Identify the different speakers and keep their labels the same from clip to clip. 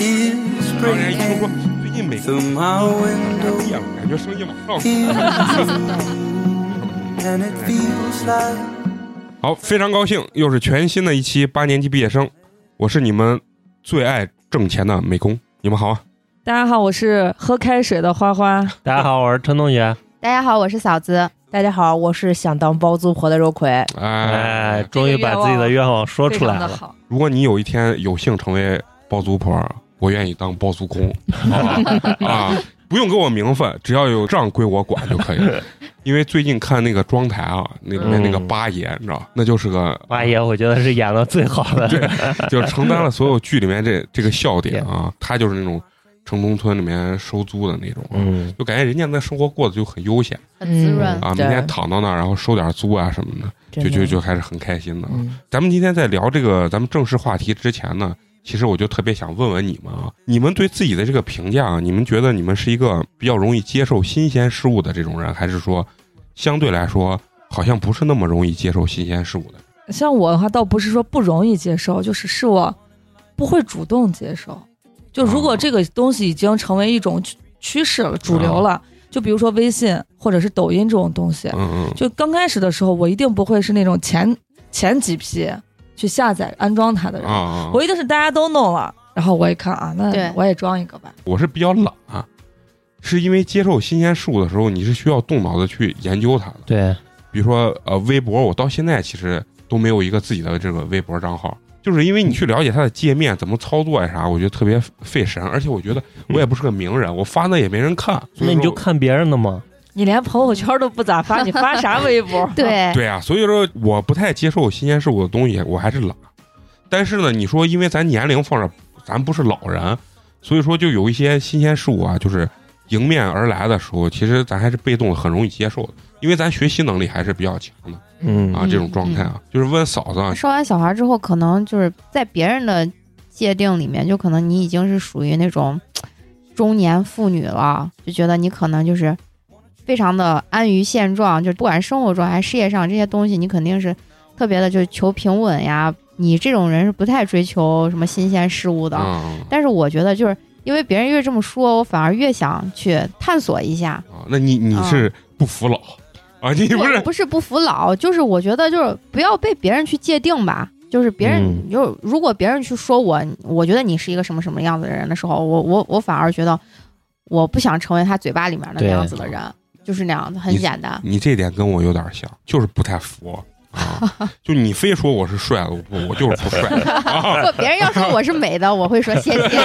Speaker 1: is
Speaker 2: 然后人家一听说
Speaker 1: breaking
Speaker 2: 最近每个
Speaker 1: through my
Speaker 2: 哎
Speaker 1: window
Speaker 2: 呀，感觉声音啊往上。
Speaker 1: into, and it feels like
Speaker 2: 好，非常高兴，又是全新的一期八年级毕业生，我是你们最爱挣钱的美工，你们好啊！
Speaker 3: 大家好，我是喝开水的花花。
Speaker 4: 大家好，我是陈同学。
Speaker 5: 大家好，我是嫂子。
Speaker 6: 大家好，我是想当包租婆的肉葵。
Speaker 2: 哎
Speaker 4: 哎，，终于把自己的愿望说出来
Speaker 3: 非常的
Speaker 4: 了。
Speaker 3: 好，
Speaker 2: 如果你有一天有幸成为包租婆，我愿意当包租公，好吧啊，不用给我名分，只要有账归我管就可以了。因为最近看那个妆台啊，那里面那个
Speaker 4: 嗯
Speaker 2: 八爷，你知道吧，那就是个
Speaker 4: 八爷，我觉得是演的最好 的。
Speaker 2: 就是承担了所有剧里面这这个笑点啊，他就是那种城中村里面收租的那种，啊
Speaker 4: 嗯，
Speaker 2: 就感觉人家那生活过得就很悠闲
Speaker 5: 很滋润，
Speaker 2: 啊，每
Speaker 6: 对
Speaker 2: 天躺到那儿，然后收点租啊什么的，
Speaker 6: 真
Speaker 2: 就就
Speaker 6: 的
Speaker 2: 就还是很开心的啊。
Speaker 6: 嗯
Speaker 2: 咱们今天在聊这个咱们正式话题之前呢，其实我就特别想问问你们啊，你们对自己的这个评价啊，你们觉得你们是一个比较容易接受新鲜事物的这种人，还是说相对来说好像不是那么容易接受新鲜事物的人？
Speaker 3: 像我的话，倒不是说不容易接受，就是是我不会主动接受。就如
Speaker 2: 啊
Speaker 3: 果这个东西已经成为一种趋趋势了、主流了，就比如说微信或者是抖音这种东西，
Speaker 2: 嗯
Speaker 3: 就刚开始的时候，我一定不会是那种前前几批去下载安装它的
Speaker 2: 嗯
Speaker 3: 人，
Speaker 2: 啊啊，
Speaker 3: 我一定是大家都弄了，然后我一看啊，
Speaker 5: 对？
Speaker 3: 那我也装一个吧。
Speaker 2: 我是比较懒、啊是因为接受新鲜事物的时候，你是需要动脑子去研究它的。
Speaker 4: 对，
Speaker 2: 比如说呃，微博，我到现在其实都没有一个自己的这个微博账号，就是因为你去了解它的界面怎么操作呀啥，我觉得特别费神，而且我觉得我也不是个名人，我发那也没人看，所以
Speaker 4: 那你
Speaker 2: 说
Speaker 4: 就看别人的嘛。
Speaker 3: 你连朋友圈都不咋发，你发啥微博
Speaker 5: 对，
Speaker 2: 对啊，所以说我不太接受新鲜事物的东西，我还是懒。但是呢，你说因为咱年龄放这儿，咱不是老人，所以说就有一些新鲜事物啊，就是迎面而来的时候，其实咱还是被动的，很容易接受的，因为咱学习能力还是比较强的
Speaker 4: 嗯
Speaker 2: 啊。这种状态啊，就是问嫂子啊，
Speaker 5: 生完小孩之后，可能就是在别人的界定里面，就可能你已经是属于那种中年妇女了，就觉得你可能就是非常的安于现状，就不管生活中还是事业上这些东西，你肯定是特别的，就是求平稳呀。你这种人是不太追求什么新鲜事物的。
Speaker 2: 嗯
Speaker 5: 但是我觉得，就是因为别人越这么说，我反而越想去探索一下。
Speaker 2: 啊，那你你是不服老啊？你不
Speaker 5: 我
Speaker 2: 是
Speaker 5: 不是不服老，就是我觉得就是不要被别人去界定吧。就是别人，
Speaker 4: 嗯
Speaker 5: 就如果别人去说我，我觉得你是一个什么什么样子的人的时候，我我我反而觉得我不想成为他嘴巴里面的那
Speaker 4: 对
Speaker 5: 样子的人，就是那样的，很
Speaker 2: 你
Speaker 5: 简单。
Speaker 2: 你这点跟我有点像，就是不太服啊。就你非说我是帅的，我不，我就是不帅的啊。
Speaker 5: 不，别人要说我是美的，我会说谢谢。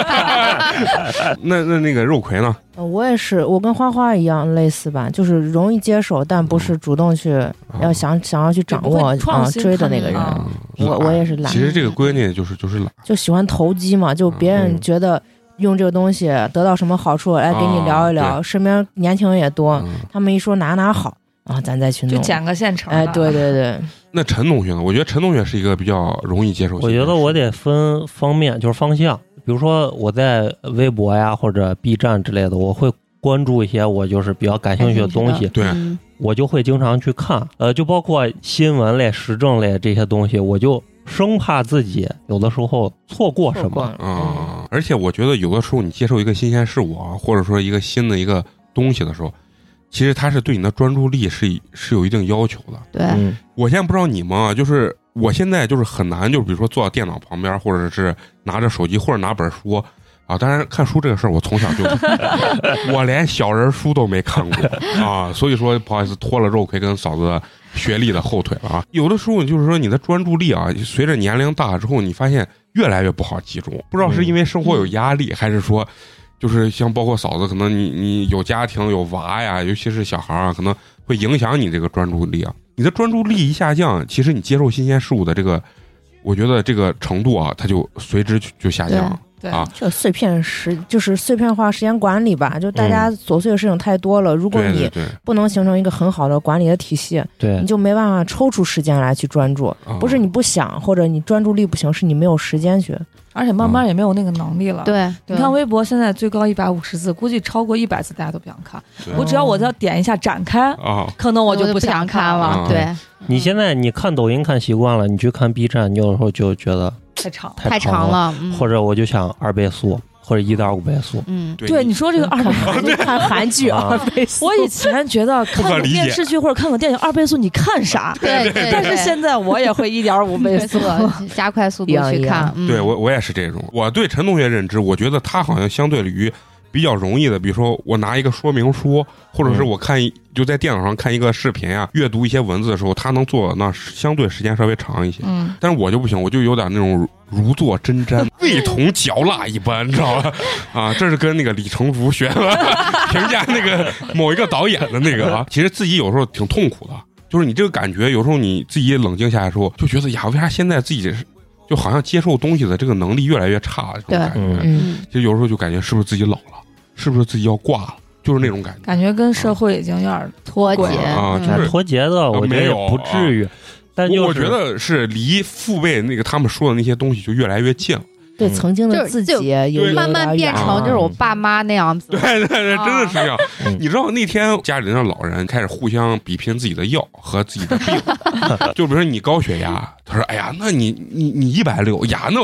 Speaker 2: 那那那个肉葵呢？
Speaker 6: 呃 我也是，我跟花花一样类似吧，就是容易接受，但不是主动去
Speaker 2: 啊
Speaker 6: 要想想要去掌
Speaker 3: 对不
Speaker 6: 握
Speaker 3: 会创
Speaker 6: 啊
Speaker 3: 新
Speaker 6: 追的那个
Speaker 3: 看
Speaker 6: 人
Speaker 3: 啊。
Speaker 2: 嗯
Speaker 6: 我我也是
Speaker 2: 懒
Speaker 6: 懒
Speaker 2: 其，实这个归根就是就是懒，
Speaker 6: 就喜欢投机嘛，就别
Speaker 4: 嗯
Speaker 6: 人觉得用这个东西得到什么好处，哎来给你聊一
Speaker 2: 啊
Speaker 6: 聊。身边年轻人也多，
Speaker 2: 嗯
Speaker 6: 他们一说哪哪好，然后咱再去
Speaker 3: 就
Speaker 6: 弄。
Speaker 3: 捡个现成的。
Speaker 6: 哎，对对对，
Speaker 2: 那陈同学呢？我觉得陈同学是一个比较容易接受。
Speaker 4: 我觉得我得分方面，就是方向。比如说我在微博呀或者 B 站之类的，我会关注一些我就是比较感兴趣的东
Speaker 5: 感兴
Speaker 4: 西
Speaker 5: 趣，
Speaker 2: 对
Speaker 5: 嗯
Speaker 4: 我就会经常去看。呃，就包括新闻类、时政类这些东西，我就生怕自己有的时候错过什
Speaker 6: 错过
Speaker 4: 么。
Speaker 6: 了嗯
Speaker 2: 啊，而且我觉得有的时候你接受一个新鲜事物啊，或者说一个新的一个东西的时候，其实它是对你的专注力是是有一定要求的。
Speaker 5: 对，
Speaker 4: 嗯，
Speaker 2: 我现在不知道你们啊，就是我现在就是很难，就比如说坐到电脑旁边，或者是拿着手机，或者拿本书啊。当然，看书这个事儿，我从小就 我连小人书都没看过啊，所以说不好意思，拖了肉葵跟嫂子的学历的后腿了啊。有的时候就是说你的专注力啊，随着年龄大之后，你发现越来越不好集中，不知道是因为生活有压力，还是说。就是像包括嫂子，可能你你有家庭有娃呀，尤其是小孩儿啊，可能会影响你这个专注力啊。你的专注力一下降，其实你接受新鲜事物的这个，我觉得这个程度啊，它就随之就就下降了。
Speaker 3: 对
Speaker 2: 啊
Speaker 6: 就碎片时，就是碎片化时间管理吧。就大家琐碎的事情太多了，如果
Speaker 2: 嗯对对
Speaker 6: 你
Speaker 2: 对，
Speaker 6: 不能形成一个很好的管理的体系，
Speaker 4: 对
Speaker 6: 你，就没办法抽出时间来去专注。
Speaker 2: 啊
Speaker 6: 不是你不想，或者你专注力不行，是你没有时间去。
Speaker 3: 而且慢
Speaker 2: 嗯
Speaker 3: 慢也没有那个能力了。，
Speaker 5: 对，
Speaker 3: 你看微博现在最高一百五十字，估计超过一百字大家都不想看。
Speaker 2: 对
Speaker 3: 我只要我要点一下展开，
Speaker 2: 啊，
Speaker 3: 可能
Speaker 5: 我
Speaker 3: 就
Speaker 5: 不
Speaker 3: 想
Speaker 5: 想
Speaker 3: 看
Speaker 2: 了啊
Speaker 5: 了，对，
Speaker 4: 你现在你看抖音看习惯了，你去看 B 站，你有时候就觉得
Speaker 3: 太长。
Speaker 5: 太
Speaker 4: 长
Speaker 5: 长，了，嗯
Speaker 4: 或者我就想二倍速或者一点五倍速。
Speaker 5: 嗯，
Speaker 3: 对，你说这个二 倍，
Speaker 6: 看韩剧
Speaker 4: 啊
Speaker 6: 二
Speaker 2: 哦
Speaker 6: 倍速，
Speaker 3: 我以前觉得
Speaker 2: 不
Speaker 3: 看
Speaker 2: 可
Speaker 3: 个
Speaker 2: 理解
Speaker 3: 电视剧或者看个电影二倍速，你 看啥？
Speaker 5: 对对，
Speaker 3: 但是现在我也会一点五倍
Speaker 5: 倍
Speaker 3: 速
Speaker 5: 速。加快速度
Speaker 6: 一样一
Speaker 5: 去
Speaker 6: 样
Speaker 5: 看，嗯
Speaker 2: 对我我也是这种。我对陈同学认知，我觉得他好像相对于比较容易的，比如说我拿一个说明书，或者是
Speaker 4: 嗯
Speaker 2: 我看一、就在电脑上看一个视频啊，阅读一些文字的时候，他能做那相对时间稍微长一些。
Speaker 3: 嗯，
Speaker 2: 但是我就不行，我就有点那种如坐针 毡、味同嚼蜡一般，你知道吧？啊，这是跟那个李成儒学 的评价那个某一个导演的那个啊，其实自己有时候挺痛苦的，就是你这个感觉，有时候你自己冷静下来之后，就觉得呀，为啥现在自己是就好像接受东西的这个能力越来越差了？这
Speaker 5: 对
Speaker 2: 种感觉，
Speaker 6: 嗯，
Speaker 5: 嗯，
Speaker 2: 其实有时候就感觉是不是自己老了，是不是自己要挂了，就是那种感觉。
Speaker 3: 感觉跟社会已经有点
Speaker 5: 脱节
Speaker 2: 啊
Speaker 5: 嗯
Speaker 2: 就
Speaker 4: 哎
Speaker 2: 是
Speaker 4: 脱节的，我觉得
Speaker 2: 没
Speaker 4: 也
Speaker 2: 有啊
Speaker 4: 不至于，但就是
Speaker 2: 我我觉得是离父辈那个他们说的那些东西就越来越近了。
Speaker 6: 对
Speaker 4: 嗯
Speaker 6: 曾经的
Speaker 5: 就是
Speaker 6: 自己
Speaker 5: 就
Speaker 6: 也有啊
Speaker 2: 对
Speaker 5: 慢慢变成就是我爸妈那样 子，
Speaker 2: 对对对，真的是这样
Speaker 4: 嗯。
Speaker 2: 你知道那天家里的老人开始互相比拼自己的药和自己的病， 就比如说你高血压，他说：“哎呀，那你你你一百六呀，那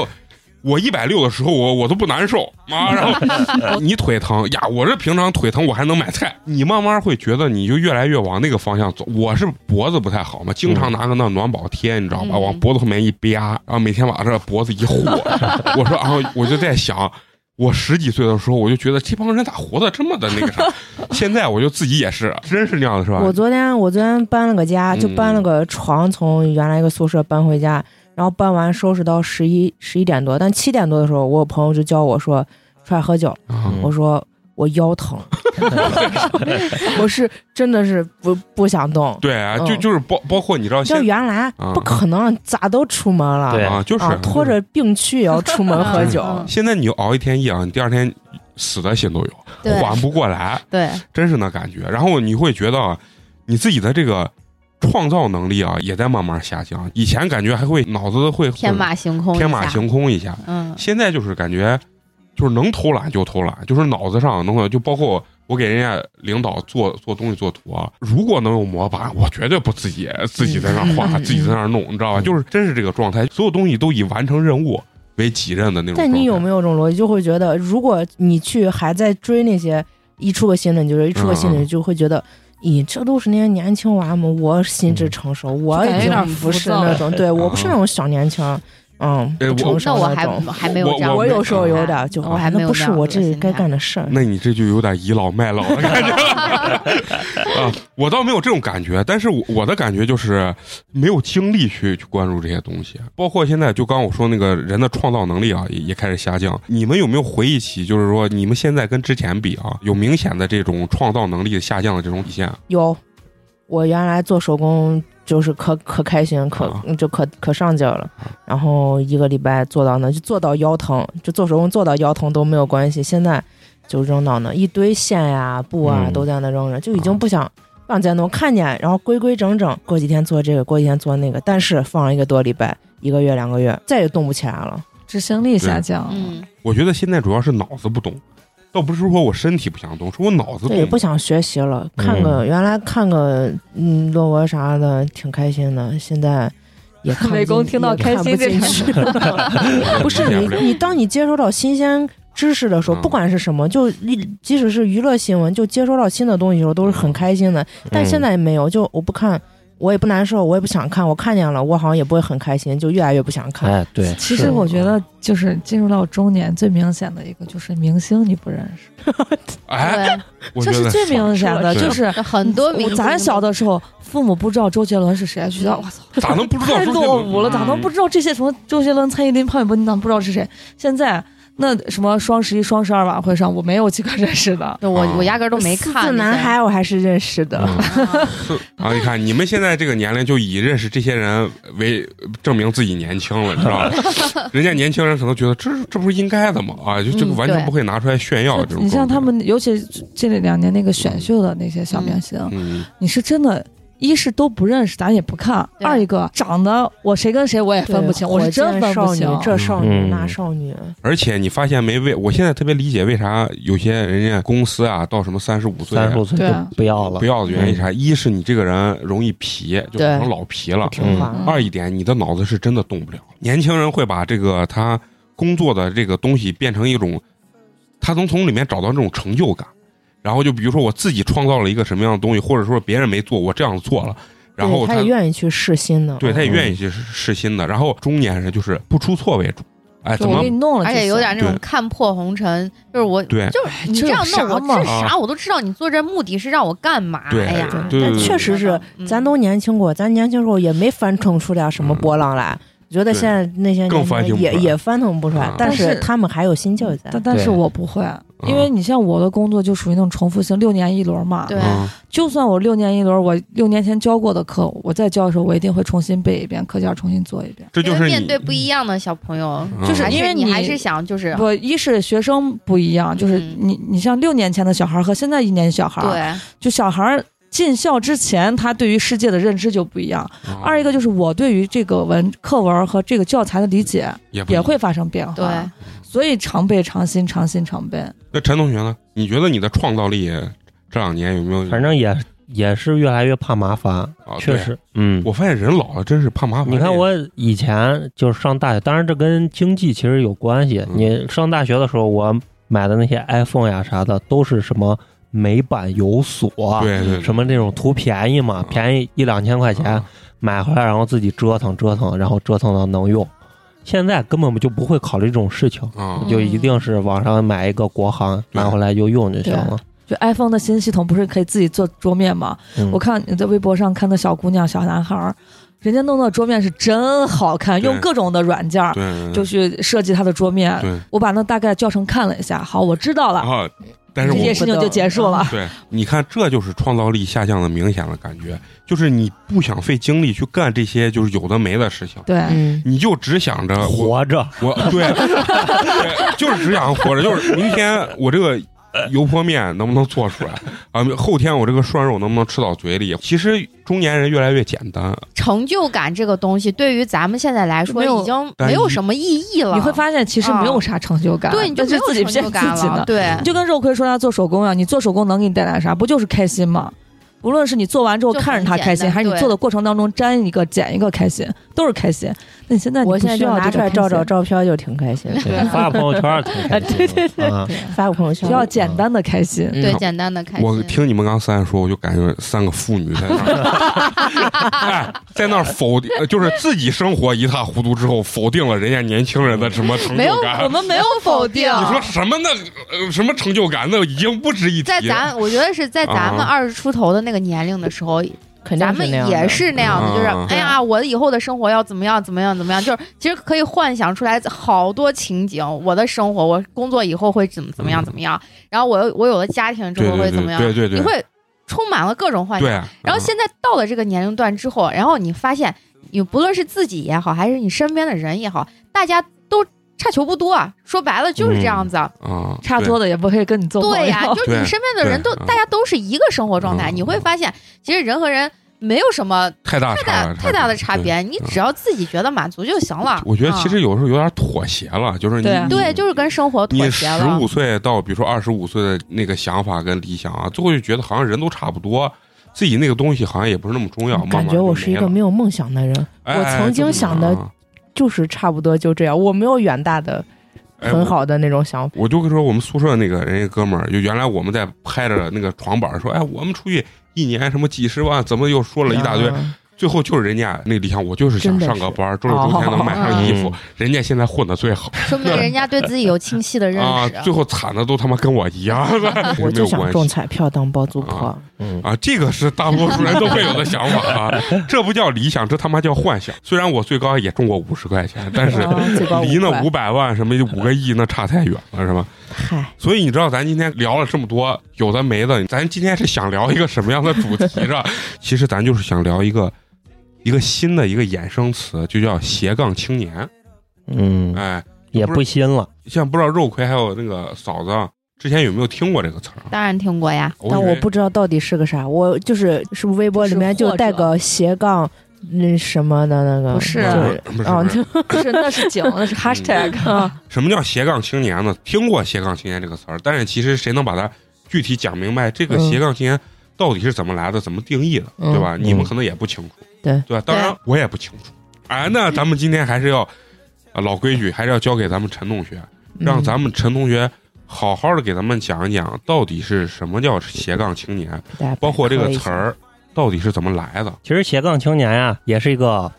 Speaker 2: 我一百六的时候我我都不难受妈，然后你腿疼呀，我这平常腿疼我还能买菜。你慢慢会觉得你就越来越往那个方向走。我是脖子不太好嘛，经常拿个那暖宝贴，你知道吧，
Speaker 5: 嗯
Speaker 2: 往脖子后面一啪，然后每天把这脖子一护。 我说，然后我就在想。我十几岁的时候，我就觉得这帮人咋活得这么的那个啥？现在我就自己也是，真是那样的啊是吧？
Speaker 6: 我昨天我昨天搬了个家，
Speaker 2: 嗯
Speaker 6: 就搬了个床，从原来一个宿舍搬回家，然后搬完收拾到十一十一点多，但七点多的时候，我有朋友就叫我说出来喝酒，
Speaker 2: 啊
Speaker 4: 嗯
Speaker 6: 我说我腰疼，我是真的是不不想动，
Speaker 2: 对啊，
Speaker 6: 嗯
Speaker 2: 就就是包包括你知道
Speaker 6: 就
Speaker 2: 现
Speaker 6: 原来
Speaker 2: 啊
Speaker 6: 不可能咋都出门了，
Speaker 4: 对
Speaker 2: 啊，就是
Speaker 6: 啊，拖着病躯也要 出门喝酒，
Speaker 5: 嗯嗯
Speaker 2: 现在你就熬一天夜啊，你第二天死的心都有，
Speaker 5: 对
Speaker 2: 缓不过来，
Speaker 5: 嗯对，
Speaker 2: 真是那感觉。然后你会觉得啊你自己的这个创造能力啊，也在慢慢下降。以前感觉还会脑子会
Speaker 5: 天马行空，
Speaker 2: 天马，行空一下，
Speaker 5: 嗯，
Speaker 2: 现在就是感觉就是能偷懒就偷懒，就是脑子上能够就包括我给人家领导做做东西做图啊，如果能有模板，我绝对不自己自己在那儿画，
Speaker 6: 嗯嗯嗯
Speaker 2: 自己在那儿弄，你知道吧？
Speaker 4: 嗯
Speaker 2: 就是真是这个状态，所有东西都以完成任务为己任的那种状态。
Speaker 6: 但你有没有这种逻辑，就会觉得，如果你去还在追那些一出个新的，你就是一出个新
Speaker 2: 嗯
Speaker 6: 的，
Speaker 2: 嗯
Speaker 6: 就会觉得，咦，这都是那些年轻娃们，我心智成熟，我
Speaker 3: 就感
Speaker 6: 已
Speaker 3: 觉有
Speaker 6: 经
Speaker 3: 点
Speaker 6: 不是
Speaker 3: 浮躁
Speaker 6: 那种，对我不是那种小年轻，嗯，
Speaker 2: 哎
Speaker 6: 不成
Speaker 5: 那
Speaker 6: 熟
Speaker 5: 我
Speaker 6: 那
Speaker 5: 还
Speaker 6: 种。
Speaker 5: 还没有这样，
Speaker 2: 我
Speaker 6: 我有时候有点就，
Speaker 5: 我啊还没
Speaker 6: 那
Speaker 5: 有
Speaker 6: 不是我这该干
Speaker 5: 的，
Speaker 6: 的事儿。
Speaker 2: 那你这就有点倚老卖老的感觉了啊！我倒没有这种感觉，但是我我的感觉就是没有精力去去关注这些东西，包括现在就刚我说那个人的创造能力啊，也也开始下降。你们有没有回忆起，就是说你们现在跟之前比啊，有明显的这种创造能力下降的这种体现？啊
Speaker 6: 有，我原来做手工就是可可开心，可
Speaker 2: 啊
Speaker 6: 就可可上劲儿了。然后一个礼拜做到那，就做到腰疼，就做手工做到腰疼都没有关系。现在就扔到那一堆线呀、布啊、
Speaker 4: 嗯
Speaker 6: 都在那扔着，就已
Speaker 2: 啊
Speaker 6: 经不想。不想再弄，看见然后规规整整，过几天做这个，过几天做那个，但是放了一个多礼拜，一个月两个月，再也动不起来了。
Speaker 3: 执行力下降。
Speaker 5: 嗯，
Speaker 2: 我觉得现在主要是脑子不动，倒不是说我身体不想动，是我脑子
Speaker 6: 对，也
Speaker 2: 动
Speaker 6: 不。想学习了。看个、原来看个嗯论文啥的挺开心的，现在也看不 进
Speaker 3: 美工听到
Speaker 6: 也看不
Speaker 3: 开心这
Speaker 6: 进
Speaker 3: 两
Speaker 6: 去。
Speaker 2: 我
Speaker 6: 不是
Speaker 2: 理解
Speaker 6: 你
Speaker 2: 了，
Speaker 6: 你当你接收到新鲜知识的时候，
Speaker 2: 嗯
Speaker 6: 不管是什么，就一即使是娱乐新闻，就接收到新的东西的时候都是很开心的。但现在也没有，就我不看。我也不难受，我也不想看，我看见了，我好像也不会很开心，就越来越不想看。
Speaker 4: 哎，对，
Speaker 3: 其
Speaker 4: 是
Speaker 3: 实我觉得，就是进入到中年最明显的一个就是明星你不认识，
Speaker 2: 哎，
Speaker 5: 对，
Speaker 2: 我觉
Speaker 3: 这
Speaker 2: 得
Speaker 3: 是最明显的，
Speaker 2: 是
Speaker 3: 就是
Speaker 5: 很多明
Speaker 3: 我
Speaker 5: 星
Speaker 3: 咱小的时候，父母不知道周杰伦是
Speaker 5: 哎
Speaker 3: 谁，觉得我操，
Speaker 2: 咋能不知道
Speaker 3: 太
Speaker 2: 周杰伦
Speaker 3: 落伍了，
Speaker 2: 嗯
Speaker 3: 咋能不知道这些什么周杰伦、蔡依林、潘玮柏，你咋不知道是谁？现在那什么双十一、双十二晚会上，我没有几个 认识的。
Speaker 5: 就我
Speaker 2: 啊
Speaker 5: 我压根儿都没
Speaker 6: 四
Speaker 5: 看
Speaker 6: 字
Speaker 5: 那些
Speaker 6: 男孩我还是认识的，
Speaker 2: 嗯
Speaker 5: 啊
Speaker 2: 啊，你看你们现在这个年龄就以认识这些人为证明自己年轻了，你知道 吧？人家年轻人可能觉得这这不是应该的吗？啊，就这个
Speaker 5: 嗯
Speaker 2: 完全
Speaker 5: 对
Speaker 2: 不会拿出来炫耀。这种
Speaker 3: 你像
Speaker 2: 东西
Speaker 3: 他，们，尤其这两年那个选秀的那些小明星，
Speaker 2: 嗯，
Speaker 3: 你是真的。一是都不认识，咱也不看；
Speaker 5: 对
Speaker 3: 二一个长得我谁跟谁我也
Speaker 6: 对
Speaker 3: 分不清，我
Speaker 6: 火
Speaker 3: 是真
Speaker 6: 箭
Speaker 3: 分不
Speaker 6: 少
Speaker 3: 清
Speaker 6: 女。这少
Speaker 4: 嗯
Speaker 6: 女那少女，
Speaker 2: 而且你发现没为，我现在特别理解为啥有些人家公司啊，到什么三十五岁啊、
Speaker 4: 三十五岁
Speaker 3: 对
Speaker 4: 就不要了
Speaker 2: 不，要的
Speaker 3: 嗯
Speaker 2: 原因是啥？一是你这个人容易皮，就
Speaker 6: 对
Speaker 2: 成老皮了；
Speaker 6: 听话。
Speaker 3: 嗯
Speaker 2: 二一点，你的脑子是真的动不了。年轻人会把这个他工作的这个东西变成一种，他能从里面找到那种成就感。然后就比如说我自己创造了一个什么样的东西，或者说别人没做，我这样做了，然后
Speaker 6: 对他也愿意去试新的，
Speaker 2: 对他也
Speaker 4: 嗯
Speaker 2: 愿意去试新的。然后中年人就是不出错为主，哎，
Speaker 3: 就
Speaker 2: 怎
Speaker 3: 我
Speaker 2: 么
Speaker 3: 给你弄了就
Speaker 5: 而
Speaker 3: 行，
Speaker 5: 且有点那种
Speaker 2: 对
Speaker 5: 看破红尘，就是我
Speaker 2: 对
Speaker 5: 就是你
Speaker 3: 这
Speaker 5: 这样
Speaker 3: 有
Speaker 5: 弄我
Speaker 3: 啥嘛
Speaker 5: 这啥我都知道，你做这目的是让我干嘛哎
Speaker 2: 对
Speaker 5: 呀？
Speaker 2: 对对
Speaker 6: 但
Speaker 2: 对
Speaker 6: 确实是，
Speaker 5: 嗯
Speaker 6: 咱都年轻过，咱年轻时候也没翻腾出点什么波浪来。我觉得现在那些
Speaker 2: 嗯更
Speaker 6: 年轻
Speaker 2: 翻腾
Speaker 6: 人
Speaker 2: 不出
Speaker 6: 也
Speaker 2: 来
Speaker 6: 也翻腾不出来
Speaker 2: 啊，
Speaker 6: 但
Speaker 3: 但
Speaker 6: 是
Speaker 3: 是
Speaker 6: 他们还有新劲儿在。
Speaker 3: 嗯但但是
Speaker 4: 对
Speaker 3: 我不会，啊
Speaker 2: 嗯
Speaker 3: 因为你像我的工作就属于那种重复性，六年一轮嘛。
Speaker 5: 对
Speaker 2: 嗯
Speaker 3: 就算我六年一轮，我六年前教过的课，我再教的时候，我一定会重新背一遍课件，重新做一遍。
Speaker 2: 这就
Speaker 5: 因
Speaker 2: 是
Speaker 5: 为
Speaker 2: 你
Speaker 5: 面对不一样的小朋友，
Speaker 2: 嗯
Speaker 3: 就是
Speaker 5: 还
Speaker 3: 因为
Speaker 5: 你
Speaker 3: 你
Speaker 5: 还是想就是啊
Speaker 3: 不，一是学生不一样，就是
Speaker 5: 嗯
Speaker 3: 你你像六年前的小孩和现在一年级小孩，，
Speaker 5: 对
Speaker 3: 就小孩进校之前，他对于世界的认知就不一样。
Speaker 2: 嗯
Speaker 3: 二一个就是我对于这个文课文和这个教材的理解
Speaker 2: 也不一
Speaker 3: 也
Speaker 2: 样
Speaker 3: 会发生变化，
Speaker 5: 对，
Speaker 3: 所以常背常新，常新常背。
Speaker 2: 那陈同学呢？你觉得你的创造力这两年有没有？
Speaker 4: 反正也也是越来越怕麻烦，
Speaker 2: 啊
Speaker 4: 确，
Speaker 2: 对
Speaker 4: 实，嗯，
Speaker 2: 我发现人老了真是怕麻烦。啊
Speaker 4: 你看我以前就是上大学，当然这跟经济其实有关系。
Speaker 2: 嗯
Speaker 4: 你上大学的时候，我买的那些 iPhone 呀啥的，都是什么美版有锁，
Speaker 2: 对对对
Speaker 4: 什么那种图便宜嘛，
Speaker 2: 嗯
Speaker 4: 便宜一两千块钱、
Speaker 2: 啊
Speaker 4: 买回来，然后自己折腾折腾，然后折腾到能用。现在根本就不会考虑这种事情，
Speaker 2: 啊
Speaker 3: 嗯
Speaker 4: 就一定是网上买一个国行，
Speaker 2: 对
Speaker 4: 拿回来就用就行了。
Speaker 3: 就 iPhone 的新系统不是可以自己做桌面吗？
Speaker 4: 嗯
Speaker 2: 啊
Speaker 3: 我看你在微博上看那小姑娘、小男孩儿，人家弄的桌面是真好看，
Speaker 2: 对
Speaker 3: 用各种的软件儿
Speaker 2: 对对对
Speaker 3: 就去设计他的桌面。
Speaker 2: 对
Speaker 3: 我把那大概教程看了一下，好，我知道了，
Speaker 2: 啊，但是
Speaker 3: 这
Speaker 2: 我
Speaker 3: 件事情就结束了。
Speaker 5: 嗯
Speaker 2: 对，你看这就是创造力下降的明显的感觉，就是你不想费精力去干这些就是有的没的事情，
Speaker 3: 对，
Speaker 6: 嗯，
Speaker 2: 你就只想着我
Speaker 4: 活着，
Speaker 2: 我对对，就是只想活着，就是明天我这个。油泼面能不能做出来啊？后天我这个涮肉能不能吃到嘴里？其实中年人越来越简单，
Speaker 5: 成就感这个东西，对于咱们现在来说
Speaker 3: 没有
Speaker 5: 已经
Speaker 2: 单
Speaker 5: 没有
Speaker 2: 一
Speaker 5: 什么意义了。
Speaker 3: 你会发现其实没有啥成就感，
Speaker 5: 嗯对，你就
Speaker 3: 那
Speaker 5: 没
Speaker 3: 是
Speaker 5: 有
Speaker 3: 自己
Speaker 5: 成就
Speaker 3: 骗自
Speaker 5: 感
Speaker 3: 己
Speaker 5: 了。
Speaker 3: 的。
Speaker 5: 对，
Speaker 3: 就跟肉葵说他做手工一样，你做手工能给你带来啥？不就是开心吗？无论是你做完之后
Speaker 5: 就很
Speaker 3: 看着他开
Speaker 5: 简
Speaker 3: 心，
Speaker 5: 单
Speaker 3: 还是你
Speaker 5: 对
Speaker 3: 做的过程当中沾一个捡一个开心，都是开心。那你现在你
Speaker 6: 我
Speaker 3: 不
Speaker 6: 现在
Speaker 3: 需
Speaker 6: 就
Speaker 3: 要
Speaker 6: 拿
Speaker 3: 这
Speaker 6: 出
Speaker 3: 种
Speaker 6: 来
Speaker 3: 开
Speaker 6: 照
Speaker 3: 心
Speaker 6: 照，照片就挺开心，
Speaker 4: 对，发个朋友圈儿挺开心的。 对对对，啊、
Speaker 6: 发个朋友圈
Speaker 3: 需。要简单的开心。
Speaker 5: 对
Speaker 2: 嗯
Speaker 5: 简单的开心。
Speaker 2: 我听你们刚三说，我就感觉三个妇女在那 儿，哎，在那儿否定，呃就是自己生活一塌糊涂之后，否定了人家年轻人的什么成
Speaker 3: 没有
Speaker 2: 就，
Speaker 3: 我
Speaker 2: 感。
Speaker 3: 们没 有否定。
Speaker 2: 你说什么那、呃什么成就感，那已经不值一提。
Speaker 5: 在咱，我觉得是在咱们
Speaker 2: 啊
Speaker 5: 二十出头的那个年龄的时候，
Speaker 6: 肯定
Speaker 5: 咱们
Speaker 6: 那样的
Speaker 5: 也是那样的，就是
Speaker 2: 啊
Speaker 5: 哎呀，我以后的生活要怎么样，怎么样，怎么样，就是其实可以幻想出来好多情景。我的生活，我工作以后会怎么怎么样，怎么样，然后我又我有了家庭之
Speaker 2: 嗯对
Speaker 5: 后
Speaker 2: 对
Speaker 5: 会怎
Speaker 2: 对
Speaker 5: 么样，
Speaker 2: 对对对，
Speaker 5: 你会充满了各种幻想
Speaker 2: 对。。
Speaker 5: 然后
Speaker 2: 嗯
Speaker 5: 现在到了这个年龄段之后，然后你发现，你不论是自己也好，还是你身边的人也好，大家都差球不多啊。说白了就是这样子。
Speaker 2: 啊，
Speaker 3: 差不
Speaker 2: 对
Speaker 3: 多的也不会跟你做朋友。
Speaker 5: 对呀、就是
Speaker 2: 对
Speaker 5: 你身边的人
Speaker 2: 对
Speaker 5: 都，
Speaker 2: 嗯
Speaker 5: 大家都是一个生活状态，
Speaker 2: 嗯
Speaker 5: 你会发现，其实人和人没有什么
Speaker 2: 太大
Speaker 5: 太
Speaker 2: 差
Speaker 5: 大
Speaker 2: 了
Speaker 5: 太大的差。
Speaker 2: 对嗯
Speaker 5: 别，你只要自己觉得满足就行了。
Speaker 2: 我觉得其
Speaker 5: 嗯、
Speaker 2: 实有时候有点妥协了，就是你
Speaker 3: 对啊
Speaker 5: 对，就是跟生活妥
Speaker 2: 你
Speaker 5: 协
Speaker 2: 十
Speaker 5: 了
Speaker 2: 五。岁到比如说二十五岁的那个想法跟理想啊，最后就觉得好像人都差不多，自己那个东西好像也不是那么重要。慢
Speaker 6: 感
Speaker 2: 慢
Speaker 6: 觉
Speaker 2: 就
Speaker 6: 我是一
Speaker 2: 没
Speaker 6: 个
Speaker 2: 了
Speaker 6: 没有梦想的人，
Speaker 2: 哎
Speaker 6: 我
Speaker 2: 哎
Speaker 6: 曾经
Speaker 2: 就是
Speaker 6: 想的
Speaker 2: 啊
Speaker 6: 就是差不多就这样，我没有远大的、
Speaker 2: 哎
Speaker 6: 很
Speaker 2: 我
Speaker 6: 好的那种想法。
Speaker 2: 我就跟说我们宿舍那个人家哥们儿，就原来我们在拍着那个床板儿说，哎，我们出去一年什么几十万，怎么又说了一大堆。
Speaker 6: 啊
Speaker 2: 最后就是人家那理想，我就是想
Speaker 6: 真的
Speaker 2: 上个
Speaker 6: 是哦
Speaker 2: 班儿，周六周天能买上衣服
Speaker 4: 嗯。
Speaker 2: 人家现在混的最 好
Speaker 5: 说明人家对自己有清晰的认
Speaker 2: 啊
Speaker 5: 识。，
Speaker 2: 最后惨的都他妈跟我一样了，
Speaker 6: 我
Speaker 2: 没
Speaker 6: 就
Speaker 2: 有
Speaker 6: 想
Speaker 2: 关
Speaker 6: 中
Speaker 2: 系
Speaker 6: 彩票当包租婆。
Speaker 4: 嗯
Speaker 2: 啊。这个是大多数人都会有的想法啊，这不叫理想，这他妈叫幻想。虽然我最高也中过五十块钱，但 是
Speaker 6: 啊最高
Speaker 2: 离那
Speaker 6: 块
Speaker 2: 五百万什么五个亿那差太远了，是吧？
Speaker 6: 嗨，
Speaker 2: 所以你知道咱今天聊了这么多有的没的，咱今天是想聊一个什么样的主题呢？ 其实咱就是想聊一个一个新的一个衍生词，就叫斜杠青年。
Speaker 4: 嗯，
Speaker 2: 哎，
Speaker 4: 也不新了，
Speaker 2: 像不知道肉葵还有那个嫂子啊之前有没有听过这个词儿啊？
Speaker 5: 当然听过呀，
Speaker 6: 但
Speaker 2: 以为
Speaker 6: 我不知道到底是个啥，我就是是不是微博里面就带个斜杠那什么的那个，
Speaker 3: 不是
Speaker 6: 就是
Speaker 2: 不是
Speaker 6: 啊
Speaker 2: 不是，
Speaker 3: 不是那是景，那是 hashtag 啊，
Speaker 2: 什么叫斜杠青年呢？听过斜杠青年这个词儿，但是其实谁能把它具体讲明白？这个
Speaker 6: 嗯
Speaker 2: 斜杠青年到底是怎么来的？怎么定义的？
Speaker 6: 嗯
Speaker 2: 对吧？
Speaker 4: 嗯
Speaker 2: 你们可能也不清楚，
Speaker 6: 对
Speaker 2: 对吧？当然我也不清楚。哎，那咱们今天还是要、啊老规矩，还是要交给咱们陈同学，
Speaker 4: 嗯
Speaker 6: 嗯
Speaker 2: 让咱们陈同学好好的给咱们讲一讲，到底是什么叫斜杠青年，包括这个词，儿到底是怎么来的。
Speaker 4: 其实斜杠青年呀、也是一个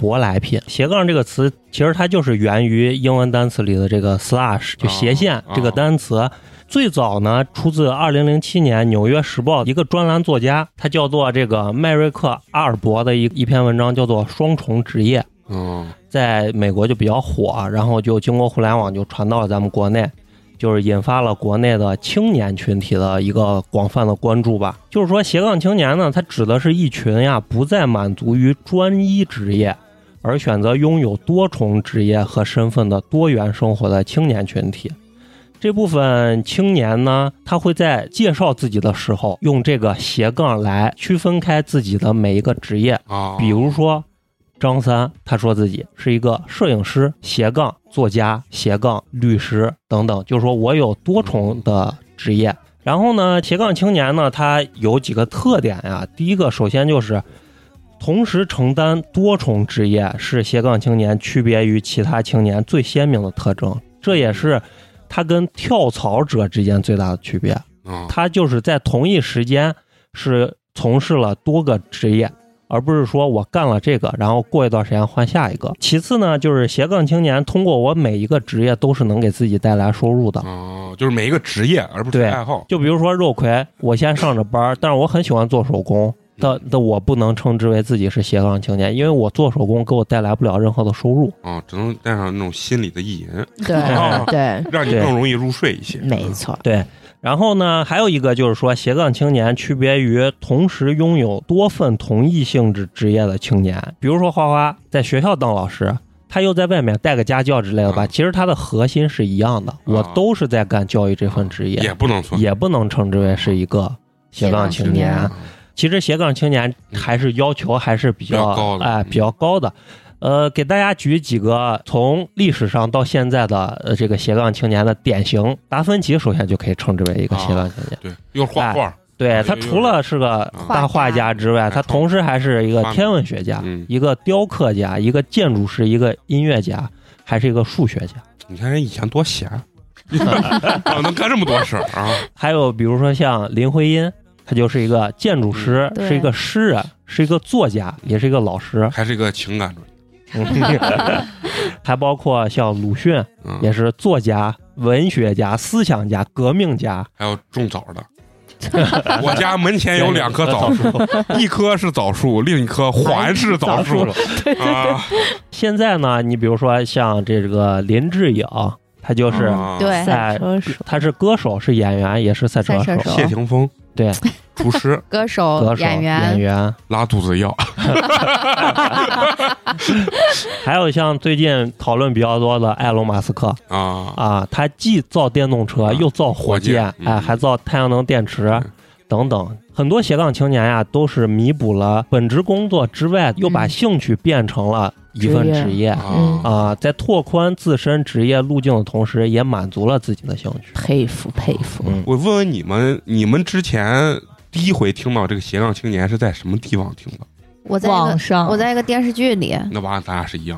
Speaker 4: 舶来品。斜杠这个词，其实它就是源于英文单词里的这个 slash，就斜线这个单词。最早呢，出自2007年《纽约时报》一个专栏作家，他叫做这个迈瑞克·阿尔伯的一一篇文章，叫做《双重职业》。
Speaker 2: 嗯
Speaker 4: 在美国就比较火，然后就经过互联网就传到了咱们国内，就是引发了国内的青年群体的一个广泛的关注吧。就是说，斜杠青年呢，它指的是一群呀不再满足于专一职业，而选择拥有多重职业和身份的多元生活的青年群体。这部分青年呢，他会在介绍自己的时候，用这个斜杠来区分开自己的每一个职业，
Speaker 2: 啊，
Speaker 4: 比如说张三，他说自己是一个摄影师斜杠作家斜杠律师等等，就是说我有多重的职业。然后呢，斜杠青年呢，他有几个特点呀、第一个，首先就是同时承担多重职业，是斜杠青年区别于其他青年最鲜明的特征。这也是他跟跳槽者之间最大的区别。
Speaker 2: 啊，
Speaker 4: 他就是在同一时间是从事了多个职业，而不是说我干了这个，然后过一段时间换下一个。其次呢，就是斜杠青年通过我每一个职业都是能给自己带来收入的。
Speaker 2: 啊，就是每一个职业，而不是
Speaker 4: 对
Speaker 2: 爱好。
Speaker 4: 就比如说肉葵，我先上着班儿，但是我很喜欢做手工，但但我不能称之为自己是斜杠青年，因为我做手工给我带来不了任何的收入。
Speaker 2: 啊，只能带上那种心理的意淫，
Speaker 6: 对
Speaker 2: 啊
Speaker 6: 对，
Speaker 2: 让你
Speaker 4: 对
Speaker 2: 更容易入睡一些。
Speaker 6: 没错，
Speaker 4: 对，然后呢，还有一个就是说，斜杠青年区别于同时拥有多份同一性质职业的青年，比如说花花在学校当老师。他又在外面带个家教之类的吧，
Speaker 2: 啊
Speaker 4: 其实他的核心是一样的，我都是在干教育这份职业，
Speaker 2: 也不能算
Speaker 4: 也不能称之为是一个斜杠青
Speaker 5: 斜杠青
Speaker 4: 年
Speaker 5: 年。
Speaker 4: 其实斜杠青年还是要求还是比较
Speaker 2: 比较高的
Speaker 4: 哎，比较高的。呃，给大家举几个从历史上到现在的、呃、这个斜杠青年的典型。达芬奇首先就可以称之为
Speaker 2: 啊
Speaker 4: 一个斜杠青年，
Speaker 2: 对，又是画
Speaker 4: 哎
Speaker 2: 画，
Speaker 4: 对他除了是
Speaker 2: 啊
Speaker 4: 个大画家之外，他同时还是一个天文学家、
Speaker 2: 嗯，
Speaker 4: 一个雕刻家、一个建筑师、一个音乐家，还是一个数学家。
Speaker 2: 你看人以前多闲，啊，能干这么多事儿啊！
Speaker 4: 还有比如说像林徽因，她就是一个建筑师，
Speaker 5: 对
Speaker 4: 是一个诗人，是一个作家，也是一个老师。
Speaker 2: 还是一个情感主义，
Speaker 4: 还包括像鲁迅，
Speaker 2: 嗯，
Speaker 4: 也是作家、文学家、思想家、革命家。
Speaker 2: 还有种枣的。 我家门前有两棵枣树，
Speaker 4: 树，
Speaker 2: 一棵是枣树，另一棵还是枣树啊！
Speaker 4: 现在呢，你比如说像这个林志颖，他就是、
Speaker 2: 啊
Speaker 5: 对
Speaker 6: 赛车手
Speaker 4: 他是歌手，是演员，也是赛车
Speaker 5: 赛车手
Speaker 2: 谢霆锋
Speaker 4: 对，
Speaker 2: 厨师
Speaker 5: 歌手
Speaker 4: 歌、手、
Speaker 5: 演
Speaker 4: 演
Speaker 5: 员，
Speaker 2: 拉肚子药，啊
Speaker 4: 还有像最近讨论比较多的埃隆·马斯克
Speaker 2: 啊
Speaker 4: 啊，他既造电动车，
Speaker 2: 啊
Speaker 4: 又造火箭
Speaker 2: 火，箭嗯
Speaker 4: 哎，还造太阳能电池
Speaker 2: 嗯
Speaker 4: 等等。很多斜杠青年呀，都是弥补了本职工作之外，又把
Speaker 5: 嗯
Speaker 4: 兴趣变成了一份
Speaker 6: 职业
Speaker 4: 职业。
Speaker 2: 啊
Speaker 4: 啊，在拓宽自身职业路径的同时，也满足了自己的兴趣。
Speaker 6: 佩服佩服。
Speaker 4: 嗯，
Speaker 2: 我问问你们，你们之前第一回听到这个斜杠青年是在什么地方听的？
Speaker 5: 我在一
Speaker 3: 网
Speaker 5: 个
Speaker 3: 上
Speaker 5: 我在一个电视剧里，
Speaker 2: 啊那完了，咱俩是一样，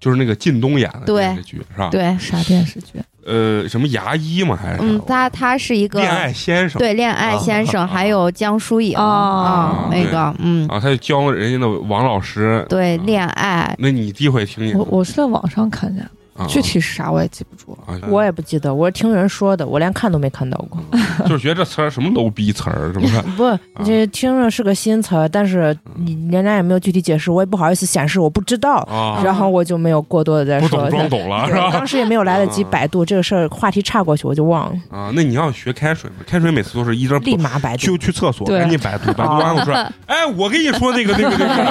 Speaker 2: 就是那个靳东演的
Speaker 5: 对
Speaker 2: 电视剧是吧？
Speaker 5: 对，
Speaker 3: 啥电视剧？
Speaker 2: 呃什么牙医嘛，还是
Speaker 5: 嗯，他他是一个
Speaker 2: 恋爱先生
Speaker 5: 对恋爱先生，
Speaker 2: 啊
Speaker 5: 还有江疏影
Speaker 3: 啊
Speaker 5: 啊，那个嗯，
Speaker 2: 啊，他就教人家的王老师。
Speaker 5: 对
Speaker 2: 啊
Speaker 5: 恋爱，
Speaker 2: 那你第一回听见
Speaker 3: 我我是在网上看见，
Speaker 2: 啊？
Speaker 3: 具体是啥我也记不住了。
Speaker 2: 啊，
Speaker 6: 我也不记得，我是听人说的，我连看都没看到过。
Speaker 2: 啊就是觉得这词儿什么 low 逼词儿，是不是？
Speaker 6: 不，这听着是个新词儿，但是你人家也没有具体解释，我也不好意思显示我不知道，
Speaker 2: 嗯啊，
Speaker 6: 然后我就没有过多的再
Speaker 2: 不
Speaker 6: 说
Speaker 2: 懂。装懂了是
Speaker 6: 对
Speaker 2: 吧？
Speaker 6: 当时也没有来得及百度这个事儿，话题岔过去我就忘了，
Speaker 2: 啊，那你要学开水吗？开水每次都是一直
Speaker 6: 立马百
Speaker 2: 去
Speaker 6: 度。
Speaker 2: 去厕所，
Speaker 3: 对
Speaker 2: 赶紧百度，百度完我说，哎，我跟你说那个那个那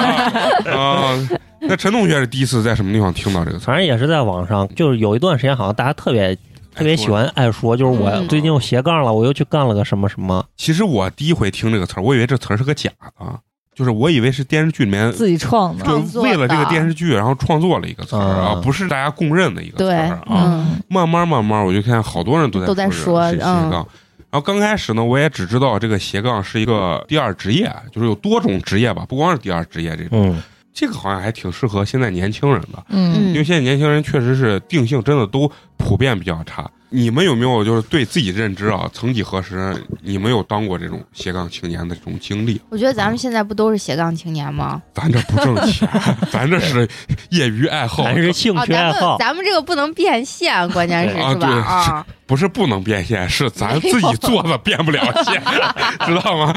Speaker 2: 个啊。啊那陈同学是第一次在什么地方听到这个词儿？
Speaker 4: 反正也是在网上，就是有一段时间好像大家特别特别喜欢爱说，就是我
Speaker 5: 嗯
Speaker 4: 最近又斜杠了，我又去干了个什么什么。
Speaker 2: 其实我第一回听这个词儿，我以为这词儿是个假的啊，就是我以为是电视剧里面
Speaker 3: 自己创
Speaker 2: 就
Speaker 3: 的，
Speaker 5: 创作的
Speaker 2: 为了这个电视剧，然后创作了一个词儿啊，
Speaker 4: 嗯
Speaker 2: 不是大家公认的一个词
Speaker 5: 对
Speaker 2: 儿啊。
Speaker 5: 嗯
Speaker 2: 慢慢慢慢，我就看好多人都在
Speaker 5: 都在
Speaker 2: 说这个
Speaker 5: 说嗯
Speaker 2: 斜斜杠。然后刚开始呢，我也只知道这个斜杠是一个第二职业，就是有多种职业吧，不光是第二职业这种。
Speaker 4: 嗯，
Speaker 2: 这个好像还挺适合现在年轻人的，
Speaker 3: 嗯
Speaker 2: 因为
Speaker 5: 嗯，
Speaker 2: 现在年轻人确实是定性真的都普遍比较差。你们有没有就是对自己认知 啊？曾几何时，你们有当过这种斜杠青年的这种经历？
Speaker 5: 我觉得咱们现在不都是斜杠青年吗？
Speaker 2: 咱这不挣钱， 咱这是业余爱好，
Speaker 4: 还是兴
Speaker 5: 啊，
Speaker 4: 趣
Speaker 5: 咱
Speaker 4: 爱
Speaker 5: 们
Speaker 4: 好。
Speaker 5: 咱们这个不能变现，关键是
Speaker 2: 啊
Speaker 5: 是吧？
Speaker 2: 对
Speaker 5: 啊，
Speaker 2: 不是不能变现， 是咱自己做的变不了现，
Speaker 6: 啊
Speaker 2: 知道吗？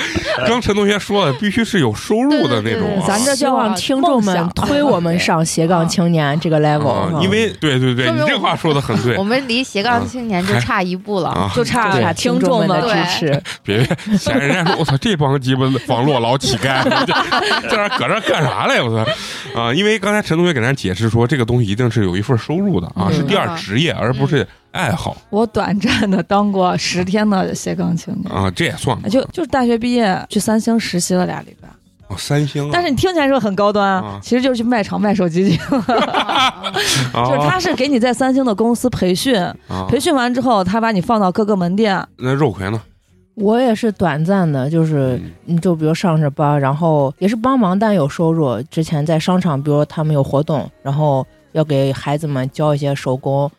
Speaker 2: 刚陈同学说了，必须是有收入的那种、啊，
Speaker 6: 咱这
Speaker 3: 希
Speaker 6: 就
Speaker 3: 望
Speaker 6: 让听众
Speaker 3: 梦
Speaker 6: 们
Speaker 3: 想
Speaker 6: 推我们上斜杠青年这个嗯 level，、
Speaker 2: 啊，因为对对对，
Speaker 5: 说明
Speaker 2: 你这
Speaker 5: 我
Speaker 2: 话说的很 对
Speaker 5: 我们离斜杠青年就差一步了。
Speaker 2: 啊。
Speaker 3: 就差
Speaker 6: 对
Speaker 3: 听
Speaker 6: 听
Speaker 3: 众
Speaker 6: 众们
Speaker 3: 们
Speaker 6: 的
Speaker 3: 了
Speaker 5: 对
Speaker 6: 支持。
Speaker 2: 别嫌人家说，我操，这帮鸡巴网络老乞丐， 这这搁这干啥嘞？我操！啊，因为刚才陈同学给咱解释说，这个东西一定是有一份收入的啊，
Speaker 6: 嗯
Speaker 2: 是第二职业，而不是爱好
Speaker 3: 我短暂的当过十天的斜杠青年，
Speaker 2: 啊，这也算吗？
Speaker 3: 就就是大学毕业去三星实习了俩礼拜。
Speaker 2: 哦三星啊，
Speaker 3: 但是你听起来是不是很高端
Speaker 2: 啊
Speaker 3: 啊，其实就是去卖场卖手机去，就是
Speaker 2: 啊
Speaker 3: 他是给你在三星的公司培训，
Speaker 2: 啊
Speaker 3: 培训完之后他把你放到各个门店，
Speaker 2: 那肉葵呢？
Speaker 6: 我也是短暂的，就是
Speaker 2: 嗯
Speaker 6: 你就比如上着班，然后也是帮忙，但有收入。之前在商场，比如他们有活动，然后要给孩子们教一些手工，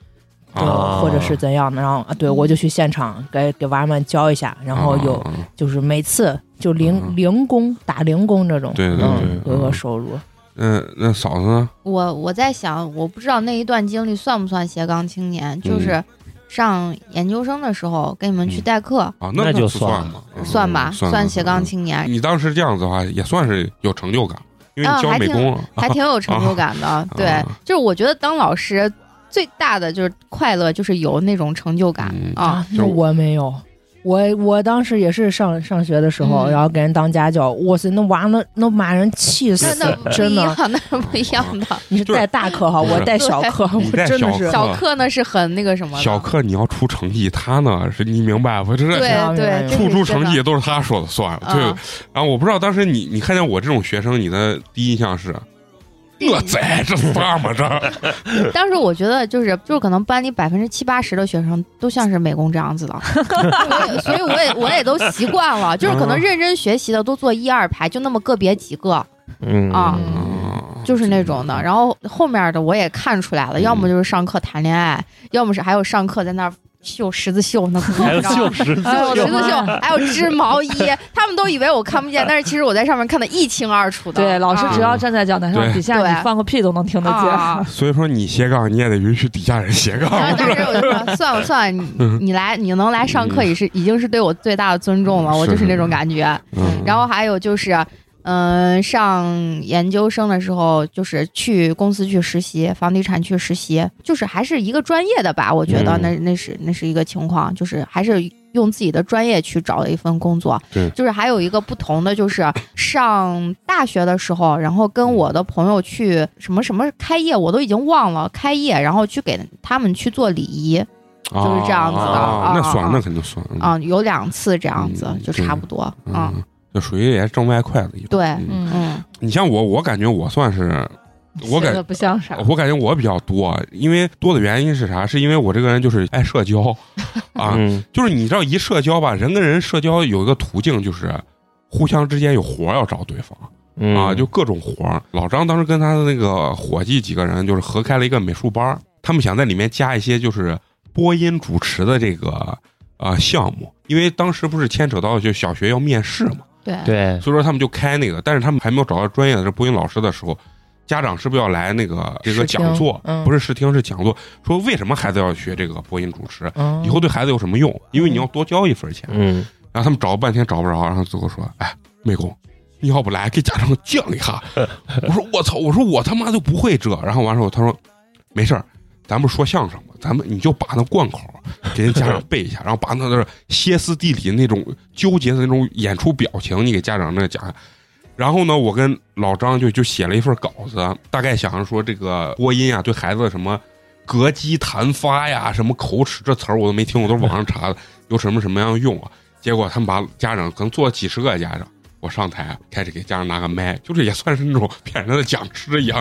Speaker 6: 对，
Speaker 2: 哦
Speaker 4: 啊
Speaker 6: 或者是怎样的，然后啊，对我就去现场给给娃们教一下，然后有
Speaker 2: 啊啊
Speaker 6: 就是每次就
Speaker 2: 嗯
Speaker 6: 零零工打零工这种，
Speaker 2: 对对
Speaker 6: 嗯
Speaker 2: 对
Speaker 6: 有
Speaker 2: 嗯
Speaker 6: 个收入。
Speaker 2: 嗯，那嫂子呢？
Speaker 5: 我我在想，我不知道那一段经历算不算斜杠青年，
Speaker 2: 嗯
Speaker 5: 就是上研究生的时候跟你们去代课，
Speaker 2: 啊，
Speaker 4: 那就
Speaker 2: 就
Speaker 4: 算
Speaker 2: 嘛，嗯
Speaker 5: 算吧，
Speaker 2: 算嗯
Speaker 5: 斜杠。青年，
Speaker 2: 你当时这样子的话，也算是有成就感，因为
Speaker 5: 啊
Speaker 2: 你教
Speaker 5: 还
Speaker 2: 美
Speaker 5: 挺
Speaker 2: 工了，嗯
Speaker 5: 还挺有成
Speaker 2: 啊
Speaker 5: 就感的。对，就是我觉得当老师最大的就是快乐，就是有那种成就感、
Speaker 2: 嗯
Speaker 5: 啊。
Speaker 2: 就
Speaker 6: 那我没有。我我当时也是上上学的时候，
Speaker 5: 嗯
Speaker 6: 然后给人当家教，哇塞，那娃那那把人气
Speaker 5: 那
Speaker 6: 死，
Speaker 5: 那 不
Speaker 6: 真
Speaker 5: 一
Speaker 6: 的
Speaker 5: 样，，那不一样的。
Speaker 6: 你 是
Speaker 2: 就是
Speaker 6: 带大课哈，
Speaker 2: 不是
Speaker 6: 我带小课，
Speaker 2: 你带
Speaker 6: 我真的是
Speaker 2: 小
Speaker 5: 小课呢是很那个什么的，
Speaker 2: 小课你要出成绩，他呢是你明白不？这
Speaker 5: 对
Speaker 2: 是
Speaker 6: 明白
Speaker 5: 对，
Speaker 6: 明白
Speaker 5: 这
Speaker 2: 出出
Speaker 5: 是真的
Speaker 2: 成绩都是他说了算了。对，
Speaker 5: 啊，
Speaker 2: 然后我不知道当时你你看见我这种学生，你的第一印象是。
Speaker 5: 第一
Speaker 2: 我在这啥嘛这？
Speaker 5: 当时我觉得就是就是可能班里百分之七八十的学生都像是美工这样子 的，所以所以我也我也都习惯了，就是
Speaker 2: 嗯
Speaker 5: 可能认真学习的都坐一二排，就那么个别几个
Speaker 4: 嗯
Speaker 5: 啊
Speaker 2: 啊
Speaker 5: 就是那种的。然后后面的我也看出来了，
Speaker 2: 嗯
Speaker 5: 要么就是上课谈恋爱，要么是还有上课在那儿绣十字绣那
Speaker 4: 还有
Speaker 5: 个。
Speaker 4: 秀石，
Speaker 5: 还有哎十字
Speaker 3: 绣
Speaker 5: 绣，还有织毛衣，他们都以为我看不见，但是其实我在上面看得一清二楚的。
Speaker 3: 对，老师只
Speaker 5: 啊
Speaker 3: 要站在讲台上
Speaker 2: 对，
Speaker 3: 底下
Speaker 5: 对
Speaker 3: 你放个屁都能听得见。
Speaker 5: 啊，
Speaker 2: 所以说你斜杠，你也得允许底下人斜杠。嗯
Speaker 5: 然后当时我就说，算了算了，你你来，你能来上课也是已经是对我最大的尊重了，我
Speaker 2: 是
Speaker 5: 就是那种感觉。
Speaker 2: 嗯
Speaker 5: 然后还有就是，嗯、上研究生的时候，就是去公司去实习，房地产去实习，就是还是一个专业的吧，我觉得
Speaker 4: 嗯
Speaker 5: 那那是那是一个情况，就是还是用自己的专业去找了一份工作。
Speaker 2: 对
Speaker 5: 就是还有一个不同的，就是上大学的时候，然后
Speaker 2: 嗯
Speaker 5: 跟我的朋友去什么什么开业，我都已经忘了开业，然后去给他们去做礼仪就是这样子的
Speaker 2: 啊
Speaker 5: 啊
Speaker 2: 那算
Speaker 5: 啊，
Speaker 2: 那肯定算。
Speaker 5: 啊、有两次这样子，
Speaker 2: 嗯
Speaker 5: 就差不多，嗯，
Speaker 2: 嗯，就属于也是挣外快的一种。
Speaker 5: 对，
Speaker 2: 嗯
Speaker 3: 嗯，
Speaker 5: 嗯
Speaker 2: 你像我，我感觉我算是，我
Speaker 3: 觉
Speaker 2: 感
Speaker 3: 得不像啥。
Speaker 2: 我感觉我比较多，因为多的原因是啥？是因为我这个人就是爱社 交啊，
Speaker 4: 嗯，
Speaker 2: 就是你知道一社交吧，人跟人社交有一个途径就是。互相之间有活儿要找对方、
Speaker 4: 嗯
Speaker 2: 啊，就各种活儿。老张当时跟他的那个伙计几个人就是合开了一个美术班儿，他们想在里面加一些就是播音主持的这个呃项目，因为当时不是牵扯到就小学要面试嘛，
Speaker 5: 对
Speaker 4: 对，
Speaker 2: 所以说他们就开那个，但是他们还没有找到专业的这播音老师的时候，家长是不是要来那个这个
Speaker 6: 试听
Speaker 2: 讲座？
Speaker 6: 嗯
Speaker 2: 不是试听，是讲座，说为什么孩子要学这个播音主持？
Speaker 6: 嗯
Speaker 2: 以后对孩子有什么用？因为你要多交一份钱。
Speaker 4: 嗯，
Speaker 2: 然后他们找了半天找不着，然后最后说：“哎，妹工，你要不来给家长犟一下？” 我说：“我操！我说我他妈就不会这。”然后完事后他说：“没事儿，咱不是说相声吗？咱们你就把那贯口给人家长背一下，然后把那那歇斯底里那种纠结的那种演出表情，你给家长那讲。”然后呢，我跟老张就就写了一份稿子，大概想着说这个播音啊，对孩子什么膈肌弹发呀、什么口齿这词儿我都没听过，都是网上查的，有什么什么样的用啊？结果他们把家长可能坐了几十个家长，我上台开始给家长拿个麦，就是也算是那种 骗人的讲师一样，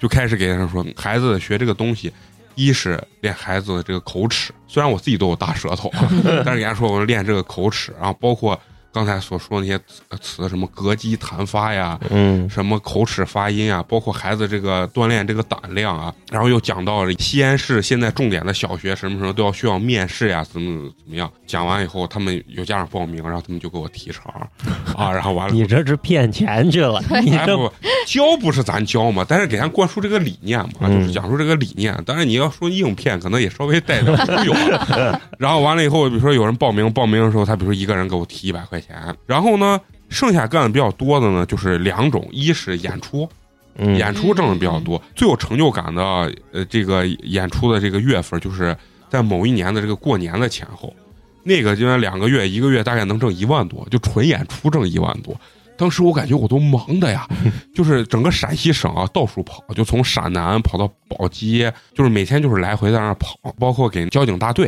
Speaker 2: 就开始给家长说，孩子学这个东西，一是练孩子的这个口齿，虽然我自己都有大舌头啊，但是人家说我练这个口齿，然后包括刚才所说的那些词词，什么膈肌弹发呀，
Speaker 4: 嗯，
Speaker 2: 什么口齿发音啊，包括孩子这个锻炼这个胆量啊，然后又讲到了西安市现在重点的小学什么什么都要需要面试呀、怎么怎么样。讲完以后，他们有家长报名，然后他们就给我提成 啊，然后完了。
Speaker 4: 你这是骗钱去了，你
Speaker 2: 哎
Speaker 4: 这
Speaker 2: 不，教不是咱教嘛，但是给咱灌输这个理念嘛，
Speaker 4: 嗯
Speaker 2: 就是讲述这个理念。当然你要说硬骗，可能也稍微带点忽悠啊。 然后完了以后，比如说有人报名，报名的时候他比如说一个人给我提一百块钱，然后呢，剩下干的比较多的呢就是两种，一是演出，
Speaker 4: 嗯
Speaker 2: 演出挣的比较多，最有成就感的呃，这个演出的这个月份，就是在某一年的这个过年的前后，那个就那两个月，一个月大概能挣一万多，就纯演出挣一万多。当时我感觉我都忙的呀，就是整个陕西省啊到处跑，就从陕南跑到宝鸡，就是每天就是来回在那儿跑，包括给交警大队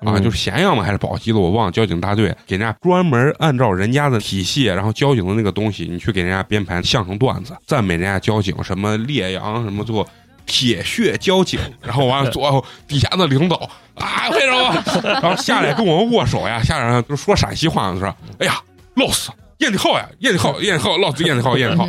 Speaker 2: 啊，
Speaker 4: 嗯
Speaker 2: 就是咸阳嘛还是宝鸡的，我忘了。交警大队给人家专门按照人家的体系，然后交警的那个东西，你去给人家编排相声段子，赞美人家交警什么烈阳什么做。 铁血交警，然后完了，左后底下的领导啊，为什么？ 然后下来跟我们握手呀，下来就说陕西话的时候，哎呀，老死燕子号呀，燕子号，燕子号，老子燕子号，燕子号。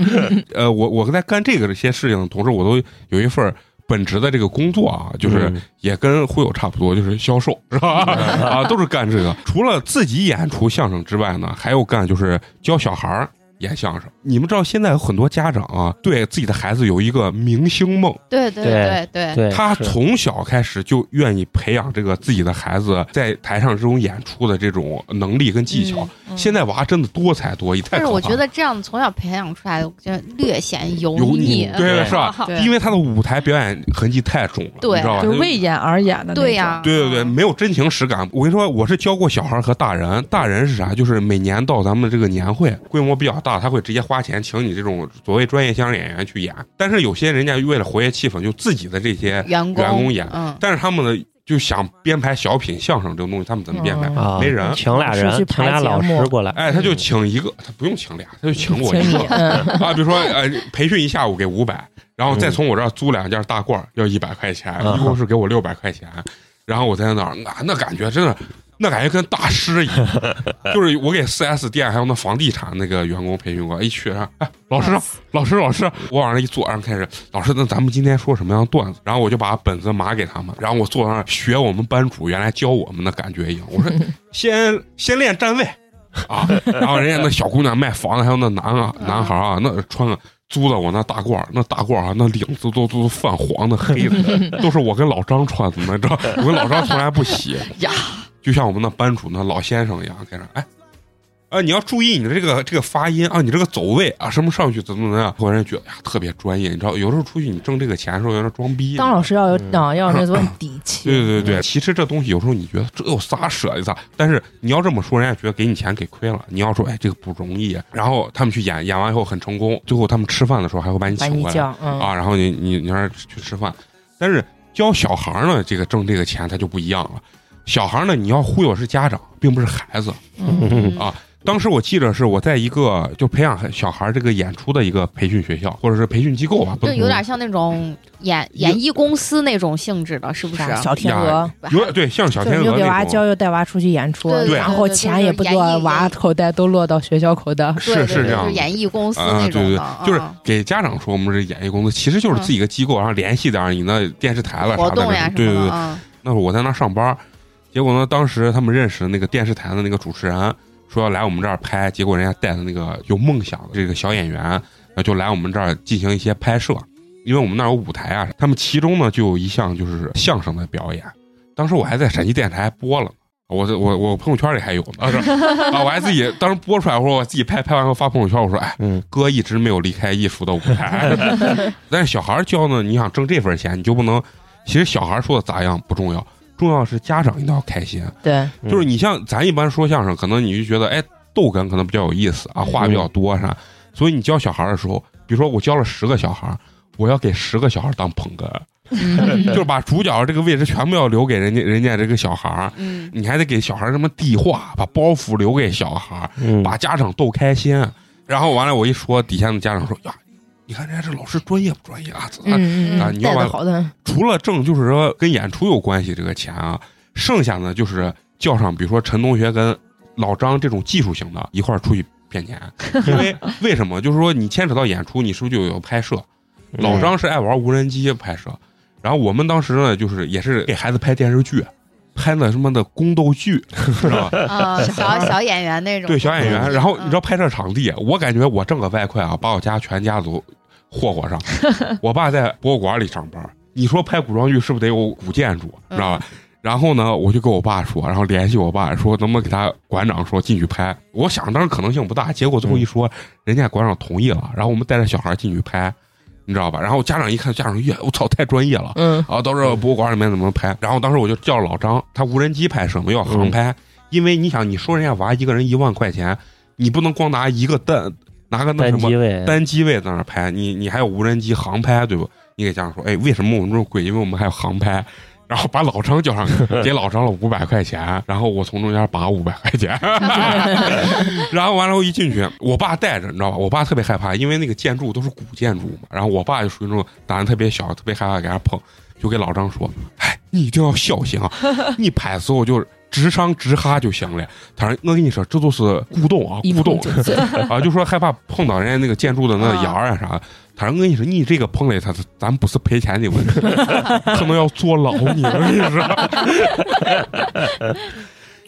Speaker 2: 呃，我我在干这个这些事情的同时，我都有一份儿本职的这个工作啊，就是、
Speaker 4: 嗯
Speaker 2: 也跟忽悠差不多，就是销售，是吧？ 啊，都是干这个。除了自己演出相声之外呢，还有干就是教小孩儿演相声。你们知道现在有很多家长啊，对自己的孩子有一个明星梦，
Speaker 5: 对对
Speaker 4: 对
Speaker 5: 对对
Speaker 4: 对
Speaker 2: 他
Speaker 4: 是
Speaker 2: 从小开始就愿意培养这个自己的孩子在台上这种演出的这种能力跟技巧。
Speaker 3: 嗯
Speaker 2: 现在娃真的多才多艺，太
Speaker 5: 但
Speaker 2: 可
Speaker 5: 是
Speaker 2: 怕
Speaker 5: 我
Speaker 2: 了。
Speaker 5: 觉得这样从小培养出来的，我觉得略显油啊
Speaker 2: 油腻对是吧
Speaker 5: 对
Speaker 2: 因为他的舞台表演痕迹太重了，
Speaker 5: 对
Speaker 2: 你
Speaker 5: 啊
Speaker 2: 知道吧？
Speaker 3: 就是
Speaker 2: 他
Speaker 3: 为演而演的那种，
Speaker 5: 对呀
Speaker 2: 对对对，没有真情实感。我跟你说，我是教过小孩和大人，大人是啥？就是每年到咱们这个年会，规模比较大，他会直接花钱请你这种所谓专业相声演员去演。但是有些人家为了活跃气氛，就自己的这些，
Speaker 5: 员工
Speaker 2: 员工演
Speaker 5: 嗯，
Speaker 2: 但是他们呢就想编排小品、相声这种东西，他们怎么编排？
Speaker 6: 嗯
Speaker 4: 啊
Speaker 2: 没人
Speaker 4: 请俩
Speaker 6: 是去
Speaker 4: 人，请
Speaker 6: 排
Speaker 4: 俩
Speaker 6: 节
Speaker 4: 老
Speaker 6: 目
Speaker 4: 师过来，
Speaker 2: 哎，他就请一个，他不用请俩，他就请我一
Speaker 6: 请
Speaker 2: 个
Speaker 6: 你，嗯
Speaker 2: 啊。比如说，呃，培训一下午给五百，然后再从我这儿租两件大褂儿要一百块钱，
Speaker 4: 嗯
Speaker 2: 一共是给我六百块钱。然后我在那儿，啊，那感觉真的，那感觉跟大师一样。就是我给四 S 店还有那房地产那个员工培训过，一去然后哎，老师，老师，老师，我往那一坐，然后开始，老师，那咱们今天说什么样的段子？然后我就把本子码给他们，然后我坐那儿学我们班主原来教我们的感觉一样。我说，先先练站位啊，然后人家那小姑娘卖房的，还有那男啊男孩啊，那穿个。租的我那大褂儿，那大褂儿啊，那领子都都泛黄的、黑的，都是我跟老张穿的，你知道，我跟老张从来不洗
Speaker 3: 呀，
Speaker 2: 就像我们那班主那老先生一样，开始哎。啊，你要注意你的这个这个发音啊，你这个走位啊，什么上去怎么怎么样，我人觉得哎呀特别专业，你知道，有时候出去你挣这个钱的时候有点装逼。
Speaker 6: 当老师要有
Speaker 4: 嗯
Speaker 6: 啊，要有那种底气。
Speaker 2: 对对对，其实这东西有时候你觉得这有啥舍得啥，但是你要这么说，人家觉得给你钱给亏了。你要说哎这个不容易，然后他们去演，演完以后很成功，最后他们吃饭的时候还会把你
Speaker 6: 把
Speaker 2: 请
Speaker 6: 你
Speaker 2: 过来
Speaker 6: 叫，嗯，
Speaker 2: 啊，然后你你你让人去吃饭，但是教小孩儿呢，这个挣这个钱他就不一样了。小孩儿呢，你要忽悠是家长，并不是孩子。
Speaker 5: 嗯
Speaker 2: 啊当时我记着是我在一个就培养小孩这个演出的一个培训学校，或者是培训机构吧，不
Speaker 5: 就
Speaker 2: 能
Speaker 5: 有点像那种演演艺公司那种性质的，是不是？啊
Speaker 2: 啊
Speaker 6: 啥小天鹅，
Speaker 2: 有点对，像小
Speaker 6: 就是
Speaker 2: 天
Speaker 6: 又
Speaker 2: 鹅
Speaker 6: 给
Speaker 2: 那
Speaker 6: 娃
Speaker 2: 种，
Speaker 6: 教，又带娃出去演出，
Speaker 5: 对
Speaker 2: 对啊
Speaker 6: 然后钱也不
Speaker 5: 对对对
Speaker 6: 多
Speaker 5: 就，是
Speaker 6: 娃
Speaker 5: 演绎
Speaker 6: 口袋都落到学校口袋。
Speaker 2: 是
Speaker 5: 对
Speaker 2: 是
Speaker 5: 对
Speaker 2: 这
Speaker 5: 对
Speaker 2: 样
Speaker 5: 就
Speaker 2: 的
Speaker 5: 是演艺公司
Speaker 2: 啊
Speaker 5: 那种的，
Speaker 2: 对就是
Speaker 5: 嗯
Speaker 2: 给家长说我们这演艺公司其实就是自己一个机构，然后联系点儿你那电视台了啥
Speaker 5: 活
Speaker 2: 的
Speaker 5: 动呀，
Speaker 2: 对对
Speaker 5: 什么
Speaker 2: 对
Speaker 5: 的，。嗯
Speaker 2: 那会儿我在那儿上班，结果呢，当时他们认识的那个电视台的那个主持人，说要来我们这儿拍，结果人家带的那个有梦想的这个小演员，呃就来我们这儿进行一些拍摄，因为我们那儿有舞台啊。他们其中呢就有一项就是相声的表演，当时我还在陕西电视台播了。我这我我朋友圈里还有呢，是吧 啊，我还自己当时播出来，我说我自己拍拍完后发朋友圈，我说哎，
Speaker 4: 嗯，
Speaker 2: 哥一直没有离开艺术的舞台，但是小孩儿教呢，你想挣这份钱，你就不能。其实小孩儿说的咋样不重要，重要是家长一定要开心。
Speaker 6: 对，啊
Speaker 4: 嗯
Speaker 2: 就是你像咱一般说相声，可能你就觉得哎逗哏可能比较有意思啊，话比较多啥，所以你教小孩儿的时候，比如说我教了十个小孩儿，我要给十个小孩儿当捧哏，
Speaker 5: 嗯
Speaker 2: 就是把主角这个位置全部要留给人家人家这个小孩儿，
Speaker 5: 嗯，
Speaker 2: 你还得给小孩儿什么递话，把包袱留给小孩儿，
Speaker 4: 嗯
Speaker 2: 把家长逗开心。啊然后完了，我一说，底下的家长说呀，你看人家这老师专业不专业啊？咋
Speaker 6: 嗯
Speaker 2: 啊
Speaker 6: 嗯，
Speaker 2: 你要
Speaker 6: 带
Speaker 2: 把
Speaker 6: 的好的，
Speaker 2: 除了挣，就是说跟演出有关系这个钱啊，剩下呢就是叫上，比如说陈同学跟老张这种技术型的一块儿出去骗钱，因为为什么？就是说你牵扯到演出，你是不是就有拍摄？
Speaker 4: 嗯
Speaker 2: 老张是爱玩无人机拍摄，然后我们当时呢，就是也是给孩子拍电视剧，拍的什么的宫斗剧，知道吧？
Speaker 5: 啊，小小演员那种，
Speaker 2: 对小演员，
Speaker 5: 嗯
Speaker 2: 然后你知道拍摄场地，我感觉我挣个外快啊，把我家全家族霍霍 上。我爸在博物馆里上班，你说拍古装剧是不是得有古建筑，知道
Speaker 5: 嗯
Speaker 2: 吧？然后呢，我就跟我爸说，然后联系我爸说能不能给他馆长说进去拍。我想当时可能性不大，结果最后一说，人家馆长同意了，然后我们带着小孩进去拍，你知道吧？然后家长一看，家长耶，我操，太专业了。
Speaker 6: 嗯
Speaker 2: 啊，到时候博物馆里面怎么拍？然后当时我就叫老张，他无人机拍摄嘛，要航拍，因为你想，你说人家娃一个人一万块钱，你不能光拿一个单拿个那
Speaker 4: 单
Speaker 2: 什么
Speaker 4: 机位，
Speaker 2: 单机位在那儿拍，你你还有无人机航拍，对不？你给家长说，哎，为什么我们这么贵？因为我们还有航拍。 然后把老张叫上去，给老张了五百块钱，然后我从中间拔五百块钱，然后完了，我一进去，我爸带着，你知道吧？我爸特别害怕，因为那个建筑都是古建筑嘛。然后我爸就属于那种胆子特别小，特别害怕给人家碰，就给老张说：“哎，你一定要小心 啊！你拍的时候就是直上直哈就行了。”他说：“我跟你说，这都是古董啊，古董啊，就说害怕碰到人家那个建筑的那个沿儿啊啥。”他说：“我跟你说，你这个碰了他，咱不是赔钱的问 题，可能要坐牢你了，你知道吗？”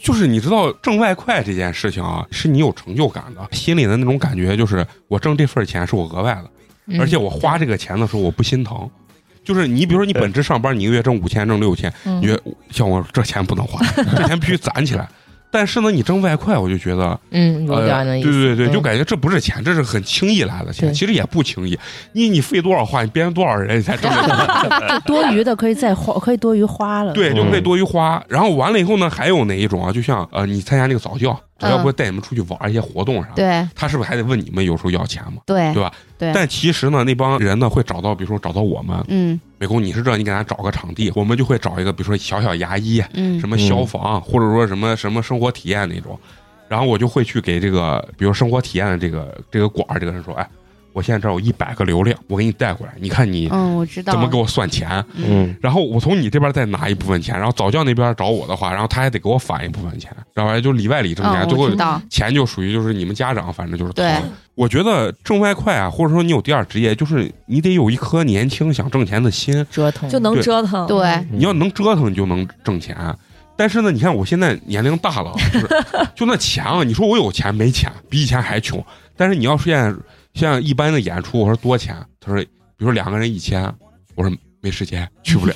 Speaker 2: 就是你知道挣外快这件事情啊，是你有成就感的，心里的那种感觉就是我挣这份钱是我额外的，
Speaker 6: 嗯
Speaker 2: 而且我花这个钱的时候我不心疼。就是你，比如说你本职上班，你一个月挣五千，挣六千，
Speaker 3: 嗯
Speaker 2: 你觉得像我这钱不能 花，这钱必须攒起来。但是呢，你挣外快，我就觉得，
Speaker 6: 嗯，有点
Speaker 2: 呃，
Speaker 6: 儿那
Speaker 2: 对
Speaker 6: 意思，
Speaker 2: 对对，
Speaker 6: 嗯
Speaker 2: 就感觉这不是钱，这是很轻易来的钱，
Speaker 6: 对
Speaker 2: 其实也不轻易。你你费多少话，你编多少人，你才挣这钱。
Speaker 6: 多余的可以 再花，可以多余花了，
Speaker 2: 对，就可以
Speaker 4: 嗯
Speaker 2: 多余花。然后完了以后呢，还有哪一种啊？就像呃，你参加那个早
Speaker 6: 嗯
Speaker 2: 教，早教不会带你们出去玩一些活动啥的，
Speaker 5: 对
Speaker 2: 他是不是还得问你们有时候要钱嘛？
Speaker 5: 对
Speaker 2: 对吧
Speaker 5: 对
Speaker 2: 但其实呢，那帮人呢会找到，比如说找到我们，
Speaker 5: 嗯
Speaker 2: 美工你是这，你给他找个场地，我们就会找一个，比如说小小牙医，
Speaker 5: 嗯，
Speaker 2: 什么消防，或者说什么什么生活体验那种。然后我就会去给这个，比如生活体验的这个这个馆儿这个人说，哎，我现在这儿有一百个流量，我给你带过来，你看你
Speaker 5: 嗯，我知道
Speaker 2: 怎么给我算钱。
Speaker 4: 嗯
Speaker 2: 然后我从你这边再拿一部分钱，然后早教那边找我的话，然后他还得给我返一部分钱，然后就里外里挣钱，
Speaker 5: 嗯，
Speaker 2: 最
Speaker 5: 我
Speaker 2: 后
Speaker 5: 知道，
Speaker 2: 钱就属于就是你们家长，反正就是
Speaker 5: 对
Speaker 2: 掏。我觉得挣外快啊，或者说你有第二职业，就是你得有一颗年轻想挣钱的心，
Speaker 6: 折腾
Speaker 3: 就能折
Speaker 2: 嗯
Speaker 3: 腾。
Speaker 5: 对，
Speaker 2: 你要能折腾，你就能挣钱。但是呢，你看我现在年龄大了，就是 就那钱啊，你说我有钱没钱，比以前还穷。但是你要是现在像一般的演出，我说多钱，他说比如说两个人一千，我说没时间去 不了，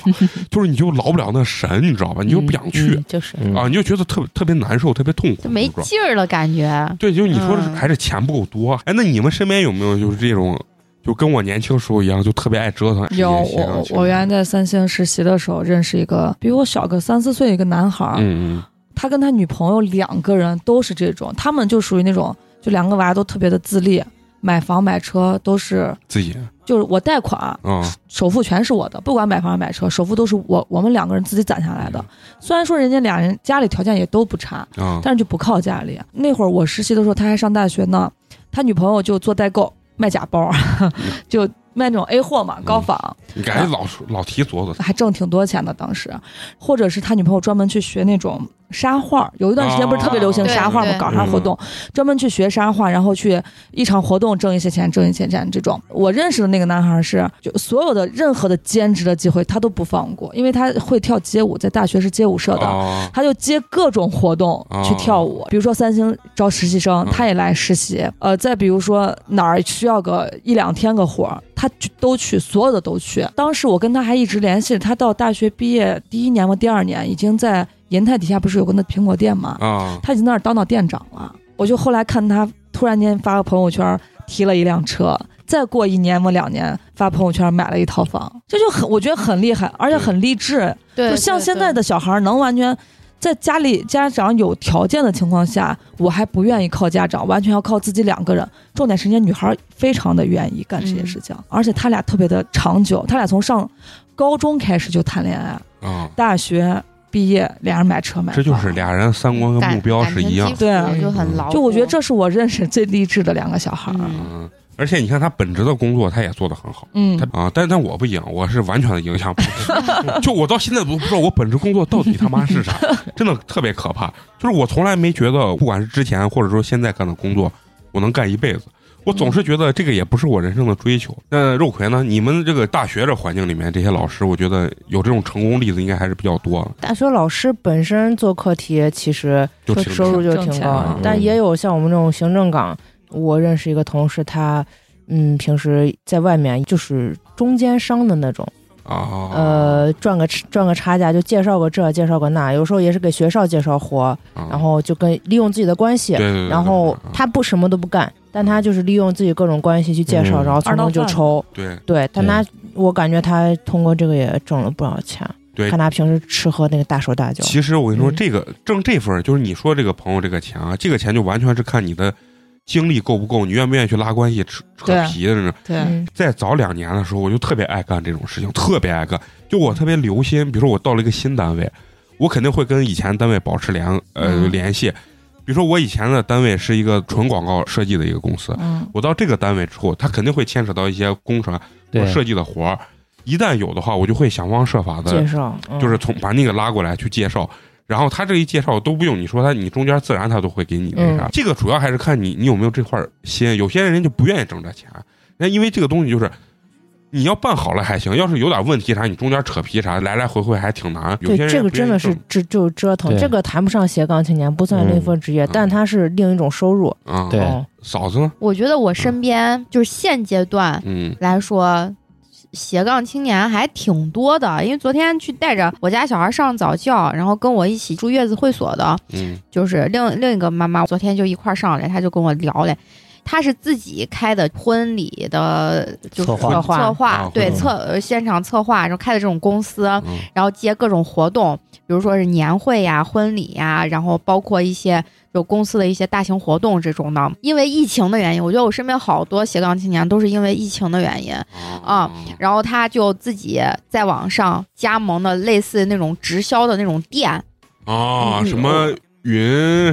Speaker 2: 就是你就劳不了那神，你知道吧？你就不想去、
Speaker 6: 嗯嗯就是
Speaker 4: 嗯
Speaker 2: 啊，你就觉得特别特别难受，特别痛苦，
Speaker 5: 就没
Speaker 2: 你知道
Speaker 5: 劲儿了，感觉。
Speaker 2: 对，就是你说的是
Speaker 5: 嗯
Speaker 2: 还是钱不够多。哎，那你们身边有没有就是这种，就跟我年轻时候一样，就特别爱折腾？
Speaker 3: 有
Speaker 2: 也喜欢
Speaker 3: 我，我原来在三星实习的时候认识一个比我小个三四岁的一个男孩儿，
Speaker 2: 嗯嗯
Speaker 3: 他跟他女朋友两个人都是这种，他们就属于那种，就两个娃都特别的自立，买房买车都是，
Speaker 2: 自己
Speaker 3: 就是我贷款，
Speaker 2: 啊，
Speaker 3: 首付全是我的，不管买房买车，首付都是我我们两个人自己攒下来的。
Speaker 2: 嗯
Speaker 3: 虽然说人家俩人家里条件也都不差，
Speaker 5: 嗯
Speaker 2: 啊，
Speaker 3: 但是就不靠家里。那会儿我实习的时候，他还上大学呢，他女朋友就做代购，卖假包，
Speaker 5: 嗯
Speaker 3: 就卖那种 A 货嘛，高仿。
Speaker 2: 你感觉老老提左左
Speaker 3: 还挣挺多钱的。当时，或者是他女朋友专门去学那种沙画，有一段时间不是特别流行
Speaker 5: 啊
Speaker 3: 沙画吗
Speaker 5: 对？嗯
Speaker 3: 搞啥活动，专门去学沙画，然后去一场活动挣一些钱，挣一些钱这种。我认识的那个男孩是，就所有的任何的兼职的机会他都不放过，因为他会跳街舞，在大学是街舞社的。
Speaker 2: 哦
Speaker 3: 他就接各种活动
Speaker 2: 哦
Speaker 3: 去跳舞，比如说三星招实习生
Speaker 2: 嗯，
Speaker 3: 他也来实习。呃，再比如说哪儿需要个一两天个活儿，他去都去，所有的都去。当时我跟他还一直联系，他到大学毕业第一年嘛，第二年已经在银泰底下不是有个那苹果店嘛，
Speaker 2: 啊，
Speaker 3: 他已经在那儿当到店长了。我就后来看他突然间发个朋友圈，提了一辆车。再过一年么两年，发朋友圈买了一套房，这就很我觉得很厉害，而且很励志。
Speaker 5: 对，
Speaker 3: 就像
Speaker 5: 对
Speaker 3: 现在，
Speaker 5: 对
Speaker 3: 的小孩儿能完全在家里家长有条件的情况下，我还不愿意靠家长，完全要靠自己两个人。重点是人家女孩儿非常的愿意干这些
Speaker 5: 嗯
Speaker 3: 事情，而且他俩特别的长久，他俩从上高中开始就谈恋爱，
Speaker 2: 啊，
Speaker 3: 大学毕业俩人买车买，
Speaker 2: 这就是。俩人三观跟
Speaker 5: 感
Speaker 2: 目标是一样
Speaker 5: 感情基。础
Speaker 3: 对
Speaker 5: 就很牢固。
Speaker 3: 就我觉得这是我认识最励志的两个小孩儿。
Speaker 5: 嗯
Speaker 2: 嗯，而且你看他本职的工作，他也做得很好。
Speaker 3: 嗯
Speaker 2: 他啊，但但我不一样，我是完全的影响不了就我到现在都不知道我本职工作到底他妈是啥，真的特别可怕。就是我从来没觉得，不管是之前或者说现在干的工作，我能干一辈子。我总是觉得这个也不是我人生的追求。那肉葵呢？你们这个大学这环境里面，这些老师，我觉得有这种成功例子应该还是比较多的。
Speaker 6: 大学老师本身做课题其实
Speaker 2: 就
Speaker 6: 收
Speaker 2: 挺
Speaker 6: 收入就
Speaker 3: 挣
Speaker 6: 挺
Speaker 3: 钱
Speaker 6: 高
Speaker 2: 嗯，
Speaker 6: 但也有像我们这种行政岗，我认识一个同事，他嗯平时在外面就是中间商的那种，
Speaker 2: 啊，
Speaker 6: 呃赚个赚个差价就介绍个这介绍个那，有时候也是给学校介绍活，
Speaker 2: 啊，
Speaker 6: 然后就跟利用自己的关系
Speaker 2: 对，对对对，嗯
Speaker 6: 然后
Speaker 2: 对
Speaker 6: 他不什么都不干，但他就是利用自己各种关系去介绍，
Speaker 4: 嗯
Speaker 6: 然后从中就抽。
Speaker 2: 对
Speaker 6: 对，但他我感觉他通过这个也挣了不少钱。
Speaker 2: 对
Speaker 6: 看他平时吃喝那个大手大脚。
Speaker 2: 其实我跟你说，
Speaker 6: 嗯
Speaker 2: 这个挣这份儿就是你说这个朋友这个钱啊，这个钱就完全是看你的精力够不够，你愿不愿意去拉关系、扯扯
Speaker 3: 对
Speaker 6: 啊
Speaker 2: 皮的那种。
Speaker 3: 对，
Speaker 6: 嗯
Speaker 2: 在早两年的时候，我就特别爱干这种事情，特别爱干。就我特别留心，比如说我到了一个新单位，我肯定会跟以前单位保持联呃
Speaker 3: 嗯
Speaker 2: 联系。比如说我以前的单位是一个纯广告设计的一个公司，
Speaker 3: 嗯，
Speaker 2: 我到这个单位之后，它肯定会牵扯到一些工程
Speaker 4: 对
Speaker 2: 和设计的活儿。一旦有的话，我就会想方设法的
Speaker 6: 介绍嗯
Speaker 2: 就是从把那个拉过来去介绍。然后他这一介绍都不用你说他，你中间自然他都会给你那啥。
Speaker 6: 嗯
Speaker 2: 这个主要还是看你你有没有这块心。有些人就不愿意挣这钱，那因为这个东西就是你要办好了还行，要是有点问题啥，你中间扯皮啥，来来回回还挺难。有
Speaker 6: 对
Speaker 2: 些人
Speaker 6: 这个
Speaker 2: 不愿
Speaker 6: 真
Speaker 2: 意
Speaker 6: 的是
Speaker 2: 挣
Speaker 6: 这就折腾，
Speaker 4: 对
Speaker 6: 这个谈不上斜杠青年，不算另一份职业，
Speaker 2: 嗯
Speaker 6: 但他是另一种收入。
Speaker 2: 啊，
Speaker 4: 对
Speaker 6: 哦
Speaker 2: 嫂子呢？
Speaker 5: 我觉得我身边就是现阶段
Speaker 2: 嗯
Speaker 5: 来说，斜杠青年还挺多的。因为昨天去带着我家小孩上早教，然后跟我一起住月子会所的，
Speaker 2: 嗯
Speaker 5: 就是另另一个妈妈，昨天就一块儿上来，她就跟我聊嘞。她是自己开的婚礼的，就是
Speaker 4: 策划
Speaker 5: 策
Speaker 6: 策
Speaker 2: 啊
Speaker 5: 对
Speaker 2: 嗯
Speaker 5: 策呃现场策划，然后开的这种公司，
Speaker 2: 嗯
Speaker 5: 然后接各种活动，比如说是年会呀、婚礼呀，然后包括一些呃有公司的一些大型活动这种的。因为疫情的原因，我觉得我身边好多斜杠青年都是因为疫情的原因，
Speaker 2: 嗯
Speaker 5: 啊然后他就自己在网上加盟的类似那种直销的那种
Speaker 2: 嗯
Speaker 5: 店，
Speaker 2: 啊
Speaker 5: 嗯
Speaker 2: 什么云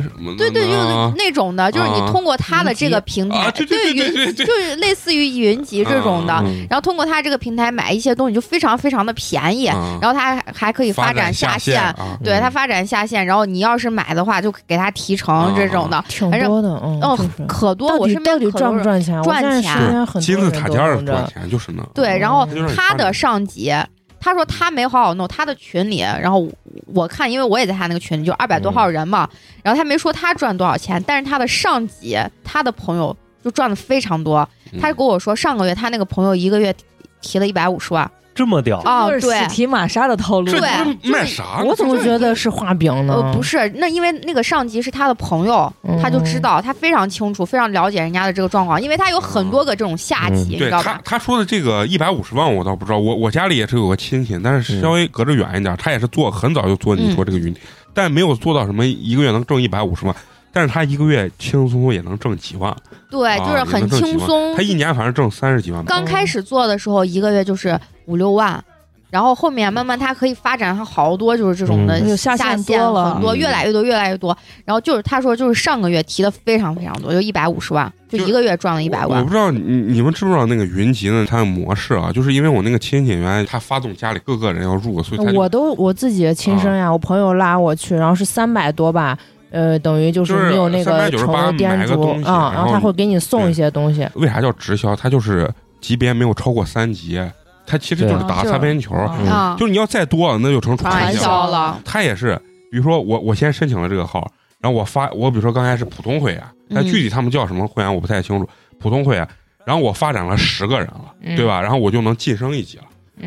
Speaker 2: 什么的
Speaker 5: 对对，就是
Speaker 2: 呢
Speaker 5: 那种的，就是
Speaker 2: 啊
Speaker 5: 你通过他的这个平台，
Speaker 2: 啊对对对对
Speaker 5: 云
Speaker 2: 对
Speaker 5: 就是类似于云集这种的，
Speaker 2: 啊
Speaker 4: 嗯
Speaker 5: 然后通过他这个平台买一些东西就非常非常的便宜，
Speaker 2: 啊
Speaker 5: 然后他还还可以
Speaker 2: 发
Speaker 5: 展
Speaker 2: 下
Speaker 5: 线。
Speaker 2: 啊
Speaker 5: 对
Speaker 4: 嗯
Speaker 5: 它发展下线，然后你要是买的话，就给他提成这种的，
Speaker 6: 挺
Speaker 5: 反正
Speaker 6: 多的，嗯，
Speaker 5: 哦
Speaker 6: 啊就是
Speaker 5: 可多。
Speaker 6: 到
Speaker 5: 我
Speaker 6: 底
Speaker 5: 身边
Speaker 6: 到底
Speaker 5: 可多
Speaker 6: 赚不
Speaker 5: 人？
Speaker 6: 赚钱？
Speaker 5: 赚
Speaker 6: 我现在
Speaker 5: 钱
Speaker 6: 身边很
Speaker 2: 金
Speaker 6: 多
Speaker 2: 字
Speaker 6: 人
Speaker 2: 塔
Speaker 6: 都
Speaker 2: 尖儿
Speaker 6: 弄着
Speaker 2: 赚钱就是呢。
Speaker 5: 对，然后
Speaker 2: 嗯就是
Speaker 5: 他
Speaker 2: 发
Speaker 5: 的
Speaker 2: 展
Speaker 5: 上级，他说他没好好弄，他的群里，然后我看，因为我也在他那个群里，就二百多
Speaker 6: 嗯
Speaker 5: 号人嘛，然后他没说他赚多少钱，但是他的上级，他的朋友就赚的非常多。他
Speaker 2: 嗯
Speaker 5: 跟我说，上个月他那个朋友一个月提提了一百五十万，
Speaker 4: 这么屌，
Speaker 5: 哦
Speaker 3: 就是
Speaker 5: 对
Speaker 3: 喜提玛莎的套路。
Speaker 2: 这
Speaker 5: 对
Speaker 2: 他妈
Speaker 5: 就是
Speaker 2: 嗯卖啥呢？
Speaker 6: 我怎么
Speaker 2: 这
Speaker 6: 觉得是画饼呢？
Speaker 5: 呃，不是，那因为那个上级是他的朋友，他就知道，他非常清楚，非常了解人家的这个状况，因为他有很多个这种下级，
Speaker 4: 嗯
Speaker 5: 你
Speaker 2: 对
Speaker 5: 知道
Speaker 2: 他
Speaker 5: 吧？
Speaker 2: 他说的这个一百五十万，我倒不知道。我我家里也是有个亲戚，但
Speaker 6: 嗯
Speaker 2: 是稍微隔着远一点，他也是做很早就做你说这个
Speaker 5: 嗯
Speaker 2: 云，但没有做到什么一个月能挣一百五十万。但是他一个月轻轻松松也能挣几万，
Speaker 5: 对，
Speaker 2: 啊
Speaker 5: 就是很轻松
Speaker 2: 他。一年反正挣三十几万吧。
Speaker 5: 刚开始做的时候，一个月就是五六万，然后后面慢慢它可以发展它好多就是这种的
Speaker 3: 嗯就
Speaker 5: 下
Speaker 3: 下线
Speaker 5: 线
Speaker 3: 多了
Speaker 5: 很多
Speaker 2: 嗯
Speaker 5: 越来越多越来越多。然后就是他说就是上个月提的非常非常多，就一百五十万，就
Speaker 2: 就是
Speaker 5: 一个月赚了一百
Speaker 2: 我我
Speaker 5: 万
Speaker 2: 不。知道你你们知不知道那个云集呢？它的模式啊，就是因为我那个亲戚演员，他发动家里各个人要入，所以他就
Speaker 6: 呃我都我自己亲
Speaker 2: 啊
Speaker 6: 身呀，我朋友拉我去，然后是三百多吧，呃，等于就
Speaker 2: 就是
Speaker 6: 是你有那
Speaker 2: 398
Speaker 6: 个成为
Speaker 2: 买
Speaker 6: 店
Speaker 2: 个
Speaker 6: 主
Speaker 2: 东西
Speaker 6: 啊，
Speaker 2: 然
Speaker 6: 然
Speaker 2: 后
Speaker 6: 后他会给你送一些东西，
Speaker 2: 为啥叫直销？它就是级别没有超过三级，它其实就是
Speaker 3: 对
Speaker 2: 打
Speaker 3: 就是哦
Speaker 2: 擦边球，
Speaker 4: 嗯
Speaker 5: 啊，
Speaker 2: 就是你要再多那就成
Speaker 5: 开
Speaker 2: 传
Speaker 5: 玩
Speaker 2: 销。
Speaker 5: 笑了，
Speaker 2: 他也是，比如说我我先申请了这个号，然后我发我比如说刚开始普通会员，但
Speaker 5: 嗯
Speaker 2: 具体他们叫什么会员我不太清楚，普通会员。啊然后我发展了十个人了，
Speaker 6: 嗯
Speaker 2: 对吧？然后我就能晋升一级了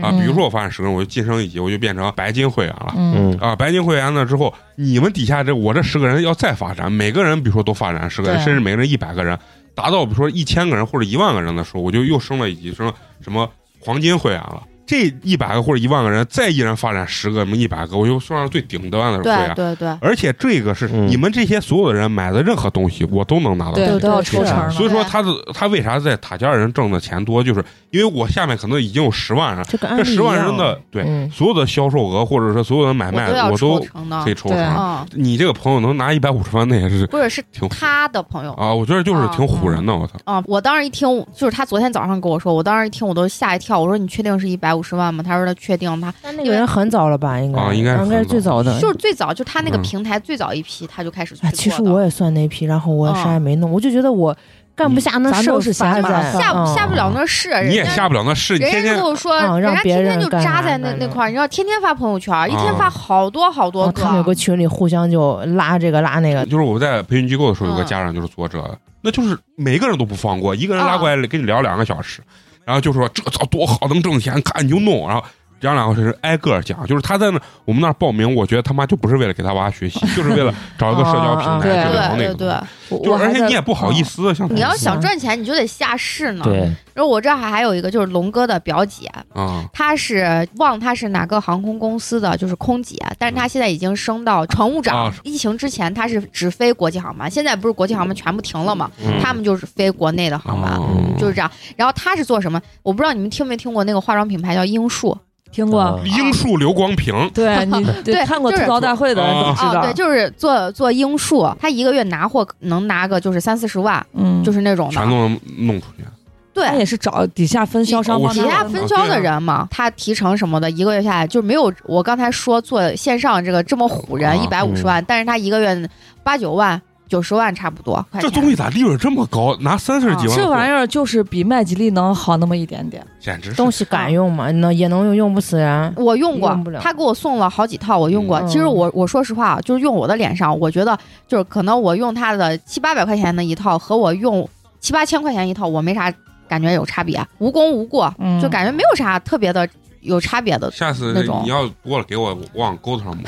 Speaker 2: 啊！
Speaker 3: 嗯
Speaker 2: 比如说我发展十个人，我就晋升一级，我就变成白金会员了。
Speaker 3: 嗯，
Speaker 4: 嗯，
Speaker 2: 啊，白金会员呢之后，你们底下这我这十个人要再发展，每个人比如说都发展十个人，
Speaker 3: 对
Speaker 2: 甚至每个人一百个人，达到比如说一千个人或者一万个人的时候，我就又升了一级，升什么黄金会员了。这一百个或者一万个人，再一人发展十个、一百个，我就算上最顶端的会
Speaker 5: 对
Speaker 2: 员。
Speaker 5: 对对，
Speaker 2: 而且这个是
Speaker 4: 嗯
Speaker 2: 你们这些所有的人买的任何东西，我都能拿到
Speaker 3: 对
Speaker 2: 钱。
Speaker 3: 都要抽
Speaker 6: 是
Speaker 3: 成儿
Speaker 2: 所以
Speaker 3: 嘛，
Speaker 2: 说他的他为啥在塔尖儿人挣的钱多，就是因为我下面可能已经有十万人，
Speaker 6: 这个案例
Speaker 2: 这十万
Speaker 6: 一样
Speaker 2: 人的对、
Speaker 6: 嗯
Speaker 2: 所有的销售额或者说所有的买卖，
Speaker 5: 都要
Speaker 2: 我
Speaker 5: 抽成的
Speaker 2: 可以，抽
Speaker 6: 对
Speaker 2: 成。
Speaker 5: 嗯，
Speaker 2: 你这个朋友能拿一百五十万，那也是
Speaker 5: 或者是
Speaker 2: 挺
Speaker 5: 他的朋友
Speaker 2: 啊，我觉得就是挺
Speaker 6: 嗯
Speaker 2: 唬人的。我操，
Speaker 5: 啊、我当时一听，就是他昨天早上跟我说，我当时一听我都吓一跳。我说你确定是一百五十万吗？他说他确定他，
Speaker 6: 但那个人很早了吧？应该
Speaker 2: 啊应该是
Speaker 6: 应该是最早的。
Speaker 5: 就是最早就他那个
Speaker 2: 嗯
Speaker 5: 平台最早一批他就开始去做
Speaker 6: 哎，
Speaker 5: 的。
Speaker 6: 其实我也算那批，然后我啥
Speaker 2: 啊
Speaker 5: 嗯
Speaker 6: 也没弄，我就觉得我干
Speaker 2: 嗯
Speaker 6: 不下那
Speaker 3: 咱
Speaker 6: 事
Speaker 3: 都
Speaker 6: 儿，
Speaker 3: 是
Speaker 6: 烦
Speaker 3: 瞎
Speaker 6: 着
Speaker 3: 干
Speaker 5: 下
Speaker 6: 嗯
Speaker 5: 不下不了那事，人
Speaker 2: 你也
Speaker 5: 家
Speaker 2: 下不了那事，
Speaker 5: 人
Speaker 2: 天
Speaker 5: 家
Speaker 2: 天
Speaker 5: 跟我说，
Speaker 6: 嗯让
Speaker 5: 家
Speaker 6: 别
Speaker 5: 天天
Speaker 6: 人
Speaker 5: 就
Speaker 6: 干
Speaker 5: 扎
Speaker 6: 啥
Speaker 5: 在那
Speaker 6: 干
Speaker 5: 那
Speaker 6: 啥
Speaker 5: 块儿，你知道，天天发朋友圈儿，一天发
Speaker 2: 啊
Speaker 5: 好多好多
Speaker 6: 哦
Speaker 5: 个。
Speaker 6: 他们有个群里互相就拉这个拉那个，
Speaker 2: 就是我在培训机构的时候，有个
Speaker 5: 嗯
Speaker 2: 家长就是做这个，那就是每个人都不放过，一个人
Speaker 5: 啊
Speaker 2: 拉过来跟你聊两个小时，然后就说这操多好，能挣钱，看你就弄，然后。讲两个小时，挨个儿讲，就是他在那我们那儿报名，我觉得他妈就不是为了给他娃学习，就是为了找一个社交平
Speaker 6: 啊
Speaker 2: 台
Speaker 3: 啊
Speaker 2: 去聊
Speaker 5: 对
Speaker 2: 那
Speaker 5: 对
Speaker 2: 个东
Speaker 5: 对
Speaker 2: 西。，
Speaker 3: 我
Speaker 2: 就
Speaker 3: 我
Speaker 2: 是而
Speaker 3: 还
Speaker 2: 且
Speaker 3: 在
Speaker 2: 你也不好意思，像
Speaker 5: 你要
Speaker 6: 是
Speaker 5: 想
Speaker 6: 啊
Speaker 5: 赚钱，你就得下市呢。
Speaker 4: 对，
Speaker 5: 然后我这儿还还有一个就是龙哥的表姐，
Speaker 2: 啊，
Speaker 5: 她是忘她是哪个航空公司的，就是空姐，但是她现在已经升到乘务
Speaker 2: 嗯
Speaker 5: 长。
Speaker 2: 啊是
Speaker 5: 疫情之前她是只飞国际航班，现在不是国际航班全部停了嘛，
Speaker 2: 嗯
Speaker 5: 他们就是飞国内的航班。
Speaker 2: 哦
Speaker 5: 就是这样，然后她是做什么？我不知道你们听没听过那个化妆品牌叫樱树
Speaker 3: 嗯听过
Speaker 4: 啊，
Speaker 2: 樱树流光瓶，
Speaker 3: 对 你
Speaker 5: 对
Speaker 3: 看过
Speaker 5: 就是
Speaker 3: 吐槽大会的人都
Speaker 2: 啊
Speaker 3: 知
Speaker 5: 哦，
Speaker 3: 道
Speaker 5: 对，，就是做做樱树，她一个月拿货能拿个就是三四十万，
Speaker 3: 嗯，
Speaker 5: 就是那种的
Speaker 2: 全。都能弄出去。
Speaker 3: 他
Speaker 5: 对
Speaker 3: 也，是找底下分销商
Speaker 2: 我
Speaker 3: 帮
Speaker 2: 知
Speaker 3: 他
Speaker 5: 底
Speaker 2: 道
Speaker 5: 下
Speaker 3: 们
Speaker 5: 分销的人
Speaker 3: 哦啊
Speaker 5: 嘛，他提成什么的，一个月下来就没有我刚才说做线上这个这么唬人，
Speaker 2: 啊
Speaker 5: 一百五十万，
Speaker 3: 嗯
Speaker 5: 但是他一个月八九万、九十万差不多。块
Speaker 2: 这
Speaker 5: 钱
Speaker 2: 东西咋利润这么高？拿三十几万，
Speaker 3: 啊这玩意儿就是比麦吉利能好那么一点点，
Speaker 2: 简直是啊
Speaker 6: 东西敢用吗？能也能用，用不死人。
Speaker 5: 我用过
Speaker 6: 用不了，
Speaker 5: 他给我送了好几套，我用过。
Speaker 6: 嗯
Speaker 5: 其实我我说实话啊，就是用我的脸上，我觉得就是可能我用他的七八百块钱的一套和我用七八千块钱一套，我没啥感觉有差别，无功无过，
Speaker 3: 嗯
Speaker 5: 就感觉没有啥特别的有差别的。
Speaker 2: 下次
Speaker 5: 那种
Speaker 2: 你要多了给我，我往钩子上抹。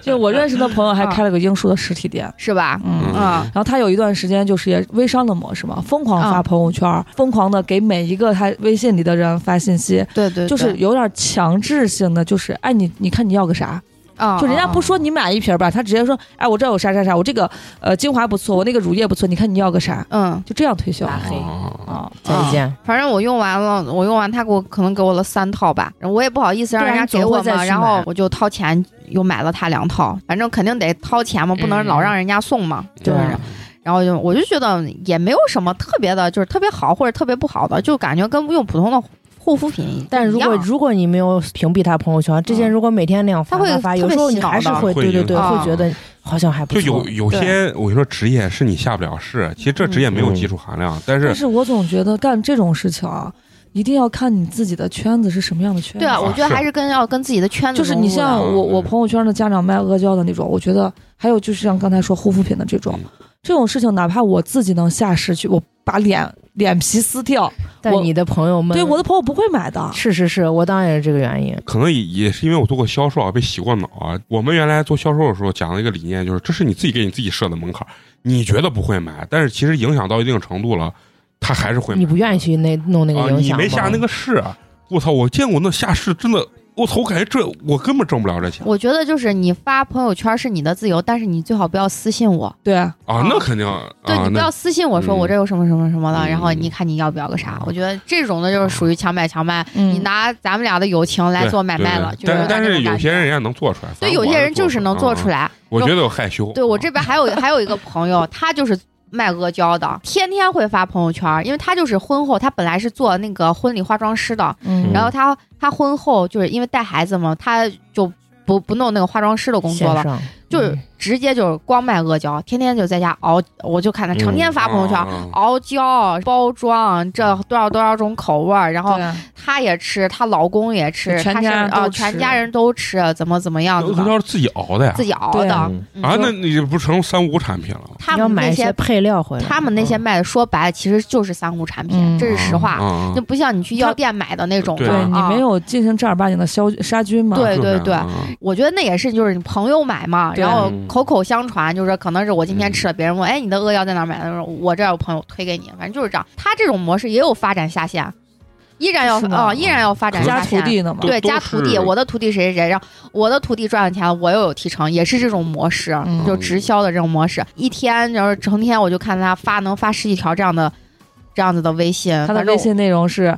Speaker 3: 就我认识
Speaker 5: 嗯
Speaker 3: 的朋友还开了个樱树的实体店，
Speaker 5: 是吧？
Speaker 3: 嗯。
Speaker 5: 嗯，
Speaker 3: 然后他有一段时间就是也微商的模式嘛，疯狂发
Speaker 5: 嗯
Speaker 3: 朋友圈，疯狂的给每一个他微信里的人发信息，
Speaker 5: 对对，
Speaker 3: 就是有点强制性的，就是哎你你看你要个啥，
Speaker 5: 啊，
Speaker 3: 就人家
Speaker 5: 嗯
Speaker 3: 不说你买一瓶吧，他直接说哎我这有啥啥啥，我这个呃精华不错，我那个乳液不错，你看你要个啥，
Speaker 5: 嗯，
Speaker 3: 就这样推销
Speaker 6: 拉
Speaker 3: 啊。
Speaker 6: 黑，
Speaker 2: 啊，
Speaker 6: 再见。
Speaker 5: 反正我用完了，我用完他给我可能给我了三套吧，然后我也不好意思让
Speaker 6: 对啊
Speaker 5: 人家
Speaker 6: 你总
Speaker 5: 给我
Speaker 6: 会再
Speaker 5: 嘛，
Speaker 6: 去
Speaker 5: 然后
Speaker 6: 买
Speaker 5: 我就掏钱又买了他两套，反正肯定得掏钱嘛，不能
Speaker 6: 嗯
Speaker 5: 老让人家送嘛，就
Speaker 6: 对
Speaker 5: 是
Speaker 6: 啊
Speaker 5: 这样。然后就我就觉得也没有什么特别的，就是特别好或者特别不好的，就感觉跟用普通的护肤品一样。啊嗯
Speaker 6: 但如果如果你没有屏蔽他朋友圈，这些人如果每天那样发
Speaker 5: 他会
Speaker 6: 发发，
Speaker 5: 特别
Speaker 6: 有时候
Speaker 5: 洗
Speaker 6: 你
Speaker 5: 脑
Speaker 6: 还是
Speaker 5: 的嗯
Speaker 6: 会
Speaker 2: 会
Speaker 6: 对对
Speaker 2: 影
Speaker 6: 对，
Speaker 5: 响
Speaker 6: 会觉得好像还不
Speaker 2: 就
Speaker 6: 错。
Speaker 2: 有有些我跟你说职业是你下不了市，其实这职业没有技术含量，但
Speaker 3: 但
Speaker 2: 是
Speaker 3: 是我总觉得干这种事情啊，一定要看你自己的圈子是什么样的圈子。
Speaker 6: 嗯
Speaker 5: 对啊，我觉得
Speaker 2: 是
Speaker 5: 还是跟要跟自己的圈子
Speaker 3: 就是
Speaker 5: 融
Speaker 3: 你
Speaker 5: 入的
Speaker 3: 像
Speaker 2: 嗯
Speaker 3: 我我朋友圈的家长卖阿胶的那种，我觉得还有就是像刚才说护肤品的这种
Speaker 2: 嗯
Speaker 3: 这种事情，哪怕我自己能下市去，我把脸脸皮撕掉，
Speaker 6: 但
Speaker 3: 我
Speaker 6: 你的朋友们，
Speaker 3: 对我的朋友不会买的。
Speaker 6: 是是是，我当然也是这个原因。
Speaker 2: 可能也也是因为我做过销售啊，被洗过脑啊。我们原来做销售的时候讲了一个理念，就是这是你自己给你自己设的门槛儿，你觉得不会买，但是其实影响到一定程度了，他还是会买。
Speaker 6: 你不愿意去那弄那个
Speaker 2: 啊，
Speaker 6: 影
Speaker 2: 你
Speaker 6: 响吗，
Speaker 2: 没下那个市啊。我操！我见过那下市真的我操，我感觉这我根本挣不了这钱
Speaker 5: 我觉得就是你发朋友圈是你的自由，但是你最好不要私信我。
Speaker 3: 对啊，
Speaker 2: 啊，那肯定啊，
Speaker 5: 哦对、你不要
Speaker 2: 那
Speaker 5: 私信我说我
Speaker 2: 嗯
Speaker 5: 这有什么什么什么的，然后
Speaker 2: 嗯
Speaker 5: 你看你要不要个啥？我觉得这种的就是属于强买强卖，
Speaker 3: 嗯
Speaker 5: 你拿咱们俩的友情来
Speaker 2: 对
Speaker 5: 做买卖了，
Speaker 2: 对
Speaker 5: 就是
Speaker 2: 但但
Speaker 5: 那
Speaker 2: 是
Speaker 5: 种
Speaker 2: 有
Speaker 5: 感
Speaker 2: 些
Speaker 5: 觉
Speaker 2: 人人家能做出来，
Speaker 5: 对
Speaker 2: 反正
Speaker 5: 有
Speaker 2: 我
Speaker 5: 些
Speaker 2: 还
Speaker 5: 人就是能做出
Speaker 2: 来。嗯嗯
Speaker 5: 来。
Speaker 2: 我觉得我害羞，啊
Speaker 5: 对我这边还有还有一个朋友，他就是卖阿胶的，天天会发朋友圈，因为他就是婚后，他本来是做那个婚礼化妆师的，
Speaker 3: 嗯
Speaker 5: 然后他他婚后就是因为带孩子嘛，他就不不弄那个化妆师的工作
Speaker 6: 线
Speaker 5: 了，
Speaker 6: 上嗯
Speaker 5: 就是直接就是光卖阿胶，天天就在家熬，我就看他成天发朋友圈。
Speaker 2: 嗯
Speaker 5: 熬胶、包装，这多少多少种口味儿，然后
Speaker 3: 对
Speaker 2: 嗯
Speaker 3: 啊
Speaker 5: 她也吃，她老公也吃，
Speaker 3: 对全
Speaker 5: 她是
Speaker 3: 家人
Speaker 5: 啊、
Speaker 3: 都
Speaker 5: 全
Speaker 3: 吃
Speaker 5: 家人都吃，怎么怎么样
Speaker 2: 那
Speaker 5: 子
Speaker 2: 他
Speaker 5: 的，
Speaker 2: 要是自己熬的呀
Speaker 5: 自，己熬
Speaker 3: 对
Speaker 5: 的。
Speaker 3: 啊
Speaker 4: 嗯
Speaker 5: 嗯
Speaker 2: 啊，那你不成三无产品了吗？
Speaker 5: 他
Speaker 6: 要
Speaker 5: 们
Speaker 6: 买
Speaker 5: 那
Speaker 6: 一
Speaker 5: 些
Speaker 6: 些配料回来。嗯
Speaker 5: 他们那些卖的，说白了其实就是三无产品，
Speaker 3: 嗯
Speaker 5: 这是实话，
Speaker 2: 嗯
Speaker 5: 就不像你去药店买的那种
Speaker 2: 对
Speaker 3: 对
Speaker 2: 啊
Speaker 3: 你
Speaker 5: 啊
Speaker 3: 没有进行正儿八经的消杀菌嘛？
Speaker 5: 对
Speaker 2: 就是
Speaker 5: 对
Speaker 2: 这样嗯
Speaker 5: 我觉得那也是就是你朋友买嘛，
Speaker 3: 对
Speaker 5: 然后
Speaker 4: 嗯
Speaker 5: 口口相传，就是可能是我今天
Speaker 2: 嗯
Speaker 5: 吃了，别人问，哎，你的阿胶在哪儿买的？我说我这儿有朋友推给你，反正就是这样。他这种模式也有发展下线，依然要
Speaker 3: 是吗
Speaker 5: 啊、依然要发展
Speaker 3: 加
Speaker 5: 下
Speaker 3: 徒
Speaker 5: 线。
Speaker 3: 弟呢嘛？
Speaker 2: 都
Speaker 5: 对，
Speaker 2: 都
Speaker 5: 加徒弟，
Speaker 2: 是
Speaker 5: 我的徒弟谁谁谁，然后我的徒弟赚了钱了，我又有提成，也是这种模式，啊
Speaker 3: 嗯
Speaker 5: 就直销的这种模式。一天就是成天，我就看他发能发十几条这样的，这样子的微信，
Speaker 3: 他的
Speaker 5: 反正
Speaker 3: 微信内容是：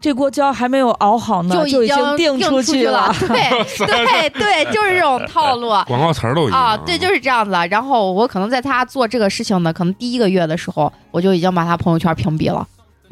Speaker 3: 这锅胶还没有熬好呢，
Speaker 5: 就
Speaker 3: 就
Speaker 5: 已经
Speaker 3: 定
Speaker 5: 出
Speaker 3: 去
Speaker 5: 了。。 对对对，就是这种套路。
Speaker 2: 广告词儿都一样
Speaker 5: 啊，对，就是这样子。然后我可能在他做这个事情的可能第一个月的时候，我就已经把他朋友圈屏蔽了，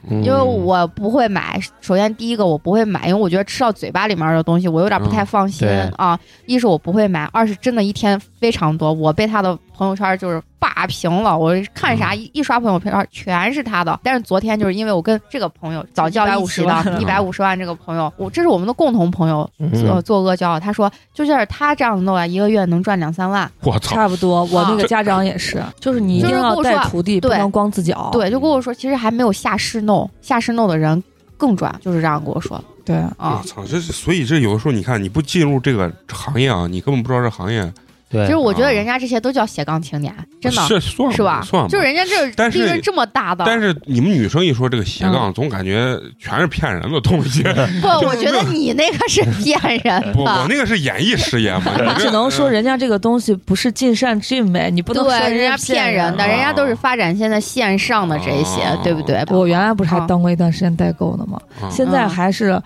Speaker 4: 嗯
Speaker 5: 因为我不会买。首先第一个我不会买，因为我觉得吃到嘴巴里面的东西我有点不太放心、
Speaker 4: 嗯
Speaker 5: 啊。一是我不会买，二是真的一天非常多，我被他的朋友圈就是霸屏了。我看
Speaker 4: 嗯
Speaker 5: 啥一一刷朋友圈全是他的。但是昨天就是因为我跟这个朋友早教一起的一
Speaker 2: 150
Speaker 5: 百五十万这个朋友，我这是我们的共同朋友，呃，
Speaker 4: 嗯
Speaker 5: 做阿胶，他说就是他这样子弄啊，一个月能赚两三万。
Speaker 2: 我操，
Speaker 3: 差不多，我那
Speaker 5: 啊
Speaker 3: 个家长也是，就是你一
Speaker 5: 就
Speaker 3: 定
Speaker 5: 是跟
Speaker 3: 要
Speaker 5: 我
Speaker 3: 带
Speaker 5: 说
Speaker 3: 徒弟，不
Speaker 5: 对
Speaker 3: 能光自己
Speaker 4: 哦
Speaker 3: 熬。
Speaker 5: 对，就跟我说，其实还没有下市弄，下市弄的人更赚，就是这样跟我说的
Speaker 3: 对，
Speaker 2: 我
Speaker 5: 啊。
Speaker 2: 操，这是所以这有的时候你看，你不进入这个行业啊，你根本不知道这行业
Speaker 4: 嗯对
Speaker 5: 其实，我觉得
Speaker 2: 啊
Speaker 5: 人家这些都叫斜杠青年，真的
Speaker 2: 是算
Speaker 5: 是吧？
Speaker 2: 算
Speaker 5: 就人家这
Speaker 2: 但是
Speaker 5: 利润这么大的，
Speaker 2: 但是你们女生一说这个斜
Speaker 3: 嗯
Speaker 2: 杠，总感觉全是骗人的东 西。
Speaker 5: 不，我觉得你那个是骗人
Speaker 2: 不，我
Speaker 5: 的。
Speaker 2: 那个是演艺事业嘛，你
Speaker 3: 你
Speaker 2: 这
Speaker 3: 啊 只能说人家这个东西不是尽善尽美，你不能说
Speaker 5: 对，人家
Speaker 3: 骗
Speaker 5: 骗人的，
Speaker 2: 啊
Speaker 5: 人家都是发展现在线上的这些
Speaker 2: 啊，
Speaker 5: 对不对？
Speaker 3: 我原来不是还
Speaker 5: 啊
Speaker 3: 当过一段时间代购呢吗？
Speaker 2: 啊
Speaker 3: 现在
Speaker 5: 嗯
Speaker 3: 还是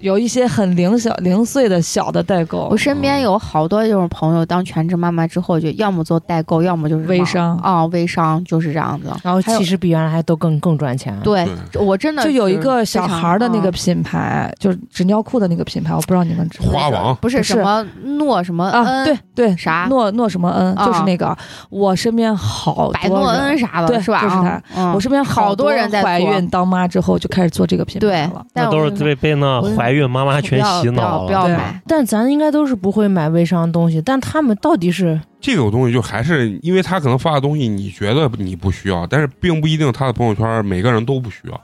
Speaker 3: 有一些很零小零碎的小的代购
Speaker 5: 我，身边有好多这种朋友，当全职妈妈之后，就要么做代购，要么就是
Speaker 3: 微
Speaker 5: 忙
Speaker 3: 商
Speaker 5: 啊，微商就是这样子。
Speaker 2: 嗯
Speaker 6: 然后
Speaker 3: 还有
Speaker 6: 其实比原来还都更更赚钱。
Speaker 5: 对
Speaker 2: 对，
Speaker 5: 这我真的
Speaker 3: 就有一
Speaker 5: 是
Speaker 3: 个
Speaker 5: 非
Speaker 3: 小
Speaker 5: 常
Speaker 3: 孩儿的那个
Speaker 5: 嗯
Speaker 3: 品牌，就是纸尿裤的那个品牌，我不知道你们知道
Speaker 2: 花王
Speaker 5: 不是
Speaker 3: 不
Speaker 5: 什
Speaker 3: 是
Speaker 5: 么诺什么
Speaker 3: 啊？
Speaker 5: 恩
Speaker 3: 对对，
Speaker 5: 呃啥
Speaker 3: 诺诺什么恩，
Speaker 5: 啊
Speaker 3: 就是那个。我身边好
Speaker 5: 百
Speaker 3: 多
Speaker 5: 诺恩
Speaker 3: 人，
Speaker 5: 啥的，
Speaker 3: 对
Speaker 5: 是吧？
Speaker 3: 就是
Speaker 5: 啊嗯
Speaker 3: 我身边
Speaker 5: 好
Speaker 3: 多
Speaker 5: 多人在
Speaker 3: 怀
Speaker 5: 做
Speaker 3: 孕当妈之后就开始做这个品牌
Speaker 5: 对
Speaker 3: 了。，
Speaker 5: 但
Speaker 4: 那都
Speaker 5: 我
Speaker 4: 是
Speaker 5: 就
Speaker 4: 被被那怀孕妈妈
Speaker 5: 不
Speaker 4: 群
Speaker 5: 要
Speaker 4: 洗
Speaker 5: 不要
Speaker 4: 脑
Speaker 5: 不
Speaker 4: 了。
Speaker 5: 要
Speaker 3: 对
Speaker 5: 买，
Speaker 6: 但咱应该都是不会买微商的东西，但他们到底是
Speaker 2: 这个东西就还是因为他可能发的东西，你觉得你不需要，但是并不一定他的朋友圈每个人都不需要。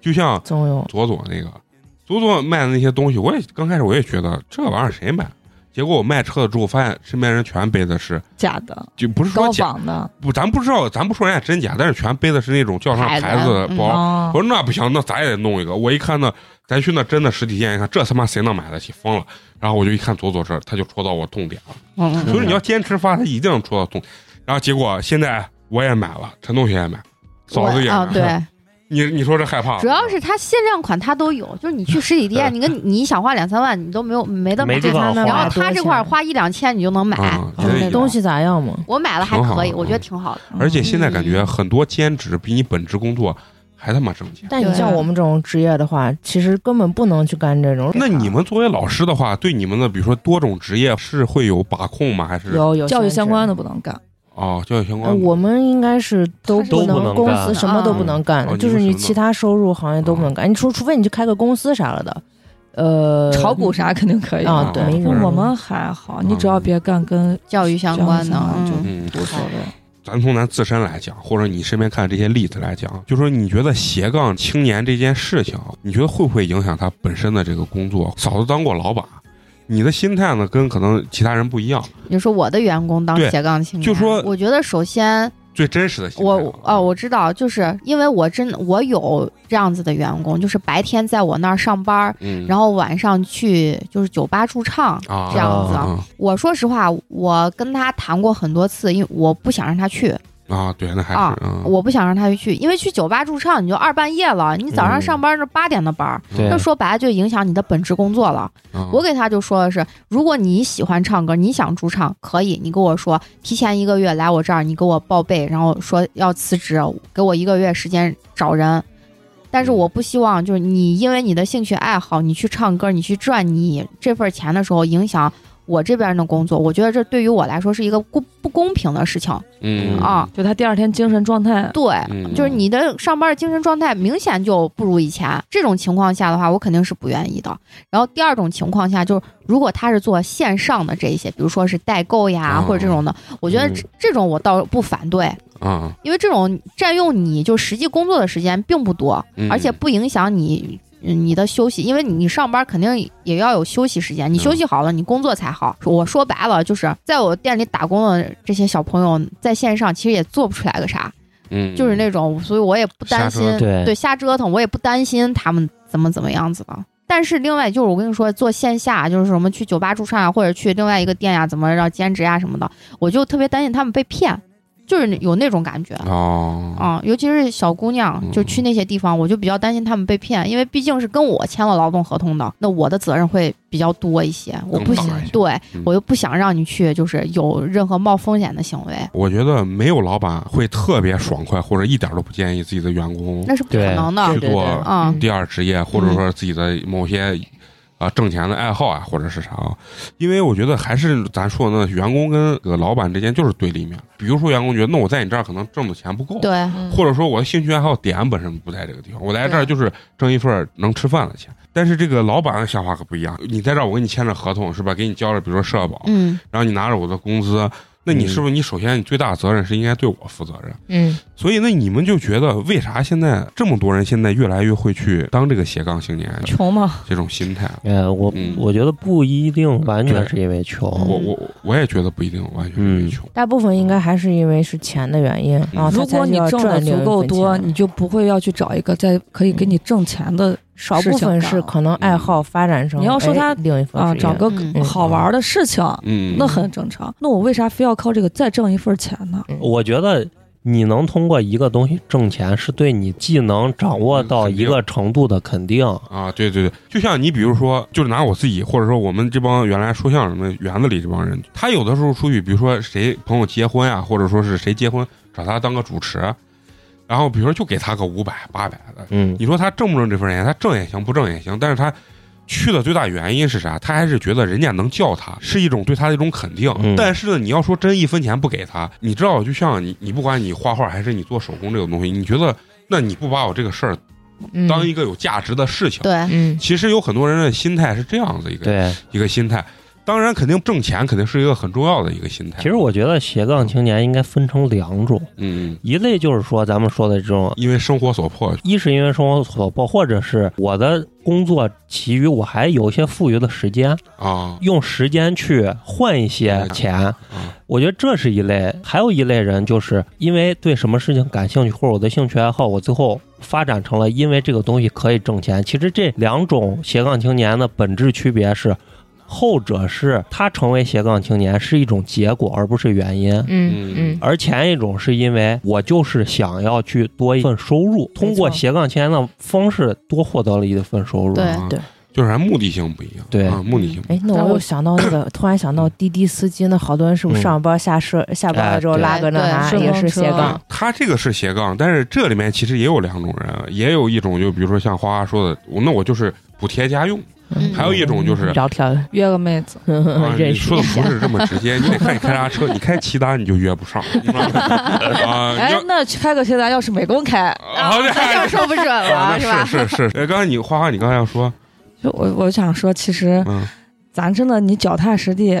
Speaker 2: 就像
Speaker 6: 总有
Speaker 2: 左左那个，左左卖的那些东西，我也刚开始我也觉得这玩意儿谁买？结果我卖车了之后，发现身边人全背的是，
Speaker 3: 假的，
Speaker 2: 就不是说
Speaker 3: 高
Speaker 2: 假，
Speaker 3: 仿的
Speaker 2: 不，咱不知道，咱不说人家真假，但是全背的是那种叫上
Speaker 5: 牌子
Speaker 2: 牌子的
Speaker 5: 嗯
Speaker 2: 包。
Speaker 3: 啊
Speaker 2: 我，说那不行，那咱也得弄一个。我一看那，咱去那真的实体店一看，这他妈谁能买得起？疯了！然后我就一看左左这儿，他就戳到我痛点了。
Speaker 5: 嗯嗯
Speaker 2: 所以你要坚持发，他一定能戳到痛点。然后结果现在我也买了，陈同学也买，嫂子也
Speaker 5: 我
Speaker 2: 买。
Speaker 5: 啊，对，
Speaker 2: 你你说这害怕吗？
Speaker 5: 主要是它限量款它都有，就是你去实体店，你跟你想花两三万，你都没有没得买
Speaker 4: 没地，方
Speaker 6: 花
Speaker 5: 然后它这块儿
Speaker 6: 多少钱
Speaker 5: 花一两千你就能买，
Speaker 2: 啊，
Speaker 6: 嗯
Speaker 2: 这也
Speaker 6: 东西咋样嘛？
Speaker 5: 我买了还可以，
Speaker 2: 挺好
Speaker 5: 我觉得挺好的。
Speaker 3: 嗯
Speaker 2: 而且现在感
Speaker 5: 嗯
Speaker 2: 觉很多兼职比你本职工作还他妈挣钱。
Speaker 6: 但你
Speaker 5: 对啊
Speaker 6: 像我们这种职业的话，其实根本不能去干这种。
Speaker 2: 那你们作为老师的话，对你们的比如说多种职业是会有把控吗？还是
Speaker 6: 有有
Speaker 3: 教育相关的
Speaker 6: 的？
Speaker 3: 不能干，
Speaker 2: 哦，教育相
Speaker 6: 呃
Speaker 2: 关吗？
Speaker 6: 我们应该是都
Speaker 3: 都
Speaker 4: 不
Speaker 6: 能，
Speaker 4: 能
Speaker 6: 公
Speaker 4: 干
Speaker 6: 司什么都不能干
Speaker 2: 嗯哦，
Speaker 6: 就是
Speaker 2: 你哦
Speaker 6: 你
Speaker 2: 们什么
Speaker 6: 其他收入行业都不能干。你除除非你去开个公司啥了的，呃，
Speaker 3: 炒股啥肯定可以嗯
Speaker 6: 啊，对，
Speaker 2: 没
Speaker 6: 没
Speaker 2: 人
Speaker 6: 准
Speaker 3: 我们还好，你只要别干跟
Speaker 5: 教育相关的
Speaker 3: 教育，相关
Speaker 5: 嗯，
Speaker 2: 嗯，
Speaker 3: 无所谓。
Speaker 2: 咱从咱自身来讲，或者你身边看这些例子来讲，就说你觉得斜杠青年这件事情，你觉得会不会影响他本身的这个工作？嫂子当过老板，你的心态呢，跟可能其他人不一样。
Speaker 5: 你说我的员工当
Speaker 2: 对
Speaker 5: 斜杠青年，
Speaker 2: 就说
Speaker 5: 我觉得首先
Speaker 2: 最真实的心态
Speaker 5: 我哦，我知道，就是因为我真我有这样子的员工，就是白天在我那儿上班，
Speaker 2: 嗯，
Speaker 5: 然后晚上去就是酒吧驻唱。
Speaker 2: 啊
Speaker 5: 这样子
Speaker 2: 啊
Speaker 5: 我说实话，我跟他谈过很多次，因为我不想让他去，
Speaker 2: 啊，对，那还是
Speaker 5: 啊
Speaker 2: 嗯
Speaker 5: 我不想让他去，因为去酒吧驻唱你就二半夜了，你早上
Speaker 4: 嗯
Speaker 5: 上班是八点的班儿，
Speaker 4: 对
Speaker 2: 嗯
Speaker 4: 嗯
Speaker 5: 那、，说白了就影响你的本职工作了。
Speaker 2: 啊
Speaker 5: 我给他就说的是，如果你喜欢唱歌，你想驻唱，可以，你跟我说，提前一个月来我这儿，你给我报备，然后说要辞职，给我一个月时间找人。但
Speaker 4: 嗯
Speaker 5: 是我不希望就是你因为你的兴趣爱好，你去唱歌，你去赚你这份钱的时候，影响我这边的工作。我觉得这对于我来说是一个不不公平的事情
Speaker 2: 嗯
Speaker 5: 啊。
Speaker 3: 就他第二天精神状态，
Speaker 5: 对，
Speaker 2: 嗯
Speaker 5: 就是你的上班的精神状态明显就不如以前。这种情况下的话，我肯定是不愿意的。然后第二种情况下，就是如果他是做线上的这一些，比如说是代购呀、
Speaker 2: 哦
Speaker 5: 或者这种的，我觉得
Speaker 4: 嗯
Speaker 5: 这,、这种我倒不反对，
Speaker 2: 啊，
Speaker 5: 因为这种占用你就实际工作的时间并不多，
Speaker 2: 嗯
Speaker 5: 而且不影响你。嗯你的休息，因为你你上班肯定也要有休息时间，你
Speaker 2: 嗯
Speaker 5: 休息好了，你工作才好。我说白了，就是在我店里打工的这些小朋友，在线上其实也做不出来个啥，
Speaker 2: 嗯
Speaker 5: 就是那种，所以我也不担
Speaker 2: 瞎
Speaker 5: 心
Speaker 2: 折，
Speaker 4: 腾对
Speaker 5: 瞎折腾，我也不担心他们怎么怎么样子的。但是另外就是我跟你说，做线下啊就是什么去酒吧驻唱啊，或者去另外一个店呀、怎么让兼职呀、什么的，我就特别担心他们被骗，就是有那种感觉。
Speaker 2: 哦
Speaker 5: 啊、尤其是小姑娘，
Speaker 2: 嗯
Speaker 5: 就去那些地方，我就比较担心他们被骗，因为毕竟是跟我签了劳动合同的，那我的责任会比较多一些。我不
Speaker 2: 更
Speaker 5: 想
Speaker 2: 大一些，
Speaker 5: 对
Speaker 2: 嗯
Speaker 5: 我又不想让你去，就是有任何冒风险的行为，
Speaker 2: 我觉得没有老板会特别爽快，或者一点都不建议自己的员工
Speaker 5: 那是不可
Speaker 4: 对
Speaker 5: 能的。
Speaker 2: 去
Speaker 6: 对对
Speaker 2: 做
Speaker 6: 对
Speaker 5: 嗯
Speaker 2: 第二职业，或者说自己的某些啊、挣钱的爱好啊，或者是啥啊？因为我觉得还是咱说的那员工跟这个老板之间就是对立面。比如说员工觉得，那我在你这儿可能挣的钱不够，
Speaker 5: 对，
Speaker 2: 或者说我的兴趣爱好点本身不在这个地方，我来这儿就是挣一份能吃饭的钱。但是这个老板的想法可不一样，你在这儿我给你签着合同是吧？给你交了比如说社保，
Speaker 5: 嗯，
Speaker 2: 然后你拿着我的工资，那你
Speaker 4: 嗯
Speaker 2: 是不是你首先你最大的责任是应该对我负责任？
Speaker 6: 嗯，
Speaker 2: 所以呢，你们就觉得为啥现在这么多人现在越来越会去当这个斜杠青年
Speaker 3: 穷嘛，
Speaker 2: 这种心态？
Speaker 4: 呃，我
Speaker 2: 嗯
Speaker 4: 我觉得不一定完全
Speaker 2: 对
Speaker 4: 是因为穷，
Speaker 3: 嗯
Speaker 2: 我我我也觉得不一定完全没穷。
Speaker 6: 大部分应该还是因为是钱的原
Speaker 2: 嗯
Speaker 6: 因，然后他
Speaker 3: 如
Speaker 6: 才
Speaker 3: 果
Speaker 6: 是
Speaker 3: 你
Speaker 6: 要
Speaker 3: 挣的
Speaker 6: 赚
Speaker 3: 足
Speaker 6: 另一
Speaker 3: 够
Speaker 6: 份
Speaker 3: 多，
Speaker 6: 钱
Speaker 3: 你就不会要去找一个在可以
Speaker 2: 嗯
Speaker 3: 给你挣钱的
Speaker 6: 少部分是可能爱好发展成
Speaker 3: 你要说他
Speaker 6: 哎另一份
Speaker 3: 啊，
Speaker 6: 职业
Speaker 3: 找个
Speaker 5: 嗯
Speaker 3: 好玩的事情，
Speaker 2: 嗯，
Speaker 3: 那很正常。那我为啥非要靠这个再挣一份钱呢？
Speaker 2: 嗯
Speaker 4: 我觉得你能通过一个东西挣钱，是对你技能掌握到一个程度的肯定。
Speaker 2: 啊，对对对，就像你比如说，就是拿我自己，或者说我们这帮原来说相声的园子里这帮人，他有的时候出去，比如说谁朋友结婚啊，或者说是谁结婚，找他当个主持，然后比如说就给他个五百八百的，
Speaker 4: 嗯，
Speaker 2: 你说他挣不挣这份钱？他挣也行，不挣也行。但是他去的最大原因是啥？他还是觉得人家能叫他，是一种对他的一种肯定。
Speaker 4: 嗯
Speaker 2: 但是呢，你要说真一分钱不给他，你知道，就像你，你不管你画画还是你做手工这种东西，你觉得那你不把我这个事儿
Speaker 6: 嗯
Speaker 2: 当一个有价值的事情，
Speaker 5: 对，
Speaker 6: 嗯
Speaker 2: 其实有很多人的心态是这样子一个
Speaker 4: 对。
Speaker 2: 一个心态。当然，肯定挣钱肯定是一个很重要的一个心态。
Speaker 4: 其实，我觉得斜杠青年应该分成两种，
Speaker 2: 嗯，嗯
Speaker 4: 一类就是说咱们说的这种，
Speaker 2: 因为生活所迫，
Speaker 4: 一是因为生活所迫，或者是我的工作其余我还有一些富余的时间，
Speaker 2: 啊，
Speaker 4: 用时间去换一些钱。我觉得这是一类，还有一类人就是因为对什么事情感兴趣，或者我的兴趣爱好，我最后发展成了因为这个东西可以挣钱。其实这两种斜杠青年的本质区别是，后者是他成为斜杠青年是一种结果，而不是原因。
Speaker 6: 嗯
Speaker 2: 嗯
Speaker 6: 嗯
Speaker 4: 而前一种是因为我就是想要去多一份收入，通过斜杠青年的方式多获得了一份收入。
Speaker 5: 对
Speaker 2: 啊
Speaker 6: 对
Speaker 2: 就是还目的性不一样，
Speaker 4: 对
Speaker 2: 啊，目的性不一样。
Speaker 6: 哎，那
Speaker 3: 但
Speaker 6: 我
Speaker 3: 我
Speaker 6: 又想到那 个，突然想到滴滴司机，那好多人是不
Speaker 4: 嗯
Speaker 6: 是上班下社下班了之后
Speaker 4: 哎
Speaker 6: 拉
Speaker 5: 对
Speaker 6: 个那
Speaker 5: 对
Speaker 6: 啥，
Speaker 3: 顺
Speaker 6: 也
Speaker 3: 风
Speaker 6: 是
Speaker 3: 车
Speaker 6: 斜
Speaker 3: 啊
Speaker 6: 杠，
Speaker 2: 他这个是斜杠，但是这里面其实也有两种人，也有一种就比如说像花花说的，我那我就是补贴家用，
Speaker 5: 嗯
Speaker 2: 还有一种就是
Speaker 6: 聊天儿，
Speaker 3: 约个妹子，
Speaker 2: 啊、你
Speaker 6: 嗯认识
Speaker 2: 说的不是这么直接，你得看你开啥车，你开骐达你就约不上，你知道吗啊，你
Speaker 3: 哎
Speaker 2: 要，
Speaker 3: 那去开个协咱要是美工开，
Speaker 2: 啊，对
Speaker 5: 咱就嗯说不准
Speaker 2: 啊
Speaker 5: 了，是
Speaker 2: 那
Speaker 5: 吧？
Speaker 2: 是是是，哎刚才你花花，你刚才要说，
Speaker 3: 就我我想说，其实
Speaker 2: 嗯
Speaker 3: 咱真的你脚踏实地。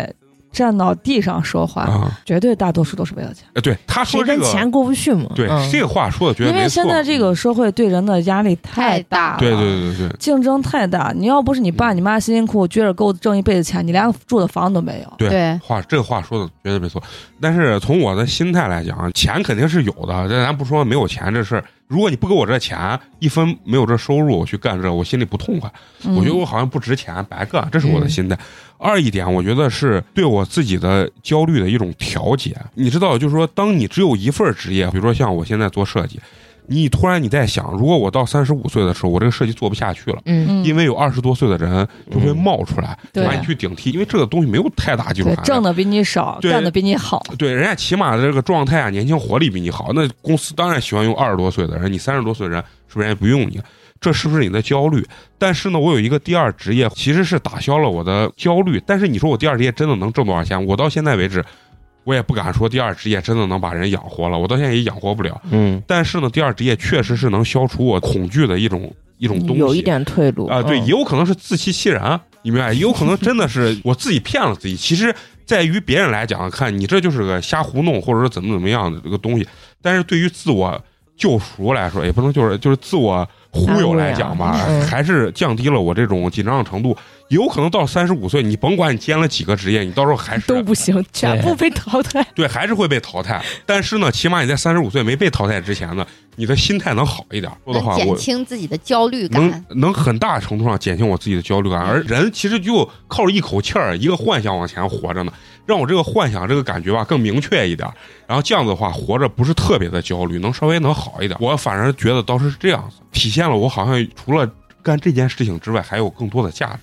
Speaker 3: 站到地上说话，
Speaker 2: 啊，
Speaker 3: 绝对大多数都是为了钱。
Speaker 2: 哎，对，他
Speaker 6: 谁
Speaker 2: 说这
Speaker 6: 跟钱
Speaker 2: 个，
Speaker 6: 过不去嘛？
Speaker 2: 对
Speaker 6: 嗯
Speaker 2: 这个话说的绝对
Speaker 3: 因
Speaker 2: 没
Speaker 3: 为
Speaker 2: 错。嗯
Speaker 3: 现在这个社会对人的压力太
Speaker 5: 太大
Speaker 3: 了，
Speaker 2: 对对对对
Speaker 3: 竞争太大。你要不是你爸
Speaker 2: 嗯
Speaker 3: 你妈辛辛苦苦撅着够挣一辈子钱，你连住的房都没有。
Speaker 2: 对
Speaker 5: 对
Speaker 2: 话这个话说的绝对没错。但是从我的心态来讲，啊钱肯定是有的，这咱不说没有钱这事儿。如果你不给我这钱，一分没有这收入，我去干这，我心里不痛快。
Speaker 3: 嗯
Speaker 2: 我觉得我好像不值钱，白干，这是我的心态。二一点，我觉得是对我自己的焦虑的一种调节。你知道，就是说，当你只有一份职业，比如说像我现在做设计，你突然你在想，如果我到三十五岁的时候，我这个设计做不下去了。
Speaker 6: 嗯，
Speaker 3: 嗯
Speaker 2: 因为有二十多岁的人就会冒出来，
Speaker 5: 对
Speaker 2: 把你去顶替，因为这个东西没有太大技术
Speaker 3: 对
Speaker 2: 含
Speaker 3: 挣
Speaker 2: 量。
Speaker 3: 的比你少，
Speaker 2: 对
Speaker 3: 干的比你好，
Speaker 2: 对，人家起码这个状态啊，年轻活力比你好，那公司当然喜欢用二十多岁的人，你三十多岁的人是不是人家不用你？这是不是你的焦虑？但是呢，我有一个第二职业，其实是打消了我的焦虑。但是你说我第二职业真的能挣多少钱？我到现在为止，我也不敢说第二职业真的能把人养活了，我到现在也养活不了。
Speaker 4: 嗯，
Speaker 2: 但是呢，第二职业确实是能消除我恐惧的一种一种东西。
Speaker 6: 嗯有一点退路
Speaker 2: 啊，对，也
Speaker 6: 嗯
Speaker 2: 有可能是自欺欺人，啊你明白？也有可能真的 是我自己骗了自己。其实，在于别人来讲，看你这就是个瞎胡弄，或者说怎么怎么样的这个东西。但是对于自我救赎来说，也不能就是就是自我忽悠来讲吧，
Speaker 6: 安慰啊嗯
Speaker 2: 还是降低了我这种紧张的程度。也有可能到三十五岁，你甭管你兼了几个职业，你到时候还是
Speaker 6: 都不行，全部被淘汰。
Speaker 2: 对，还是会被淘汰。但是呢，起码你在三十五岁没被淘汰之前呢，你的心态能好一点。说的
Speaker 5: 能
Speaker 2: 话，
Speaker 5: 减
Speaker 2: 我
Speaker 5: 轻自己的焦虑
Speaker 2: 能
Speaker 5: 感。
Speaker 2: 能很大程度上减轻我自己的焦虑感，
Speaker 4: 嗯
Speaker 2: 而人其实就靠着一口气儿、一个幻想往前活着呢，让我这个幻想、这个感觉吧更明确一点，然后这样子的话活着不是特别的焦虑，能稍微能好一点。我反而觉得当时是这样子，体现了我好像除了干这件事情之外，还有更多的价值。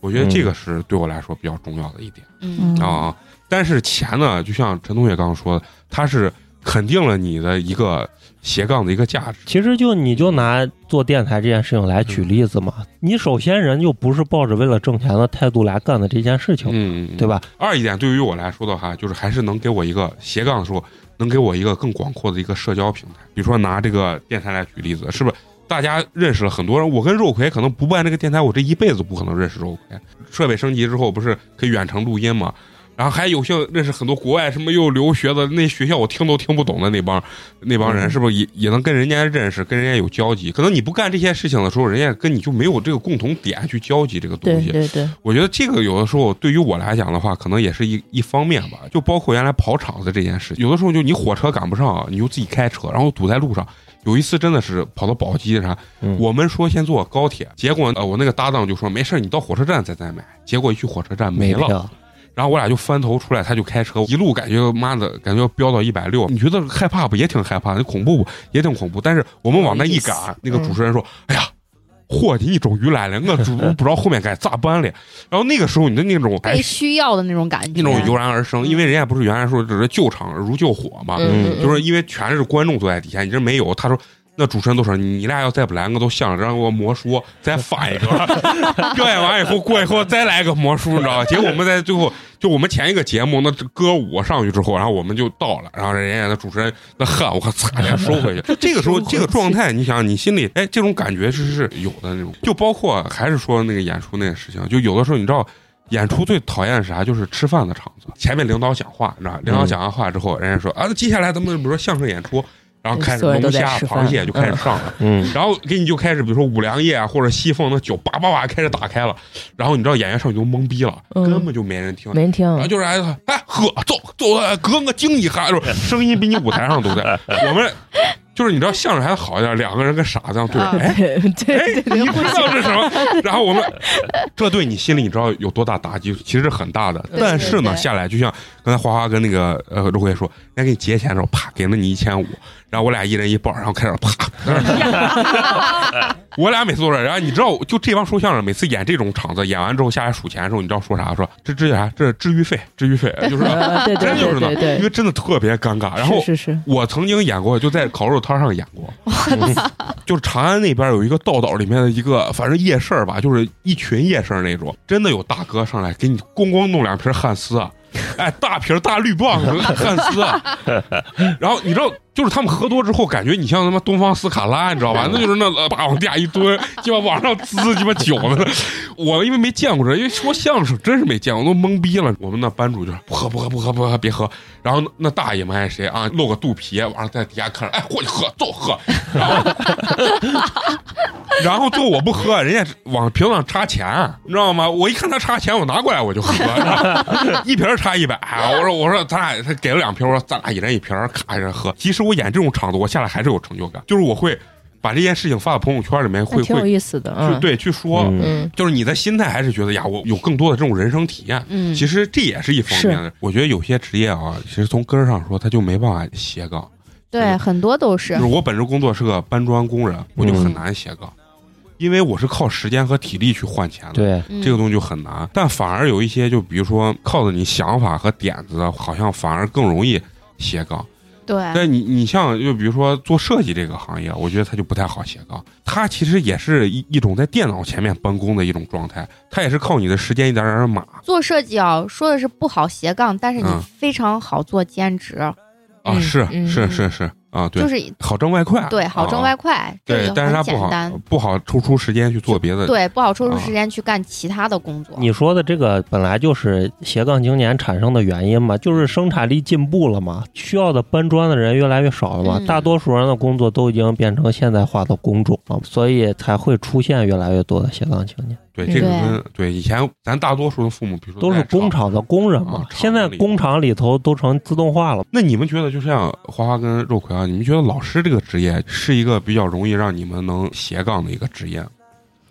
Speaker 2: 我
Speaker 4: 嗯
Speaker 2: 觉得这个是对我来说比较重要的一点。
Speaker 5: 嗯
Speaker 3: 嗯
Speaker 2: 啊。但是钱呢，就像陈同学刚刚说的，它是肯定了你的一个斜杠的一个价值。
Speaker 4: 其实就你就拿做电台这件事情来举例子
Speaker 2: 嗯
Speaker 4: 嘛，你首先人就不是抱着为了挣钱的态度来干的这件事情，
Speaker 2: 嗯，嗯
Speaker 4: 对？吧？
Speaker 2: 二一点，对于我来说的话，就是还是能给我一个斜杠的时候，能给我一个更广阔的一个社交平台。比如说拿这个电台来举例子，是不是？大家认识了很多人，我跟肉葵可能不办这个电台，我这一辈子不可能认识肉葵。设备升级之后，不是可以远程录音吗？然后还有幸认识很多国外什么又留学的那学校，我听都听不懂的那帮那帮人，
Speaker 4: 嗯
Speaker 2: 是不是也也能跟人家认识，跟人家有交集？可能你不干这些事情的时候，人家跟你就没有这个共同点去交集这个东
Speaker 6: 对
Speaker 2: 西。啊
Speaker 6: 对对，
Speaker 2: 我觉得这个有的时候对于我来讲的话，可能也是一一方面吧。就包括原来跑场子这件事，有的时候就你火车赶不上，你就自己开车，然后堵在路上。有一次真的是跑到宝鸡啥，
Speaker 4: 嗯
Speaker 2: 我们说先坐高铁，结果呃我那个搭档就说没事儿，你到火车站再再买。结果一去火车站没了，
Speaker 4: 票，
Speaker 2: 然后我俩就翻头出来，他就开车，一路感觉妈的，感觉要飙到一百六。你觉得害怕不？也挺害怕，那恐怖不？也挺恐怖。但是我们往那一
Speaker 4: 嗯
Speaker 2: 赶，那个主持人说：“哎呀，伙计，你终于来了，我主不知道后面该咋办了。”然后那个时候你的那种还
Speaker 5: 被需要的那种感
Speaker 2: 那
Speaker 5: 觉，
Speaker 2: 种油然而生，因为人家不是原来说只是救场如救火嘛，
Speaker 4: 嗯
Speaker 2: 就是因为全是观众坐在底下，你这没有。他说。那主持人都说你俩要再不来，我都想着让我魔术再发一个。 表演完以后，过以后再来个魔术，你知道吧？结果我们在最后，就我们前一个节目那歌舞上去之后，然后我们就到了，然后人家那主持人那汗，我擦，脸收回去。就 这个时候，这个状态，你想，你心里哎，这种感觉是是有的那种。就包括还是说那个演出那个事情，就有的时候你知道，演出最讨厌是啥？就是吃饭的场子，前面领导讲话，你知道吧，领导讲完话之后，人家说啊，那接下来咱们比如说相声演出，然后开始
Speaker 6: 所有人
Speaker 2: 龙
Speaker 6: 都在
Speaker 2: 虾、
Speaker 6: 吃饭
Speaker 2: 螃蟹就开始上了，
Speaker 4: 嗯，
Speaker 2: 然后给你就开始比如说五粮液啊或者西凤那酒叭叭叭开始打开了，然后你知道演员上去都懵逼了，
Speaker 6: 嗯
Speaker 2: 根本就没人听。
Speaker 6: 没人听。
Speaker 2: 然后就是哎哎喝走走，哥我敬你哈，就是声音比你舞台上都在。我们就是你知道相声还好一点，两个人跟傻子一样对着，哎
Speaker 6: 对对对，
Speaker 2: 你不知道这是什 么？然后我们，这对你心里你知道有多大打击？其实很大的。
Speaker 5: 对
Speaker 2: 但是呢，
Speaker 5: 对对
Speaker 2: 下来就像刚才花花跟那个呃周辉说，人家给你结钱的时候，啪给了你一千五，然后我俩一人一半，然后开始 啪。我俩每次都是，然后你知道，就这帮说相声每次演这种场子，演完之后下来数钱的时候，你知道说啥？说这这叫啥？这是治愈费，治愈费就是，
Speaker 6: 呃对对
Speaker 2: 哎真就是
Speaker 6: 对
Speaker 2: 呢
Speaker 6: 对，对
Speaker 2: 因为真的特别尴尬。然后
Speaker 6: 是是是，
Speaker 2: 我曾经演过，就在烤肉摊上演过，就是长安那边有一个道道里面的一个，反正夜市儿吧，就是一群夜市儿那种，真的有大哥上来给你咣咣弄啊两瓶汉斯，哎，大瓶大绿棒子汉斯，然后你知道就是他们喝多之后，感觉你像他妈东方斯卡拉，你知道吧？那就是那呃把往地下一蹲，鸡巴往上滋鸡巴酒的。我因为没见过这，因为说相声真是没见过，都懵逼了。我们那班主就是不喝不喝不喝不喝别喝，然后那大爷们爱谁啊，露个肚皮，完了在底下看着，哎，过去喝，就喝。然后然后最后我不喝，人家往瓶子上插钱，你知道吗？我一看他插钱，我拿过来我就喝，一瓶儿插一百。我说我说咱俩他给了两瓶，我说咱俩一人一瓶，咔一人喝。其实我演这种场子，我下来还是有成就感，就是我会把这件事情发到朋友圈里面，
Speaker 6: 那
Speaker 2: 会
Speaker 6: 挺有
Speaker 2: 会
Speaker 6: 意思的，
Speaker 2: 去
Speaker 6: 嗯，
Speaker 2: 对去说，
Speaker 4: 嗯
Speaker 6: 嗯，
Speaker 2: 就是你的心态还是觉得呀，我有更多的这种人生体验。
Speaker 5: 嗯，
Speaker 2: 其实这也是一方面的，我觉得有些职业啊，其实从根儿上说，他就没办法斜杠。
Speaker 5: 对，很多都是
Speaker 2: 就是我本职工作是个搬砖工人，我就很难斜杠，因为我是靠时间和体力去换钱的。
Speaker 4: 对，
Speaker 2: 这个
Speaker 5: 东
Speaker 2: 东西就很难，但反而有一些，就比如说靠着你想法和点子，好像反而更容易斜杠。
Speaker 5: 对，
Speaker 2: 但你你像就比如说做设计这个行业，我觉得它就不太好斜杠，它其实也是一一种在电脑前面办公的一种状态，它也是靠你的时间一点点儿码
Speaker 5: 做设计啊，说的是不好斜杠，但是你
Speaker 2: 嗯
Speaker 5: 非常好做兼职，
Speaker 2: 啊，
Speaker 6: 嗯
Speaker 2: 是
Speaker 6: 嗯
Speaker 2: 是是是啊，对
Speaker 5: 就，是
Speaker 2: 好挣外快，
Speaker 5: 对好挣外
Speaker 2: 啊，
Speaker 5: 快，这
Speaker 2: 对
Speaker 5: 个，
Speaker 2: 但是它
Speaker 5: 很
Speaker 2: 不
Speaker 5: 简
Speaker 2: 好
Speaker 5: 单，
Speaker 2: 不好抽出时间去做别的，
Speaker 5: 对，不好抽出
Speaker 2: 啊
Speaker 5: 时间去干其他的工作。
Speaker 4: 你说的这个本来就是斜杠青年产生的原因嘛，就是生产力进步了嘛，需要的搬砖的人越来越少了嘛，
Speaker 5: 嗯
Speaker 4: 大多数人的工作都已经变成现代化的工种了，所以才会出现越来越多的斜杠青年，
Speaker 2: 对，
Speaker 6: 嗯
Speaker 2: 这个
Speaker 5: 对
Speaker 2: 跟对以前咱大多数的父母，比如说
Speaker 4: 都是
Speaker 2: 在
Speaker 4: 工。厂的工人
Speaker 2: 啊嗯
Speaker 4: 嘛
Speaker 2: 厂，
Speaker 4: 现在
Speaker 2: 里
Speaker 4: 工厂里头都成自动化了，
Speaker 2: 那你们觉得，就像花花跟肉葵啊，你们觉得老师这个职业是一个比较容易让你们能斜杠的一个职业吗？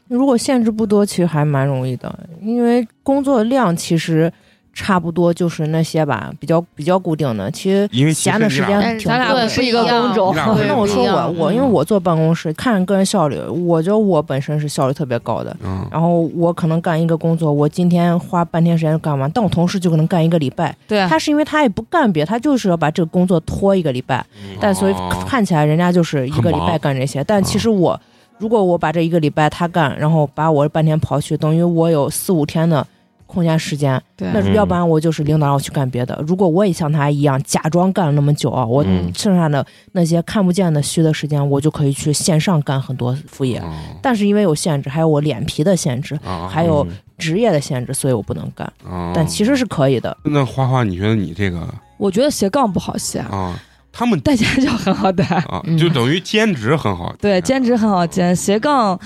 Speaker 6: 如果限制不多，其实还蛮容易的，因为工作量其实差不多就是那些吧，比较比较固定的。其实
Speaker 2: 因为哎其实
Speaker 6: 闲的
Speaker 2: 你
Speaker 6: 时
Speaker 2: 俩
Speaker 6: 间
Speaker 5: 但是
Speaker 6: 挺
Speaker 3: 哎咱俩
Speaker 6: 多的
Speaker 3: 不是一个工种
Speaker 2: 你俩不是一个
Speaker 6: 那我说
Speaker 2: 不一
Speaker 6: 我我因为我坐办公室，看个人效率，我觉得我本身是效率特别高的。
Speaker 2: 嗯，
Speaker 6: 然后我可能干一个工作，我今天花半天时间干完，但我同事就可能干一个礼拜。
Speaker 3: 对啊，
Speaker 6: 他是因为他也不干别的，他就是要把这个工作拖一个礼拜。但所以
Speaker 2: 哦
Speaker 6: 看起来人家就是一个礼
Speaker 2: 很
Speaker 6: 拜
Speaker 2: 忙
Speaker 6: 干这些，但其实我如果我把这一个礼拜他干，然后把我半天刨去，等于我有四五天的空闲时间。
Speaker 3: 对
Speaker 6: 那
Speaker 4: 嗯
Speaker 6: 要不然我就是领导让我去干别的。如果我也像他一样假装干了那么久啊，我
Speaker 4: 嗯
Speaker 6: 剩下的那些看不见的虚的时间，我就可以去线上干很多副业。
Speaker 2: 嗯
Speaker 6: 但是因为有限制，还有我脸皮的限制，
Speaker 2: 啊，
Speaker 6: 啊还有
Speaker 4: 嗯
Speaker 6: 职业的限制，所以我不能干。
Speaker 2: 啊
Speaker 6: 但其实是可以的。
Speaker 2: 那花花，你觉得你这个
Speaker 3: 我觉得斜杠不好斜，
Speaker 2: 啊，他们
Speaker 3: 代驾照很好 代，
Speaker 2: 啊
Speaker 6: 嗯，
Speaker 2: 就等于兼职很好，
Speaker 3: 对，兼职很好兼，斜杠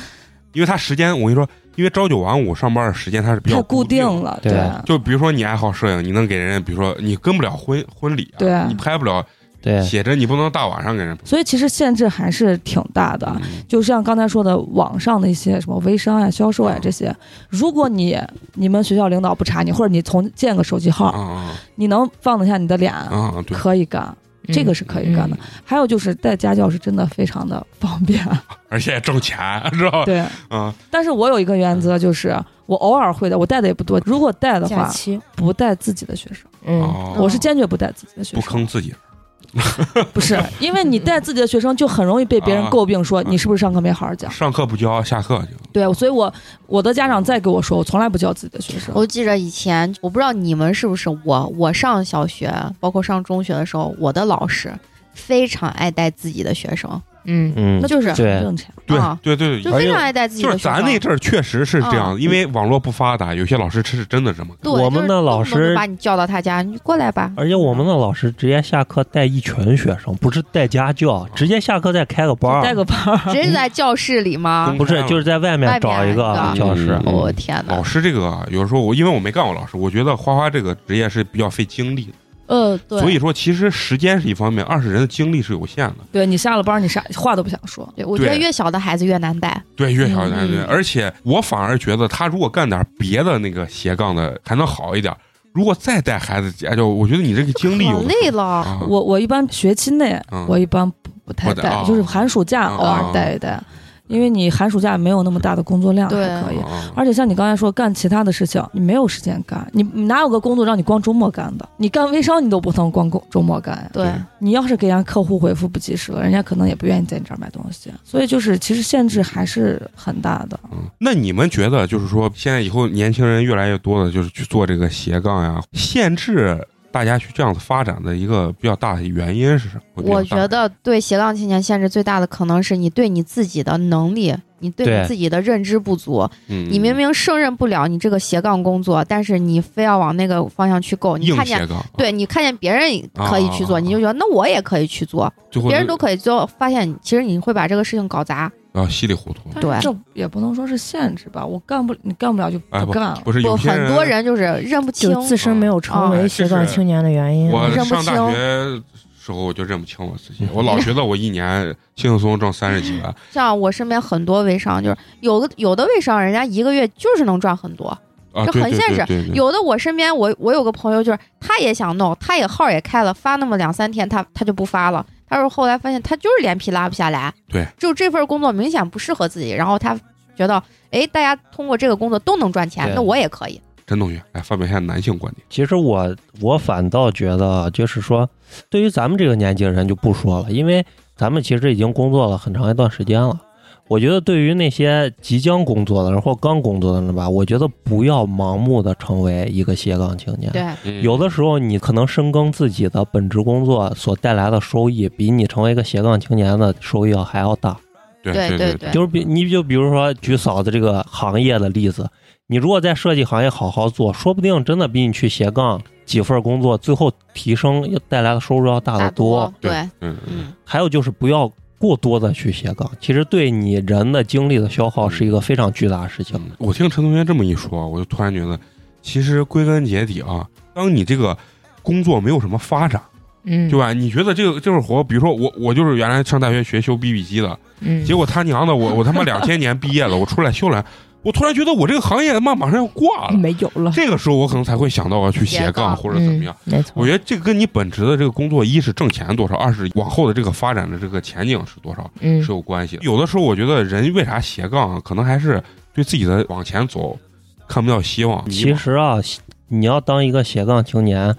Speaker 2: 因为他时间，我跟你说，因为朝九晚五上班的时间它是比
Speaker 3: 太
Speaker 2: 较
Speaker 3: 固定
Speaker 2: 定啊的。
Speaker 3: 了，
Speaker 4: 对
Speaker 2: 就比如说你爱好摄影，你能给人家，比如说你跟不了婚婚礼啊，
Speaker 3: 对啊
Speaker 2: 你拍不了
Speaker 4: 对
Speaker 2: 写真，你不能大晚上给人
Speaker 3: 所以其实限制还是挺大的。
Speaker 2: 嗯
Speaker 3: 就像刚才说的，网上的一些什么微商呀、销售
Speaker 2: 嗯
Speaker 3: 呀这些，如果你你们学校领导不查你，或者你从建个手机
Speaker 2: 啊
Speaker 3: 号，
Speaker 2: 啊
Speaker 3: 你能放得下你的脸，
Speaker 2: 啊啊！对，
Speaker 3: 可以干，这个是可以干的。还有就是带家教是真的非常的方便，
Speaker 2: 而且也挣钱，知道吧？
Speaker 3: 对。
Speaker 2: 啊，
Speaker 3: 但是我有一个原
Speaker 2: 嗯
Speaker 3: 则，就是我偶尔会的，我带的也不多。如果带的
Speaker 6: 假
Speaker 3: 话，
Speaker 6: 期，
Speaker 3: 不带自己的学生，
Speaker 6: 嗯，
Speaker 2: 哦
Speaker 3: 我是坚决不带自己的学
Speaker 2: 不
Speaker 3: 生。
Speaker 2: 坑自己人
Speaker 3: 不 是，因为你带自己的学生就很容易被别人
Speaker 2: 啊
Speaker 3: 诟病说你是不是上课没好好讲。
Speaker 2: 上课不教，下课就
Speaker 3: 对，所以我我的家长再跟我说，我从来不教自己的学生。
Speaker 5: 我记着以前，我不知道你们是不是我，我上小学，包括上中学的时候，我的老师非常爱带自己的学生，
Speaker 6: 嗯，
Speaker 4: 嗯
Speaker 3: 那就是
Speaker 4: 对
Speaker 3: 很正常。
Speaker 2: 对
Speaker 5: 啊
Speaker 2: 对对
Speaker 5: 就
Speaker 2: 对，
Speaker 5: 非常
Speaker 2: 而且
Speaker 5: 爱带自己
Speaker 2: 哎就
Speaker 5: 的
Speaker 2: 是
Speaker 5: 学生。
Speaker 2: 咱那阵儿确实是这
Speaker 3: 嗯
Speaker 2: 样，因为网络不发达，有些老师是真的这么
Speaker 5: 对，
Speaker 4: 我们
Speaker 5: 就是
Speaker 4: 的
Speaker 5: 动
Speaker 4: 老
Speaker 5: 不动就
Speaker 4: 师
Speaker 5: 把你叫到他家，你过 来吧。
Speaker 4: 而且我们的老师直接下课带一群学生，不是带家教，直接下课再开个班儿，
Speaker 3: 带个班儿，
Speaker 5: 真是在教室里
Speaker 3: 啊
Speaker 5: 吗？
Speaker 2: 嗯
Speaker 4: 不是就是在外面找一个
Speaker 5: 外面
Speaker 4: 教室
Speaker 2: 嗯，
Speaker 5: 我、天
Speaker 2: 老
Speaker 5: 哪！
Speaker 2: 师这个啊有时候我因为我没干过老师，我觉得花花这个职业是比较费精力的，
Speaker 5: 呃，对，
Speaker 2: 所以说其实时间是一方面，二是人的精力是有限的。
Speaker 3: 对你下了班儿，你啥话都不想说。
Speaker 5: 对我觉得
Speaker 2: 对
Speaker 5: 越小的孩子越难带。
Speaker 2: 对，越小越难
Speaker 6: 嗯
Speaker 2: 对，而且我反而觉得他如果干点别的那个斜杠的还能好一点，如果再带孩子家教，我觉得你这个精力
Speaker 5: 可
Speaker 2: 有
Speaker 5: 累了，
Speaker 2: 啊，
Speaker 3: 我我一般学期内
Speaker 2: 嗯，
Speaker 3: 我一般不不太
Speaker 2: 不带
Speaker 3: 带
Speaker 2: 啊，
Speaker 3: 就是寒暑假
Speaker 2: 啊
Speaker 3: 偶尔带一带，因为你寒暑假没有那么大的工作量，
Speaker 5: 对
Speaker 3: 还可以。
Speaker 2: 啊
Speaker 3: 而且像你刚才说干其他的事情，你没有时间干，你你哪有个工作让你光周末干的？你干微商你都不能光工周末干呀。
Speaker 5: 对，
Speaker 3: 你要是给人家客户回复不及时了，人家可能也不愿意在你这儿买东西。所以就是其实限制还是很大的。
Speaker 2: 嗯那你们觉得，就是说，现在以后年轻人越来越多的，就是去做这个斜杠呀，限制大家去这样子发展的一个比较大的原因是什么？会比较
Speaker 5: 我
Speaker 2: 大
Speaker 5: 觉得对斜杠青年限制最大的可能是你对你自己的能力，你对
Speaker 4: 对
Speaker 5: 你自己的认知不足。
Speaker 2: 嗯，
Speaker 5: 你明明胜任不了你这个斜杠工作，但是你非要往那个方向去够。你
Speaker 2: 硬
Speaker 5: 看见
Speaker 2: 斜杠，，
Speaker 5: 对你看见别人可以去做，
Speaker 2: 啊
Speaker 5: 你就觉得那我也可以去做，
Speaker 2: 最后
Speaker 5: 别人都可以做，发现其实你会把这个事情搞砸。
Speaker 2: 啊稀里糊涂。
Speaker 5: 对
Speaker 3: 这也不能说是限制吧，我干不你干不了就
Speaker 2: 哎
Speaker 3: 不干了。
Speaker 2: 不是
Speaker 5: 不，
Speaker 2: 有些
Speaker 5: 很多人就是认不清
Speaker 6: 就，自身没有成
Speaker 2: 哦
Speaker 6: 为斜杠青年的原因。
Speaker 2: 哎
Speaker 6: 啊
Speaker 2: 我
Speaker 5: 认不
Speaker 2: 上大
Speaker 5: 清
Speaker 2: 学时候我就认不清我自己，我老觉得我一年轻轻松松挣三十几万，
Speaker 5: 像我身边很多微商，就是有个有的微商人家一个月就是能赚很多，
Speaker 2: 啊，
Speaker 5: 这
Speaker 2: 对
Speaker 5: 很
Speaker 2: 对
Speaker 5: 现
Speaker 2: 对
Speaker 5: 实
Speaker 2: 对对
Speaker 5: 有的我身边我我有个朋友就是他也想弄，他也号也开了，发那么两三天他他就不发了。他说后来发现他就是脸皮拉不下来，
Speaker 2: 对，
Speaker 5: 就这份工作明显不适合自己，然后他觉得哎，大家通过这个工作都能赚钱，
Speaker 4: 对
Speaker 5: 那我也可以。
Speaker 2: 陈同学来发表一下男性观点。
Speaker 4: 其实我我反倒觉得，就是说，对于咱们这个年纪的人就不说了，因为咱们其实已经工作了很长一段时间了。我觉得对于那些即将工作的人或刚工作的人吧，我觉得不要盲目的成为一个斜杠青年。
Speaker 5: 对，
Speaker 4: 有的时候你可能深耕自己的本职工作所带来的收益，比你成为一个斜杠青年的收益要还要大。
Speaker 2: 对
Speaker 5: 对
Speaker 2: 对
Speaker 5: 对对
Speaker 4: 就是比你就比如说举嫂子这个行业的例子，你如果在设计行业好好做，说不定真的比你去斜杠几份工作，最后提升带来的收入要大得多。
Speaker 2: 对
Speaker 5: 对，
Speaker 2: 嗯嗯
Speaker 5: 嗯，
Speaker 4: 还有就是不要过多的去斜杠，其实对你人的精力的消耗是一个非常巨大的事情。
Speaker 2: 嗯，我听陈同学这么一说，我就突然觉得，其实归根结底啊，当你这个工作没有什么发展，
Speaker 6: 嗯，
Speaker 2: 对吧？你觉得这个这份活，比如说我我就是原来上大学学修 BB 机的，
Speaker 6: 嗯，
Speaker 2: 结果他娘的我我他妈两千年毕业了，我出来修来，我突然觉得我这个行业他妈马上要
Speaker 6: 嗯
Speaker 2: 挂了，
Speaker 3: 没有了，
Speaker 2: 这个时候我可能才会想到要去斜
Speaker 5: 斜
Speaker 2: 杠
Speaker 5: 杠
Speaker 2: 或者怎么样。
Speaker 6: 嗯？没错
Speaker 2: 我，觉得这个跟你本职的这个工作，一是挣钱多少，二是往后的这个发展的这个前景是多少，
Speaker 6: 嗯
Speaker 2: 是有关系的。有的时候我觉得人为啥斜杠啊，可能还是对自己的往前走看不到希望。
Speaker 4: 其实啊，你要当一个斜杠青年，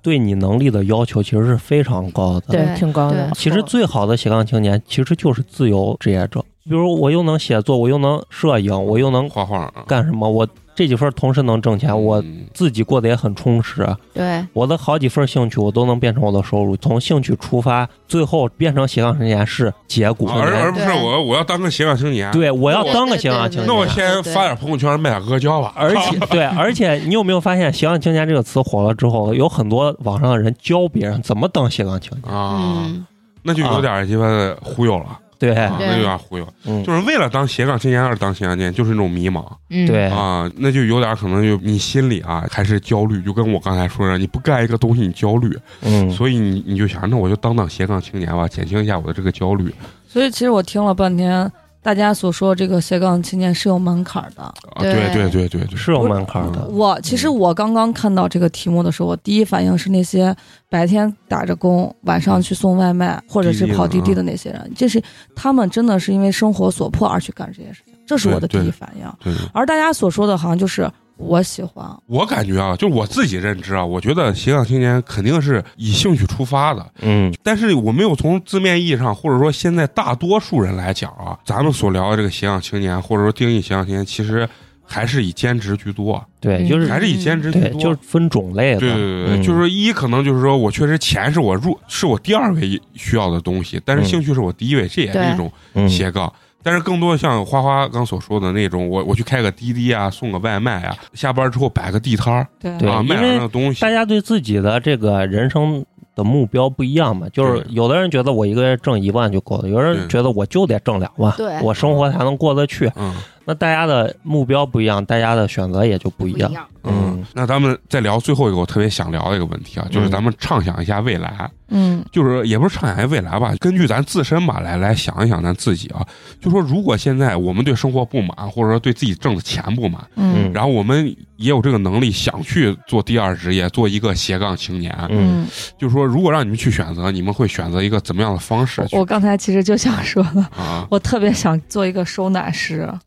Speaker 4: 对你能力的要求其实是非常高的。
Speaker 6: 对，
Speaker 5: 对
Speaker 6: 挺高的
Speaker 5: 对。
Speaker 4: 其实最好的斜杠青年其实就是自由职业者，比如我又能写作，我又能摄影，我又能
Speaker 2: 画画啊，
Speaker 4: 干什么？我这几份同时能挣钱，哎我
Speaker 2: 嗯
Speaker 4: 自己过得也很充实。
Speaker 5: 对，
Speaker 4: 我的好几份兴趣我都能变成我的收入，从兴趣出发，最后变成斜杠青年是结果。
Speaker 2: 哦而而不是
Speaker 5: 对
Speaker 2: 我我要当个斜杠青年，，啊
Speaker 4: 对，我要
Speaker 5: 对
Speaker 4: 当个
Speaker 5: 对
Speaker 4: 斜杠
Speaker 5: 对
Speaker 4: 青
Speaker 2: 那我
Speaker 4: 年。
Speaker 2: 先发点朋友圈卖点阿胶吧。
Speaker 4: 而且对，而且你有没有发现“斜杠青年”这个词火了之后，有很多网上的人教别人怎么当斜杠青年？
Speaker 2: 啊，
Speaker 5: 嗯，
Speaker 2: 那就有点鸡巴忽悠了，
Speaker 4: 对，
Speaker 2: 啊那
Speaker 5: 对
Speaker 2: 就有点忽悠。
Speaker 4: 嗯，
Speaker 2: 就是为了当斜杠青年而当斜杠青年，就是那种迷茫。
Speaker 6: 嗯，
Speaker 4: 对，
Speaker 2: 啊，那就有点可能就你心里啊还是焦虑，就跟我刚才说的，你不干一个东西你焦虑，
Speaker 4: 嗯，
Speaker 2: 所以你你就想，那我就当当斜杠青年吧，减轻一下我的这个焦虑
Speaker 3: 所以其实我听了半天，大家所说这个斜杠青年是有门槛的。
Speaker 2: 啊。对对
Speaker 5: 对
Speaker 2: 对对对，
Speaker 4: 是有门槛的。
Speaker 3: 我其实我刚刚看到这个题目的时候，我第一反应是那些白天打着工，晚上去送外卖或者是跑滴滴的那些人，这是他们真的是因为生活所迫而去干这些事情，这是我的第
Speaker 2: 对对
Speaker 3: 一反应。
Speaker 2: 对，
Speaker 3: 而大家所说的，好像就是我喜欢，
Speaker 2: 我感觉啊，就是我自己认知啊，我觉得斜杠青年肯定是以兴趣出发的，
Speaker 4: 嗯，
Speaker 2: 但是我没有从字面意义上，或者说现在大多数人来讲啊，咱们所聊的这个斜杠青年，或者说定义斜杠青年，其实还是以兼职居多，
Speaker 4: 对，
Speaker 6: 嗯
Speaker 4: 就是
Speaker 2: 还是以兼职居
Speaker 4: 对，
Speaker 2: 多，
Speaker 4: 就是分种类的。
Speaker 2: 对对对，
Speaker 4: 嗯
Speaker 2: 对，就是一可能就是说我确实钱是我入是我第二位需要的东西，但是
Speaker 4: 嗯
Speaker 2: 兴趣是我第一位，这也是
Speaker 5: 对
Speaker 2: 一种
Speaker 4: 嗯
Speaker 2: 斜杠。但是更多像花花刚所说的那种，我我去开个滴滴啊，送个外卖啊，下班之后摆个地摊儿
Speaker 3: 对
Speaker 4: 对
Speaker 2: 啊，
Speaker 4: 因
Speaker 2: 卖
Speaker 4: 为
Speaker 2: 点那个东西
Speaker 4: 大。家对自己的这个人生的目标不一样嘛，就是
Speaker 2: 对
Speaker 4: 有的人觉得我一个月挣一万就够了，有人觉得我就得挣两万，
Speaker 5: 对
Speaker 4: 我生活才能过得去。
Speaker 2: 嗯
Speaker 4: 那大家的目标不一样，大家的选择也就不一
Speaker 5: 不
Speaker 4: 样
Speaker 5: 一。样。
Speaker 2: 嗯
Speaker 4: 嗯，
Speaker 2: 那咱们再聊最后一个我特别想聊的一个问题啊，就是
Speaker 4: 嗯
Speaker 2: 咱们畅想一下未来，
Speaker 3: 嗯，
Speaker 2: 就是也不是畅想一下未来吧，根据咱自身吧来来想一想咱自己啊，就说如果现在我们对生活不满，或者说对自己挣的钱不满，
Speaker 3: 嗯
Speaker 2: 然后我们也有这个能力想去做第二职业，做一个斜杠青年。
Speaker 4: 嗯，
Speaker 2: 就是说，如果让你们去选择，你们会选择一个怎么样的方式去
Speaker 3: 我刚才其实就想说了，
Speaker 2: 啊？
Speaker 3: 我特别想做一个收纳师，
Speaker 2: 啊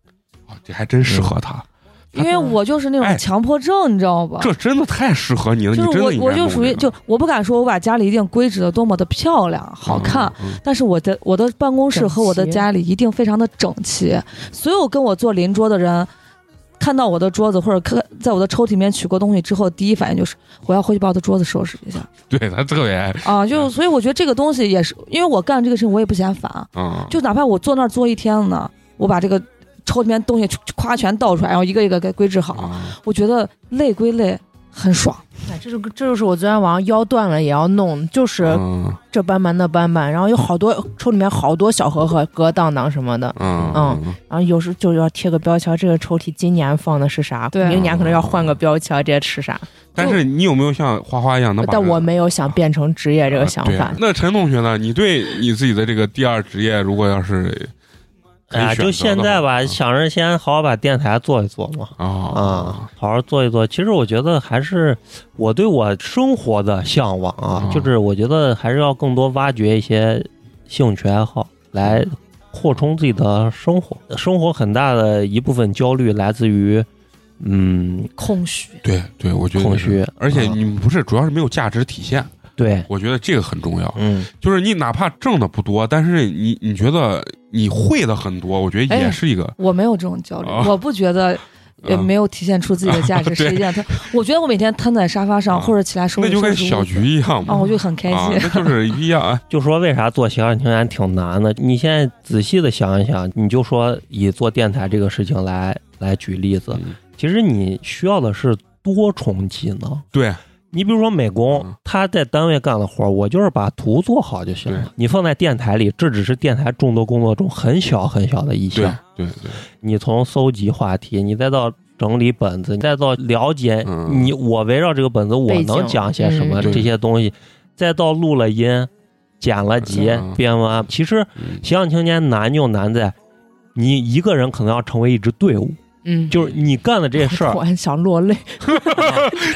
Speaker 2: 这还真适合他，
Speaker 3: 嗯因为我就是那
Speaker 2: 哎
Speaker 3: 种强迫症，你知道吧？
Speaker 2: 这真的太适合你了。你
Speaker 3: 就是
Speaker 2: 真
Speaker 3: 我
Speaker 2: 的，应
Speaker 3: 我
Speaker 2: 该
Speaker 3: 就
Speaker 2: 弄
Speaker 3: 属于
Speaker 2: 这个
Speaker 3: 就我不敢说我把家里一定规制的多么的漂亮好看，，
Speaker 2: 嗯嗯
Speaker 3: 但是我的我的办公室和我的
Speaker 6: 整齐
Speaker 3: 家里一定非常的整齐，所有跟我做邻桌的人。看到我的桌子或者看在我的抽屉里面取过东西之后，第一反应就是我要回去把我的桌子收拾一下
Speaker 2: 对他特别爱
Speaker 3: 啊！就所以我觉得这个东西也是，因为我干这个事情我也不嫌烦，
Speaker 2: 啊，
Speaker 3: 就哪怕我坐那儿坐一天了呢，我把这个抽屉里面东西夸全倒出来，然后一个一个给归置好，
Speaker 2: 啊
Speaker 3: 我觉得累归累，很爽。
Speaker 6: 哎这是这就是我昨天晚上腰断了也要弄，就是
Speaker 2: 嗯
Speaker 6: 这斑斑那斑斑，然后有好多抽里面好多小盒盒、格当当什么的，
Speaker 2: 嗯
Speaker 6: 嗯然后有时候就要贴个标签，这个抽屉今年放的是啥，
Speaker 5: 对
Speaker 6: 明年可能要换个标签，这是啥。
Speaker 2: 但是你有没有像花花一样能把？啊
Speaker 6: 但我没有想变成职业这个想
Speaker 2: 啊对
Speaker 6: 法
Speaker 2: 啊。那陈同学呢？你对你自己的这个第二职业，如果要是可以
Speaker 4: 哎呀，就
Speaker 2: 选
Speaker 4: 现
Speaker 2: 择的话嗯
Speaker 4: 在吧，想着先好好把电台做一做嘛，
Speaker 2: 啊
Speaker 3: 嗯
Speaker 4: 啊，好好做一做。其实我觉得还是我对我生活的向往啊，
Speaker 2: 啊
Speaker 4: 就是我觉得还是要更多挖掘一些兴趣爱好来扩充自己的生活。生活很大的一部分焦虑来自于，嗯，
Speaker 3: 空虚，
Speaker 2: 对对，我觉得
Speaker 4: 空
Speaker 2: 是
Speaker 4: 虚
Speaker 2: 而且
Speaker 3: 嗯
Speaker 4: 啊
Speaker 2: 你不是主要是没有价值体现，
Speaker 4: 对，
Speaker 2: 我觉得这个很重要。
Speaker 4: 嗯，
Speaker 2: 就是你哪怕挣的不多，但是你你觉得你会的很多，我觉得
Speaker 3: 哎
Speaker 2: 也是一个嗯
Speaker 3: 我没有这种焦虑，
Speaker 2: 啊，
Speaker 3: 我不觉得。也没有体现出自己的价值
Speaker 2: 对
Speaker 3: 是一件特。我觉得我每天瘫在沙发上
Speaker 2: 啊
Speaker 3: 或者起来收
Speaker 2: 那
Speaker 3: 拾
Speaker 2: 就跟
Speaker 3: 收拾屋
Speaker 2: 小
Speaker 3: 子
Speaker 2: 菊一样
Speaker 3: 啊，
Speaker 2: 嘛
Speaker 6: 哦
Speaker 3: 我就很开
Speaker 2: 啊，
Speaker 3: 心。
Speaker 2: 那就是一样 啊。
Speaker 4: 就说为啥做斜杠青年挺难的？你现在仔细的想一想，你就说以做电台这个事情来来举例子，
Speaker 2: 嗯
Speaker 4: 其实你需要的是多重技能。
Speaker 2: 对，
Speaker 4: 你比如说美工
Speaker 2: 嗯，
Speaker 4: 他在单位干的活儿，我就是把图做好就行
Speaker 2: 对
Speaker 4: 了。你放在电台里，这只是电台众多工作中很小很小的一
Speaker 2: 对
Speaker 6: 啊
Speaker 4: 项。
Speaker 2: 对对，
Speaker 4: 你从搜集话题，你再到整理本子，你再到了解
Speaker 2: 嗯
Speaker 4: 你我围绕这个本子我
Speaker 6: 背景
Speaker 4: 能讲些什么
Speaker 2: 嗯对
Speaker 4: 这些东西，再到录了音、剪了辑
Speaker 2: 嗯、
Speaker 4: 编完。其实
Speaker 2: 嗯
Speaker 4: 斜杠青年难就难在，你一个人可能要成为一支队伍，
Speaker 6: 嗯，
Speaker 4: 就是你干的这些事 儿
Speaker 6: 突，然想落 泪，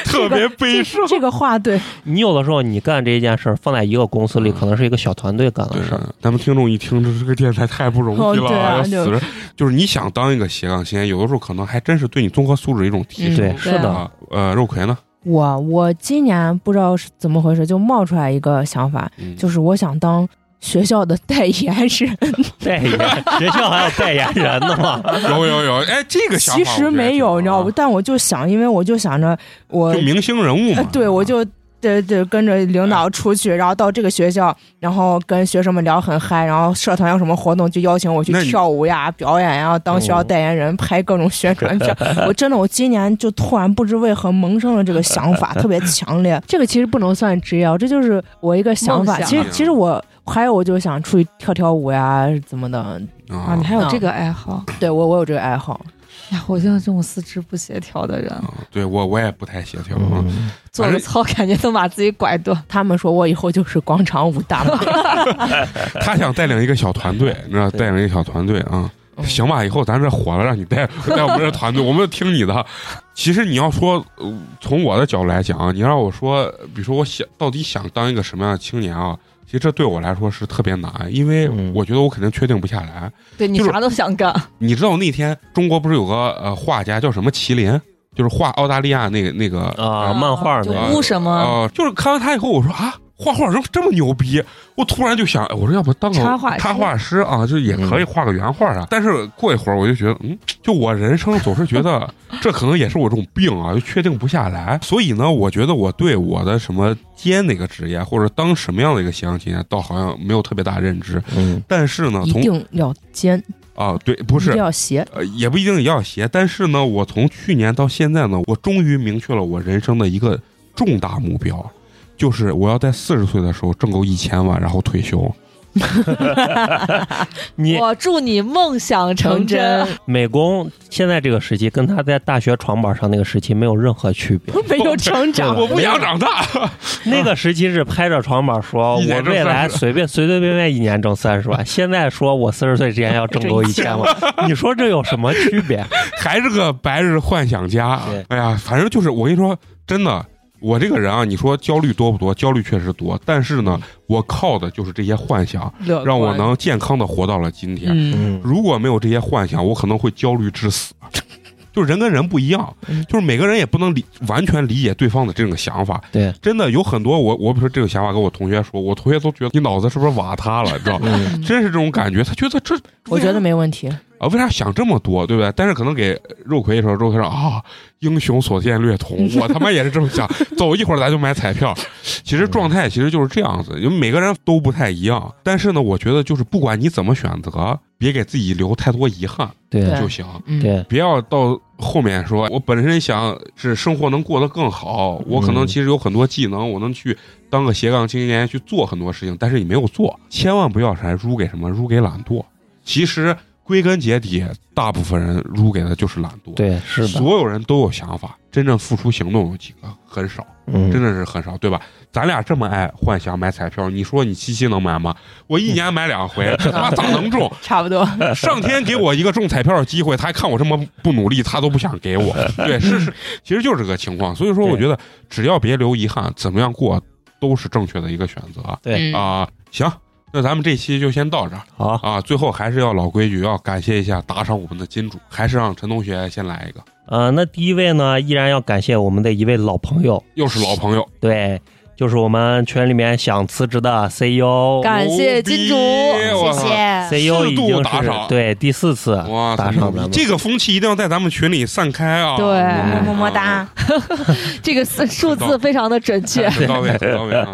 Speaker 2: 特别悲伤。
Speaker 6: 这个话对，
Speaker 4: 你有的时候你干这一件事儿，放在一个公司里，
Speaker 2: 嗯
Speaker 4: 可能是一个小团队干的
Speaker 2: 对
Speaker 4: 事儿。，
Speaker 2: 咱们听众一听，这这个电台太不容易了，
Speaker 6: 哦对啊
Speaker 2: 要
Speaker 6: 就
Speaker 2: 死人。就是你想当一个斜杠青年，有的时候可能还真是对你综合素质一种提升。
Speaker 4: 对，
Speaker 6: 嗯
Speaker 4: 是
Speaker 3: 对
Speaker 4: 的，
Speaker 2: 啊，呃，肉葵呢？
Speaker 6: 我我今年不知道是怎么回事，就冒出来一个想法，
Speaker 2: 嗯
Speaker 6: 就是我想当学校的代言人。
Speaker 4: 代言学校还有代言人呢嘛？
Speaker 2: 有有有，哎，这个想法
Speaker 6: 其实没有，你知道不？
Speaker 2: 不？
Speaker 6: 但我就想，因为我就想着我
Speaker 2: 啊就，明星人物嘛啊
Speaker 6: 呃。 对我就。对对，跟着领导出去，然后到这个学校，然后跟学生们聊很嗨，然后社团有什么活动就邀请我去
Speaker 2: 那你
Speaker 6: 跳舞呀、表演呀，当学校代言人，拍各种宣传 片。我真的，我今年就突然不知为何萌生了这个想法，特别强烈。 这个其实不能算职业啊，这就是我一个想啊法。
Speaker 3: 梦想
Speaker 6: 其实其实我还有我就想出去跳跳舞呀，怎么的？
Speaker 3: 啊，
Speaker 2: 啊
Speaker 3: 你还有
Speaker 6: 嗯
Speaker 3: 这个爱好？哎
Speaker 6: 对我我有这个爱好。
Speaker 3: 呀，我就是这种四肢不协调的人，
Speaker 2: 啊对我我也不太协调啊。
Speaker 4: 嗯，
Speaker 3: 做个操感觉能把自己拐断。
Speaker 6: 他们说我以后就是广场舞大 妈。
Speaker 2: 他想带领一个小团队，你知道，
Speaker 4: 对
Speaker 2: 带领一个小团队啊。
Speaker 6: 嗯
Speaker 2: 行吧，以后咱这火了，让你带 带我们这团队，我们听你的。其实你要说，呃从我的角度来讲啊，你让我说，比如说我想到底想当一个什么样的青年啊？其实这对我来说是特别难，因为
Speaker 4: 嗯
Speaker 2: 我觉得我肯定确定不下来。
Speaker 3: 对你
Speaker 2: 就是啊
Speaker 3: 啥都想干，
Speaker 2: 你知道那天中国不是有个呃画家叫什么麒麟，就是画澳大利亚那个那个
Speaker 4: 啊漫画
Speaker 3: 就
Speaker 4: 那
Speaker 2: 个
Speaker 3: 污什么？
Speaker 2: 哦、就是看完他以后，我说啊，画画这么这么牛逼，我突然就想，哎我说要不当个
Speaker 3: 插画师嗯
Speaker 2: 插画师啊，就也可以画个原画啊。但是过一会儿我就觉得，嗯，就我人生总是觉 得这可能也是我这种病啊，就确定不下来。所以呢，我觉得我对我的什么接哪个职业或者当什么样的一个斜杠青年，倒好像没有特别大认知。
Speaker 4: 嗯，
Speaker 2: 但是呢，
Speaker 6: 一
Speaker 2: 从
Speaker 6: 定要尖，
Speaker 2: 啊，对，不
Speaker 6: 一
Speaker 2: 是
Speaker 6: 定要斜。
Speaker 2: 呃，也不一定要斜，但是呢，我从去年到现在呢，我终于明确了我人生的一个重大目标，就是我要在四十岁的时候挣够一千万，然后退休。
Speaker 4: 你
Speaker 3: 我祝你梦想成真。
Speaker 4: 美工现在这个时期跟他在大学床板上那个时期没有任何区 别。
Speaker 6: 没有成长，
Speaker 2: 我不想长大，
Speaker 4: 那个时期是拍着床板说，
Speaker 2: 一
Speaker 4: 我
Speaker 2: 年挣
Speaker 4: 未来
Speaker 2: 30万
Speaker 4: 随便随随便便一年挣三十万， 现在说我四十岁之前要挣够一千万，你说这有什么区别？
Speaker 2: 还是个白日幻想家
Speaker 4: 对。
Speaker 2: 哎呀，反正就是我跟你说，真的，我这个人啊，你说焦虑多不多？焦虑确实多，但是呢，我靠的就是这些幻想，
Speaker 3: 乐观
Speaker 2: 让我能健康的活到了今天。
Speaker 6: 呃嗯，
Speaker 4: 嗯，
Speaker 2: 如果没有这些幻想，我可能会焦虑致死。就是人跟人不一样
Speaker 6: 嗯，
Speaker 2: 就是每个人也不能理完全理解对方的这种想法。
Speaker 4: 对，
Speaker 2: 真的有很多我我比如说这种想法跟我同学说，我同学都觉得你脑子是不是瓦塌了，你知道吗？
Speaker 4: 嗯
Speaker 2: 真是这种感觉，他觉得这
Speaker 6: 我觉得没问题。
Speaker 2: 啊，为啥想这么多，对不对？但是可能给肉葵一说，肉葵说啊，英雄所见略同，我他妈也是这么想。走一会儿咱就买彩票。其实状态其实就是这样子，因为每个人都不太一样。但是呢，我觉得就是不管你怎么选择，别给自己留太多遗憾
Speaker 4: 对
Speaker 6: 对
Speaker 2: 就行。
Speaker 6: 嗯，
Speaker 4: 对，
Speaker 2: 不要到后面说，我本身想是生活能过得更好，我可能
Speaker 4: 嗯
Speaker 2: 其实有很多技能，我能去当个斜杠青年去做很多事情，但是你没有做，千万不要啥输给什么，输给懒惰。其实归根结底，大部分人输给的就是懒惰。，
Speaker 4: 对是的，
Speaker 2: 所有人都有想法，真正付出行动有几个？很少，
Speaker 4: 嗯，
Speaker 2: 真的是很少，对吧？咱俩这么爱幻想买彩票，你说你七夕能买吗？我一年买两 回，这他妈咋能中？
Speaker 6: 差不多。
Speaker 2: 上天给我一个中彩票的机会，他还看我这么不努力，他都不想给我。 对，是是，其实就是这个情况。所以说，我觉得只要别留遗憾，怎么样过都是正确的一个选择啊、
Speaker 4: 对，
Speaker 5: 嗯
Speaker 2: 行，那咱们这期就先到这儿
Speaker 4: 好，
Speaker 2: 啊。最后还是要老规矩，要感谢一下打赏我们的金主，还是让陈同学先来一个，
Speaker 4: 呃，那第一位呢，依然要感谢我们的一位老朋友，
Speaker 2: 又是老朋友，
Speaker 4: 对，就是我们群里面想辞职的 E CEO，
Speaker 3: 感谢金主
Speaker 2: 牛逼我操
Speaker 5: 谢谢，
Speaker 4: CEO
Speaker 2: 呃适
Speaker 4: E 已
Speaker 2: 度
Speaker 4: 经
Speaker 2: 打
Speaker 4: 是
Speaker 2: 赏
Speaker 4: 对第四次
Speaker 2: 哇，
Speaker 4: 打赏咱们
Speaker 2: 这个风气一定要在咱们群里散开啊！
Speaker 3: 对
Speaker 2: 嗯
Speaker 6: 么么哒，
Speaker 3: 这个数数
Speaker 2: 知道
Speaker 3: 字非常的准 确。
Speaker 2: 很到位，很到位啊！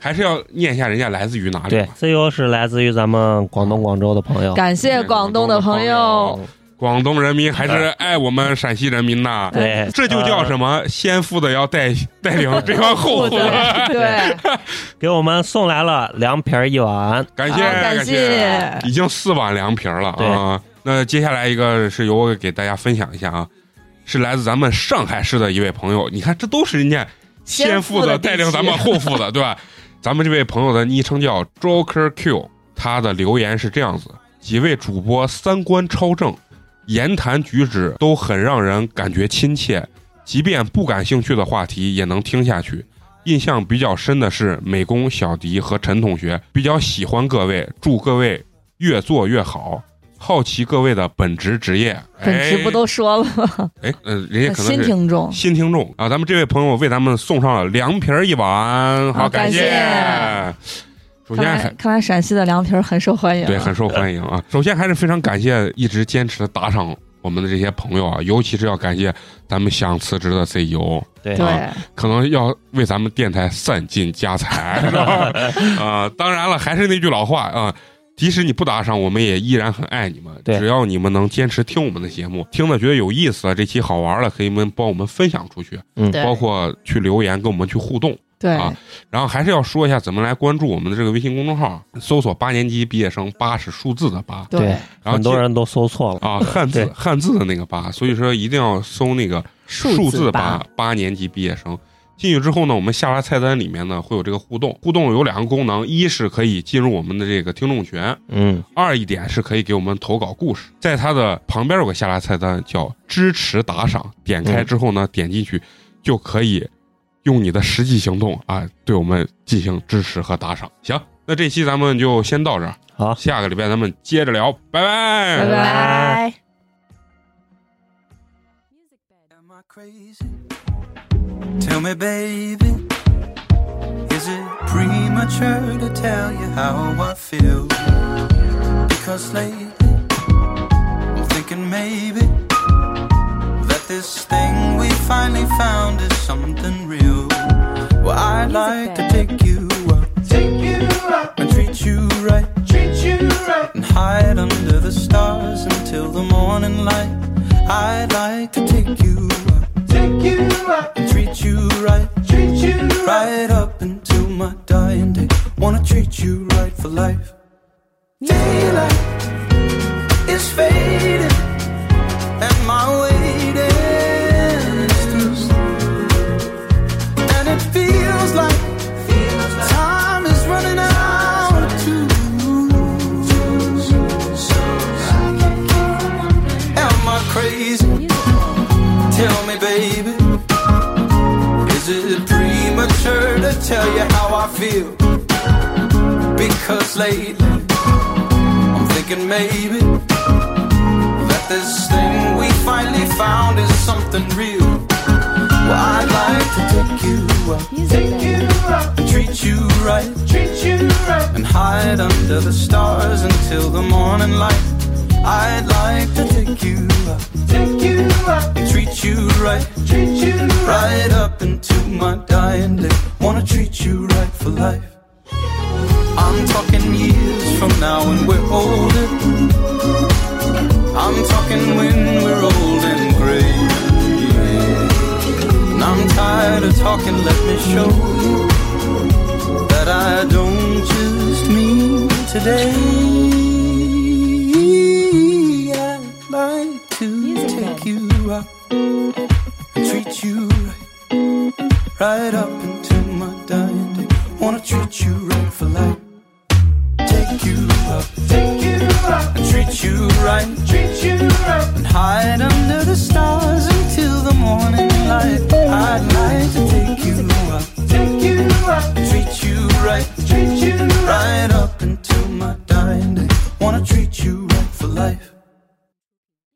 Speaker 2: 还是要念一下人家来自于哪里
Speaker 4: 对
Speaker 2: 嘛。
Speaker 4: ，CEO 是来自于咱们广
Speaker 2: 哦
Speaker 4: 东广州的朋友，
Speaker 3: 感谢广东的朋友，
Speaker 2: 广东人民还是爱我们陕西人民呐。
Speaker 4: 对，
Speaker 2: 这就叫
Speaker 4: 呃
Speaker 2: 什么？先富的要带带领这帮后 富的，
Speaker 3: 对，
Speaker 4: 给我们送来了凉皮儿一碗，
Speaker 2: 感
Speaker 3: 好
Speaker 2: 谢
Speaker 3: 感
Speaker 2: 谢，已经四碗凉皮儿了
Speaker 4: 对
Speaker 2: 啊！那接下来一个是由我给大家分享一下啊，是来自咱们上海市的一位朋友，你看这都是人家先富的带领咱们后富的，对吧？咱们这位朋友的昵称叫 Joker Q，他的留言是这样子：几位主播三观超正，言谈举止都很让人感觉亲切，即便不感兴趣的话题也能听下去。印象比较深的是美工小迪和陈同学，比较喜欢各位，祝各位越做越好。好奇各位的本职职业，
Speaker 3: 本职不都说了吗？
Speaker 2: 哎，哎呃，人家可能
Speaker 3: 新
Speaker 2: 是
Speaker 3: 听众，
Speaker 2: 新听众啊，咱们这位朋友为咱们送上了凉皮儿一碗，好，
Speaker 3: 好
Speaker 2: 感
Speaker 3: 感谢
Speaker 2: 首
Speaker 3: 看
Speaker 2: 先
Speaker 3: 来
Speaker 2: 还
Speaker 3: 看来陕西的凉皮儿很受欢迎啊。
Speaker 2: 对很受欢迎啊，首先还是非常感谢一直坚持打赏我们的这些朋友啊，尤其是要感谢咱们想辞职的 E CEO，
Speaker 4: 对啊
Speaker 3: 对，
Speaker 2: 可能要为咱们电台散尽家财， 是吧？ 啊，当然了，还是那句老话啊。即使你不打赏，我们也依然很爱你们。
Speaker 4: 对
Speaker 2: 只要你们能坚持听我们的节目，听的觉得有意思，这期好玩了，可以们帮我们分享出去，
Speaker 4: 嗯
Speaker 5: 对
Speaker 2: 包括去留言跟我们去互动。
Speaker 3: 对，
Speaker 2: 啊然后还是要说一下怎么来关注我们的这个微信公众号，搜索“八年级毕业生”，八是数字的八，
Speaker 4: 对，
Speaker 2: 然后
Speaker 4: 很多
Speaker 2: 记
Speaker 4: 人都搜错了，
Speaker 2: 啊汉字
Speaker 4: 对
Speaker 2: 汉字的那个八，所以说一定要搜那个数字八八年级毕业生。进去之后呢，我们下拉菜单里面呢会有这个互动，互动有两个功能，一是可以进入我们的这个听众群，
Speaker 4: 嗯，
Speaker 2: 二一点是可以给我们投稿故事，在它的旁边有个下拉菜单叫支持打赏，点开之后呢，点进去就可以用你的实际行动啊，对我们进行支持和打赏。行，那这期咱们就先到这儿，
Speaker 4: 好，
Speaker 2: 下个礼拜咱们接着聊，拜拜
Speaker 3: 拜拜。
Speaker 1: Am I crazy? Tell me, baby, is it premature to tell you how I feel? Because lately, I'm thinking maybe that this thing we finally found is something real. Well, I'd like to take you up. Take you up and treat you right. Treat you right. And hide under the stars until the morning light. I'd like to take you up. Take you up and treat you right. Treat you right up until my dying day. Wanna treat you right for life. Daylight is fading, and my waiting is through and it feels like time is running out too. Am I crazy? Tell me, baby, is it premature to tell you how I feel? Because lately I'm thinking maybe that this thing we finally found is something real. Well, I'd like to take you up, take you up, and treat you right, treat you right, and hide under the stars until the morning light. I'd like to take you up, take you up, and treat you right, treat you right up into my dying day. Wanna treat you right for life. I'm talking years from now when we're older. I'm talking when we're old and gray. And I'm tired of talking, let me show you that I don't just mean today. I'd like to take you up, treat you right, right up until my dying day. Wanna treat you right for life. Take you up, take you up, and treat you right, treat you right, and hide under the stars until the morning light. I'd like to